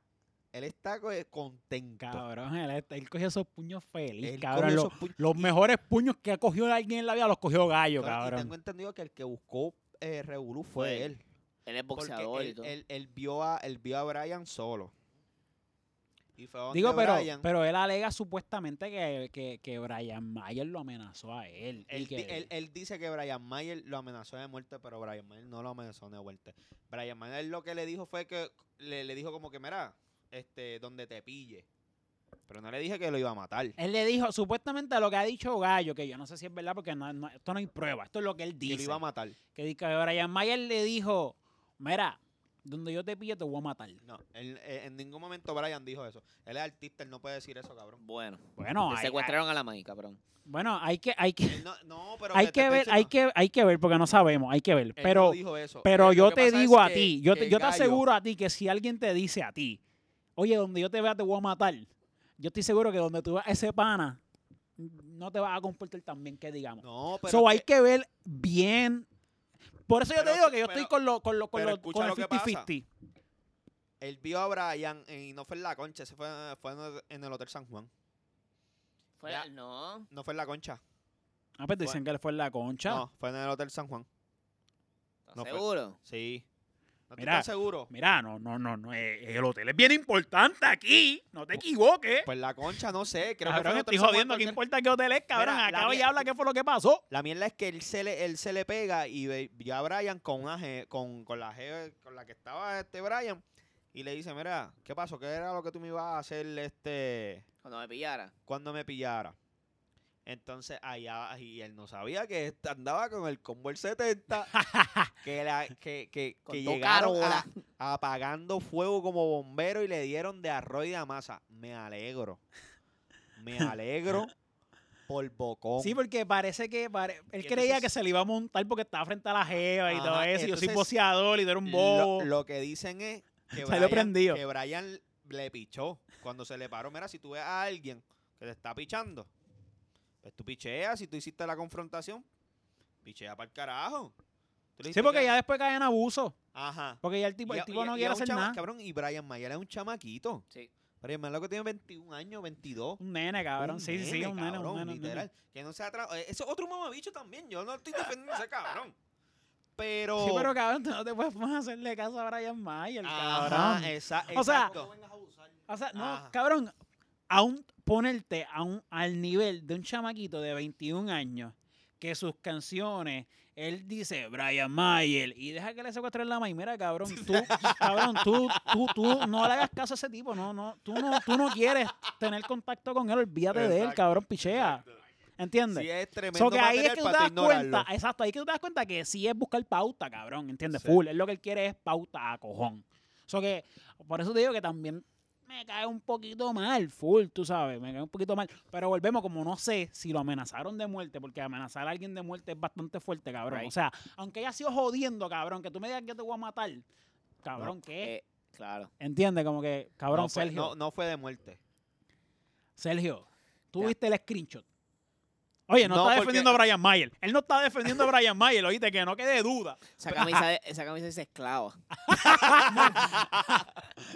Speaker 2: él está co- eh, contento.
Speaker 3: Cabrón, él, él cogió esos puños feliz,
Speaker 2: Él
Speaker 3: cabrón.
Speaker 2: cogió
Speaker 3: Los,
Speaker 2: esos puños-
Speaker 3: los mejores puños que ha cogido alguien en la vida los cogió Gallo,
Speaker 2: Cabrón, Y
Speaker 3: cabrón.
Speaker 2: tengo entendido que el que buscó eh, Revolú fue
Speaker 1: Fue él,
Speaker 2: él.
Speaker 1: Él es
Speaker 2: Porque
Speaker 1: boxeador y
Speaker 2: él,
Speaker 1: todo.
Speaker 2: él- él vio a, él vio a Brian solo. Y fue donde
Speaker 3: Digo, pero,
Speaker 2: Brian-
Speaker 3: pero él alega supuestamente que, que, que Brian Mayer lo amenazó a él. y
Speaker 2: él,
Speaker 3: que-
Speaker 2: di- él- él dice que Brian Mayer lo amenazó de muerte, pero Brian Mayer no lo amenazó de muerte. Brian Mayer lo que le dijo fue que le, le dijo como que, mira, este, donde te pille. Pero no le dije que lo iba a matar.
Speaker 3: Él le dijo, supuestamente lo que ha dicho Gallo, que yo no sé si es verdad porque no- no- esto no hay prueba, esto es lo que él
Speaker 2: Que lo
Speaker 3: dice.
Speaker 2: iba a matar.
Speaker 3: Que, di- que Brian Mayer le dijo, mira, donde yo te pille te voy a matar.
Speaker 2: No, él- eh, en ningún momento Brian dijo eso. Él es artista, él no puede decir eso, cabrón.
Speaker 1: Bueno.
Speaker 3: Bueno,
Speaker 1: Te
Speaker 3: hay,
Speaker 1: secuestraron a la maíz, cabrón.
Speaker 3: hay- bueno, hay que, hay que,
Speaker 2: Él no, no, pero
Speaker 3: hay
Speaker 2: te- te
Speaker 3: que
Speaker 2: estoy
Speaker 3: ver, hay
Speaker 2: diciendo,
Speaker 3: que, hay que ver porque no sabemos, hay que ver.
Speaker 2: él no
Speaker 3: Pero,
Speaker 2: dijo eso.
Speaker 3: pero
Speaker 2: Él
Speaker 3: yo
Speaker 2: lo que
Speaker 3: te
Speaker 2: pasa es
Speaker 3: digo a
Speaker 2: que-
Speaker 3: ti, yo te,
Speaker 2: que
Speaker 3: yo te
Speaker 2: Gallo-
Speaker 3: aseguro a ti que si alguien te dice a ti, oye, donde yo te vea te voy a matar, yo estoy seguro que donde tú veas a ese pana, no te vas a comportar tan bien que digamos.
Speaker 2: No, pero.
Speaker 3: so
Speaker 2: es
Speaker 3: hay
Speaker 2: que-
Speaker 3: que ver bien. Por eso yo
Speaker 2: Pero
Speaker 3: te digo
Speaker 2: escu-
Speaker 3: que yo
Speaker 2: pero-
Speaker 3: estoy con lo, con lo, con
Speaker 2: pero
Speaker 3: lo,
Speaker 2: escucha
Speaker 3: con el
Speaker 2: lo que pasa.
Speaker 3: 50-50.
Speaker 2: Él vio a Brian eh, y no fue en la concha, se fue, fue en el- en el Hotel San Juan.
Speaker 1: Fuera,
Speaker 2: Ya.
Speaker 1: no.
Speaker 2: No fue en la concha.
Speaker 3: Ah, pues dicen que él fue en la concha.
Speaker 2: No, fue en el Hotel San Juan.
Speaker 1: ¿Estás
Speaker 2: No, pero-
Speaker 1: seguro?
Speaker 2: Sí. No te
Speaker 3: Mira.
Speaker 2: estoy seguro.
Speaker 3: Mira, no, no, no, no. eh, el hotel es bien importante aquí. No te equivoques.
Speaker 2: Pues la concha, no sé. Creo
Speaker 3: cabrón,
Speaker 2: que fue en el
Speaker 3: Ah, estoy
Speaker 2: Hotel San Juan
Speaker 3: jodiendo. ¿Qué
Speaker 2: porque-
Speaker 3: importa qué hotel es, cabrón?
Speaker 2: Mira, la
Speaker 3: Acaba y
Speaker 2: mía-
Speaker 3: habla qué fue lo que pasó.
Speaker 2: La mierda es que él se le, él se le pega y ve- vio a Brian con una je- con, con la je- con la que estaba este Brian y le dice, mira, ¿qué pasó? ¿Qué era lo que tú me ibas a hacer este
Speaker 1: Cuando me pillara.
Speaker 2: cuando me pillara? Entonces allá y él no sabía que esta- andaba con el combo el 70 que la- que, que,
Speaker 1: Con
Speaker 2: que
Speaker 1: todo
Speaker 2: llegaron
Speaker 1: caro,
Speaker 2: a- apagando fuego como bombero y le dieron de arroz y de masa. Me alegro. Me alegro por Bocón.
Speaker 3: Sí, porque parece que pare- él
Speaker 2: Y
Speaker 3: creía
Speaker 2: entonces-
Speaker 3: que se le iba a montar porque estaba frente a la jeva y
Speaker 2: Ajá,
Speaker 3: todo
Speaker 2: y
Speaker 3: eso. y yo soy
Speaker 2: entonces-
Speaker 3: boceador y tú eres un bobo.
Speaker 2: lo, lo que dicen es que
Speaker 3: Salió
Speaker 2: Brian,
Speaker 3: prendido.
Speaker 2: que Brian le pichó cuando se le paró. Mira, si tú ves a alguien que te está pichando, pues tú picheas. Si tú hiciste la confrontación, pichea para el carajo. Tú le
Speaker 3: sí,
Speaker 2: dijiste
Speaker 3: porque
Speaker 2: que-
Speaker 3: ya después cae en abuso.
Speaker 2: Ajá.
Speaker 3: Porque ya el tipo,
Speaker 2: Y
Speaker 3: el
Speaker 2: a-
Speaker 3: tipo
Speaker 2: y a-
Speaker 3: no
Speaker 2: y a
Speaker 3: quiere
Speaker 2: un
Speaker 3: hacer
Speaker 2: chama-
Speaker 3: nada.
Speaker 2: Cabrón, y Brian Mayer es un chamaquito.
Speaker 1: Sí.
Speaker 2: Brian Mayer lo que tiene 21 años, 22.
Speaker 3: Un nene, cabrón.
Speaker 2: Un
Speaker 3: sí, sí, sí,
Speaker 2: nene,
Speaker 3: un nene,
Speaker 2: cabrón,
Speaker 3: un nene. un nene.
Speaker 2: literal. Que no se atra- eh, Ese es otro mamabicho también. Yo no estoy defendiendo a ese cabrón. Pero.
Speaker 3: Sí, pero cabrón, tú no te puedes poner a hacerle caso a Brian Mayer,
Speaker 2: Ajá,
Speaker 3: cabrón.
Speaker 2: esa-
Speaker 3: O sea,
Speaker 2: exacto.
Speaker 3: O sea, no,
Speaker 2: Ajá.
Speaker 3: cabrón, aún ponerte a un- al nivel de un chamaquito de 21 años que sus canciones, él dice Brian Mayer y deja que le secuestren la maíz. Mira, cabrón, tú, cabrón, tú, tú, tú no le hagas caso a ese tipo, no, no, tú no, tú no quieres tener contacto con él, olvídate de él,
Speaker 2: Exacto,
Speaker 3: cabrón, pichea.
Speaker 2: Exacto.
Speaker 3: ¿Entiendes?
Speaker 2: Sí, es tremendo
Speaker 3: So que ahí es
Speaker 2: material
Speaker 3: que tú te
Speaker 2: para tú
Speaker 3: das
Speaker 2: ignorarlo.
Speaker 3: cuenta, exacto, ahí que tú te das cuenta que sí es buscar pauta, cabrón, ¿entiendes?
Speaker 2: Sí.
Speaker 3: Full, es lo que él quiere es pauta a cojón. So que, por eso te digo que también me cae un poquito mal, full, tú sabes, me cae un poquito mal. Pero volvemos, como no sé si lo amenazaron de muerte, porque amenazar a alguien de muerte es bastante fuerte, cabrón.
Speaker 1: Right.
Speaker 3: O sea, aunque haya sido jodiendo, cabrón, que tú me digas que te voy a matar, cabrón, ¿qué?
Speaker 1: Eh, claro.
Speaker 3: ¿Entiendes? Como que, cabrón,
Speaker 2: no, fue,
Speaker 3: Sergio,
Speaker 2: no- no fue de muerte.
Speaker 3: Sergio, tú
Speaker 1: Ya.
Speaker 3: viste el screenshot. Oye, no,
Speaker 2: No,
Speaker 3: está
Speaker 2: porque-
Speaker 3: defendiendo a Brian Mayer. Él no está defendiendo a Brian Mayer, oíste, que no quede duda.
Speaker 1: Esa camisa, de- esa camisa dice esclava.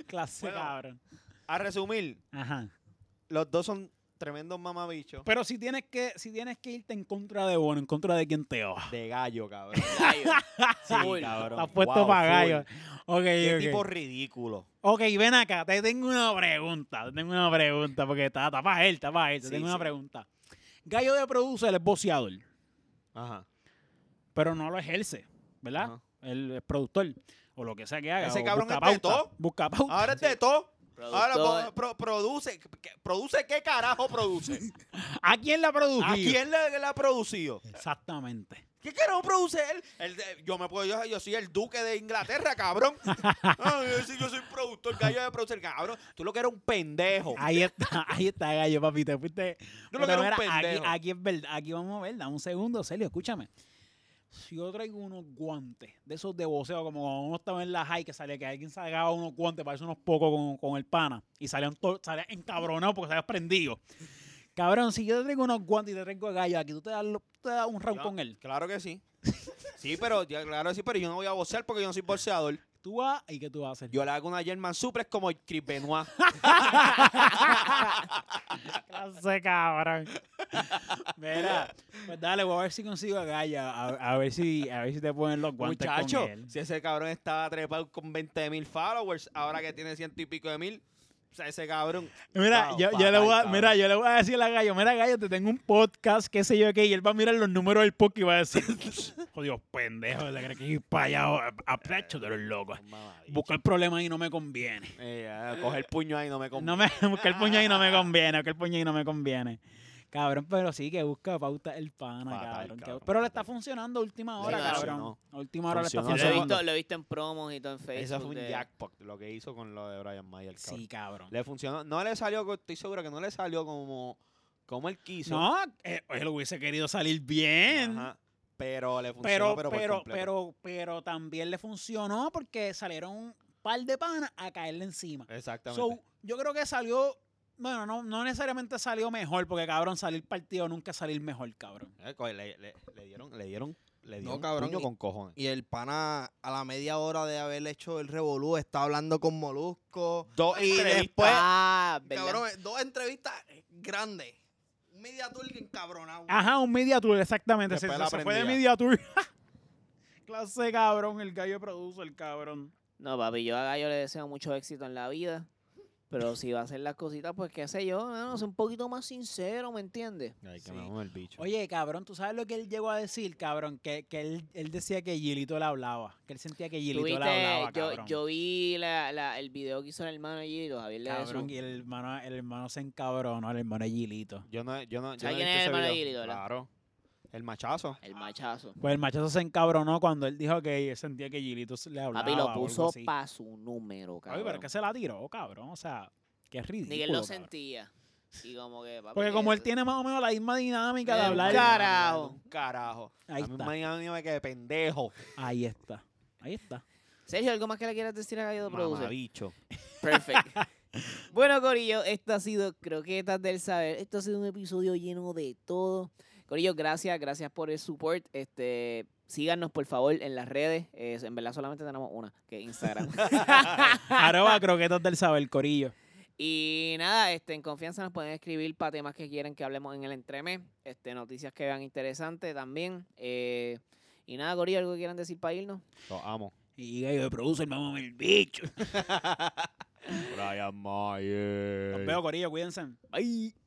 Speaker 3: Clase,
Speaker 2: Bueno.
Speaker 3: cabrón.
Speaker 2: A resumir,
Speaker 3: Ajá.
Speaker 2: los dos son tremendos mamabichos.
Speaker 3: Pero si tienes que, si tienes que irte en contra de Bono, en contra de quien te odia.
Speaker 2: De gallo, cabrón.
Speaker 1: Gallo. Full.
Speaker 2: cabrón.
Speaker 3: Estás puesto
Speaker 2: Wow,
Speaker 3: para
Speaker 2: full.
Speaker 3: gallo. Ok,
Speaker 2: Qué
Speaker 3: ok.
Speaker 2: tipo ridículo.
Speaker 3: Ok, ven acá, te tengo una pregunta. Te tengo una pregunta, porque está, está para él, está para él. Te
Speaker 1: Sí,
Speaker 3: tengo
Speaker 1: sí.
Speaker 3: una pregunta. Gallo de producer es boceador,
Speaker 2: Ajá.
Speaker 3: pero no lo ejerce, ¿verdad?
Speaker 2: Ajá.
Speaker 3: Él es productor, o lo que sea que haga.
Speaker 2: Ese
Speaker 3: o
Speaker 2: cabrón
Speaker 3: busca
Speaker 2: es de
Speaker 3: pauta,
Speaker 2: todo.
Speaker 3: Busca pauta.
Speaker 2: Ahora es de todo. Ahora
Speaker 1: Productor.
Speaker 2: po- pro- produce. ¿Qué- ¿Produce qué carajo produce?
Speaker 3: ¿A quién la produjo?
Speaker 2: ¿A quién le, le ha producido?
Speaker 3: Exactamente.
Speaker 2: ¿Qué carajo produce él? El de- yo me puedo, yo, yo soy el duque de Inglaterra, cabrón. Ah, yo, soy- yo soy productor, gallo de producer, cabrón. Tú lo que eres un pendejo.
Speaker 3: Ahí está, ahí está, gallo, papi. Te fuiste.
Speaker 2: Tú lo que
Speaker 3: Pero
Speaker 2: eres un
Speaker 3: mira, aquí,
Speaker 2: pendejo.
Speaker 3: aquí es verdad, aquí vamos a ver, dame un segundo, Celio, escúchame. Si yo traigo unos guantes de esos de voceo, como cuando uno estaba en la high, que salía que alguien sacaba unos guantes, parece unos pocos con, con el pana, y salían to- salía encabronado porque salías prendido. Cabrón, si yo te traigo unos guantes y te traigo a gallo aquí, tú te das, lo- tú te das un round
Speaker 2: Yo-
Speaker 3: con él.
Speaker 2: Claro que sí. Sí, pero yo- claro que sí, pero yo no voy a bocear porque yo no soy boxeador.
Speaker 3: Tú vas y ¿qué tú vas a hacer?
Speaker 2: Yo le hago una German Suplex como el Chris Benoit.
Speaker 3: sé, cabrón. Mira, pues dale, voy a ver si consigo a Gaya, a, a ver si a ver si te ponen los guantes
Speaker 2: Muchacho,
Speaker 3: con él.
Speaker 2: si ese cabrón estaba trepado con 20 mil followers, ahora que tiene ciento y pico de mil, o sea, ese cabrón.
Speaker 3: Mira,
Speaker 2: wow,
Speaker 3: yo, yo
Speaker 2: fatal,
Speaker 3: le voy a,
Speaker 2: cabrón.
Speaker 3: mira, yo le voy a decir a Gallo, mira Gallo, te tengo un podcast, qué sé yo qué, y él va a mirar los números del podcast y va a decir, jodido pendejo, te crees que ir para allá a- a placho de los locos. Buscar problemas y no me conviene.
Speaker 2: Eh, ah, coge el puño ahí, no me
Speaker 3: No me, buscar el puño ahí no me conviene, buscar el puño ahí no me conviene. Cabrón, pero sí que busca pauta el pana,
Speaker 2: Fatal,
Speaker 3: cabrón. que-
Speaker 2: cabrón,
Speaker 3: pero le
Speaker 2: fatal.
Speaker 3: está funcionando a última hora,
Speaker 1: claro.
Speaker 3: cabrón. A última hora le está
Speaker 2: Funcionó.
Speaker 1: Yo lo he,
Speaker 3: funcionando.
Speaker 1: visto, lo he visto en promos y todo en Facebook.
Speaker 2: Eso fue un
Speaker 1: de-
Speaker 2: jackpot lo que hizo con lo de Brian Mayer. cabrón.
Speaker 3: Sí, cabrón.
Speaker 2: Le funcionó. No le salió, co- estoy seguro que no le salió como, como él quiso.
Speaker 3: No, eh, él hubiese querido salir bien.
Speaker 2: Ajá. Pero le funcionó,
Speaker 3: Pero,
Speaker 2: pero, por
Speaker 3: pero,
Speaker 2: completo.
Speaker 3: pero, pero también le funcionó porque salieron un par de panas a caerle encima.
Speaker 2: Exactamente.
Speaker 3: So, yo creo que salió, bueno, no, no necesariamente salió mejor, porque cabrón, salir partido nunca es salir mejor, cabrón.
Speaker 2: Eh, co- le, le- le dieron, le dieron, le dieron
Speaker 4: cabrón,
Speaker 2: puño
Speaker 4: y-
Speaker 2: con cojones.
Speaker 4: Y el pana, a la media hora de haber hecho el revolú, está hablando con Molusco.
Speaker 2: Dos
Speaker 4: y
Speaker 2: entrevistas.
Speaker 4: después,
Speaker 1: ah,
Speaker 3: Pues,
Speaker 1: ¿verdad?
Speaker 3: eh.
Speaker 4: cabrón, dos entrevistas grandes. Un media tour encabronado.
Speaker 3: Ajá, un media tour, exactamente. Se,
Speaker 2: Después la
Speaker 3: se fue de
Speaker 2: prendía.
Speaker 3: media tour. Clase cabrón, el gallo produce el cabrón.
Speaker 1: No, papi, yo a Gallo le deseo mucho éxito en la vida. Pero si va a hacer las cositas, pues qué sé yo, mano, sé un poquito más sincero, ¿me entiendes?
Speaker 2: Ay, que
Speaker 3: Sí.
Speaker 2: me mamo el bicho.
Speaker 3: Oye, cabrón, ¿tú sabes lo que él llegó a decir, cabrón? Que, que él, él decía que Gilito le hablaba. Que él sentía que Gilito le
Speaker 1: Tuviste-
Speaker 3: hablaba,
Speaker 1: yo,
Speaker 3: cabrón.
Speaker 1: yo vi la, la- el video que hizo el hermano allí, los Javier le
Speaker 3: Cabrón, y
Speaker 1: Jesús.
Speaker 3: el hermano, el hermano se encabronó, el hermano de Gilito.
Speaker 2: Yo no, yo no, yo no he
Speaker 1: ¿Sabes
Speaker 2: visto
Speaker 1: quién es
Speaker 2: ese
Speaker 1: el hermano de
Speaker 2: video.
Speaker 1: Gilito, verdad?
Speaker 2: Claro. El machazo.
Speaker 1: El machazo.
Speaker 3: Pues el machazo se encabronó cuando él dijo que él sentía que Gilito se- le hablaba.
Speaker 1: Papi
Speaker 3: o
Speaker 1: lo
Speaker 3: algo
Speaker 1: puso
Speaker 3: así.
Speaker 1: pa' su número,
Speaker 3: Oye,
Speaker 1: cabrón.
Speaker 3: pero que se la tiró, cabrón. O sea, qué ridículo.
Speaker 1: Ni que él lo
Speaker 3: cabrón.
Speaker 1: sentía. Y como que, papi,
Speaker 3: Porque
Speaker 1: que-
Speaker 3: como él tiene más o menos la misma dinámica de
Speaker 1: Eh,
Speaker 3: hablar.
Speaker 1: cara.
Speaker 2: Carajo.
Speaker 1: Carajo.
Speaker 2: Un carajo.
Speaker 3: Ahí
Speaker 2: a mí
Speaker 3: está.
Speaker 2: mañana me quedé pendejo.
Speaker 3: Ahí está. Ahí está.
Speaker 1: Sergio, ¿algo más que le quieras decir a Gallo de Producer?
Speaker 2: Mamabicho.
Speaker 1: Perfecto. bueno, Corillo, esto ha sido Croquetas del Saber. Esto ha sido un episodio lleno de todo. Corillo, gracias, gracias por el support. Este, síganos, por favor, en las redes. Eh, en verdad solamente tenemos una, que es Instagram.
Speaker 3: Arroba croquetas del saber, corillo.
Speaker 1: y nada, este, en confianza nos pueden escribir para temas que quieren que hablemos en el entremés. Este, noticias que vean interesantes también. Eh, y nada, Corillo, ¿algo que quieran decir para irnos?
Speaker 2: Los amo.
Speaker 3: Y gallo de producer, mamá, el bicho.
Speaker 2: Brian Mayer.
Speaker 3: Los veo, corillo, cuídense. Bye.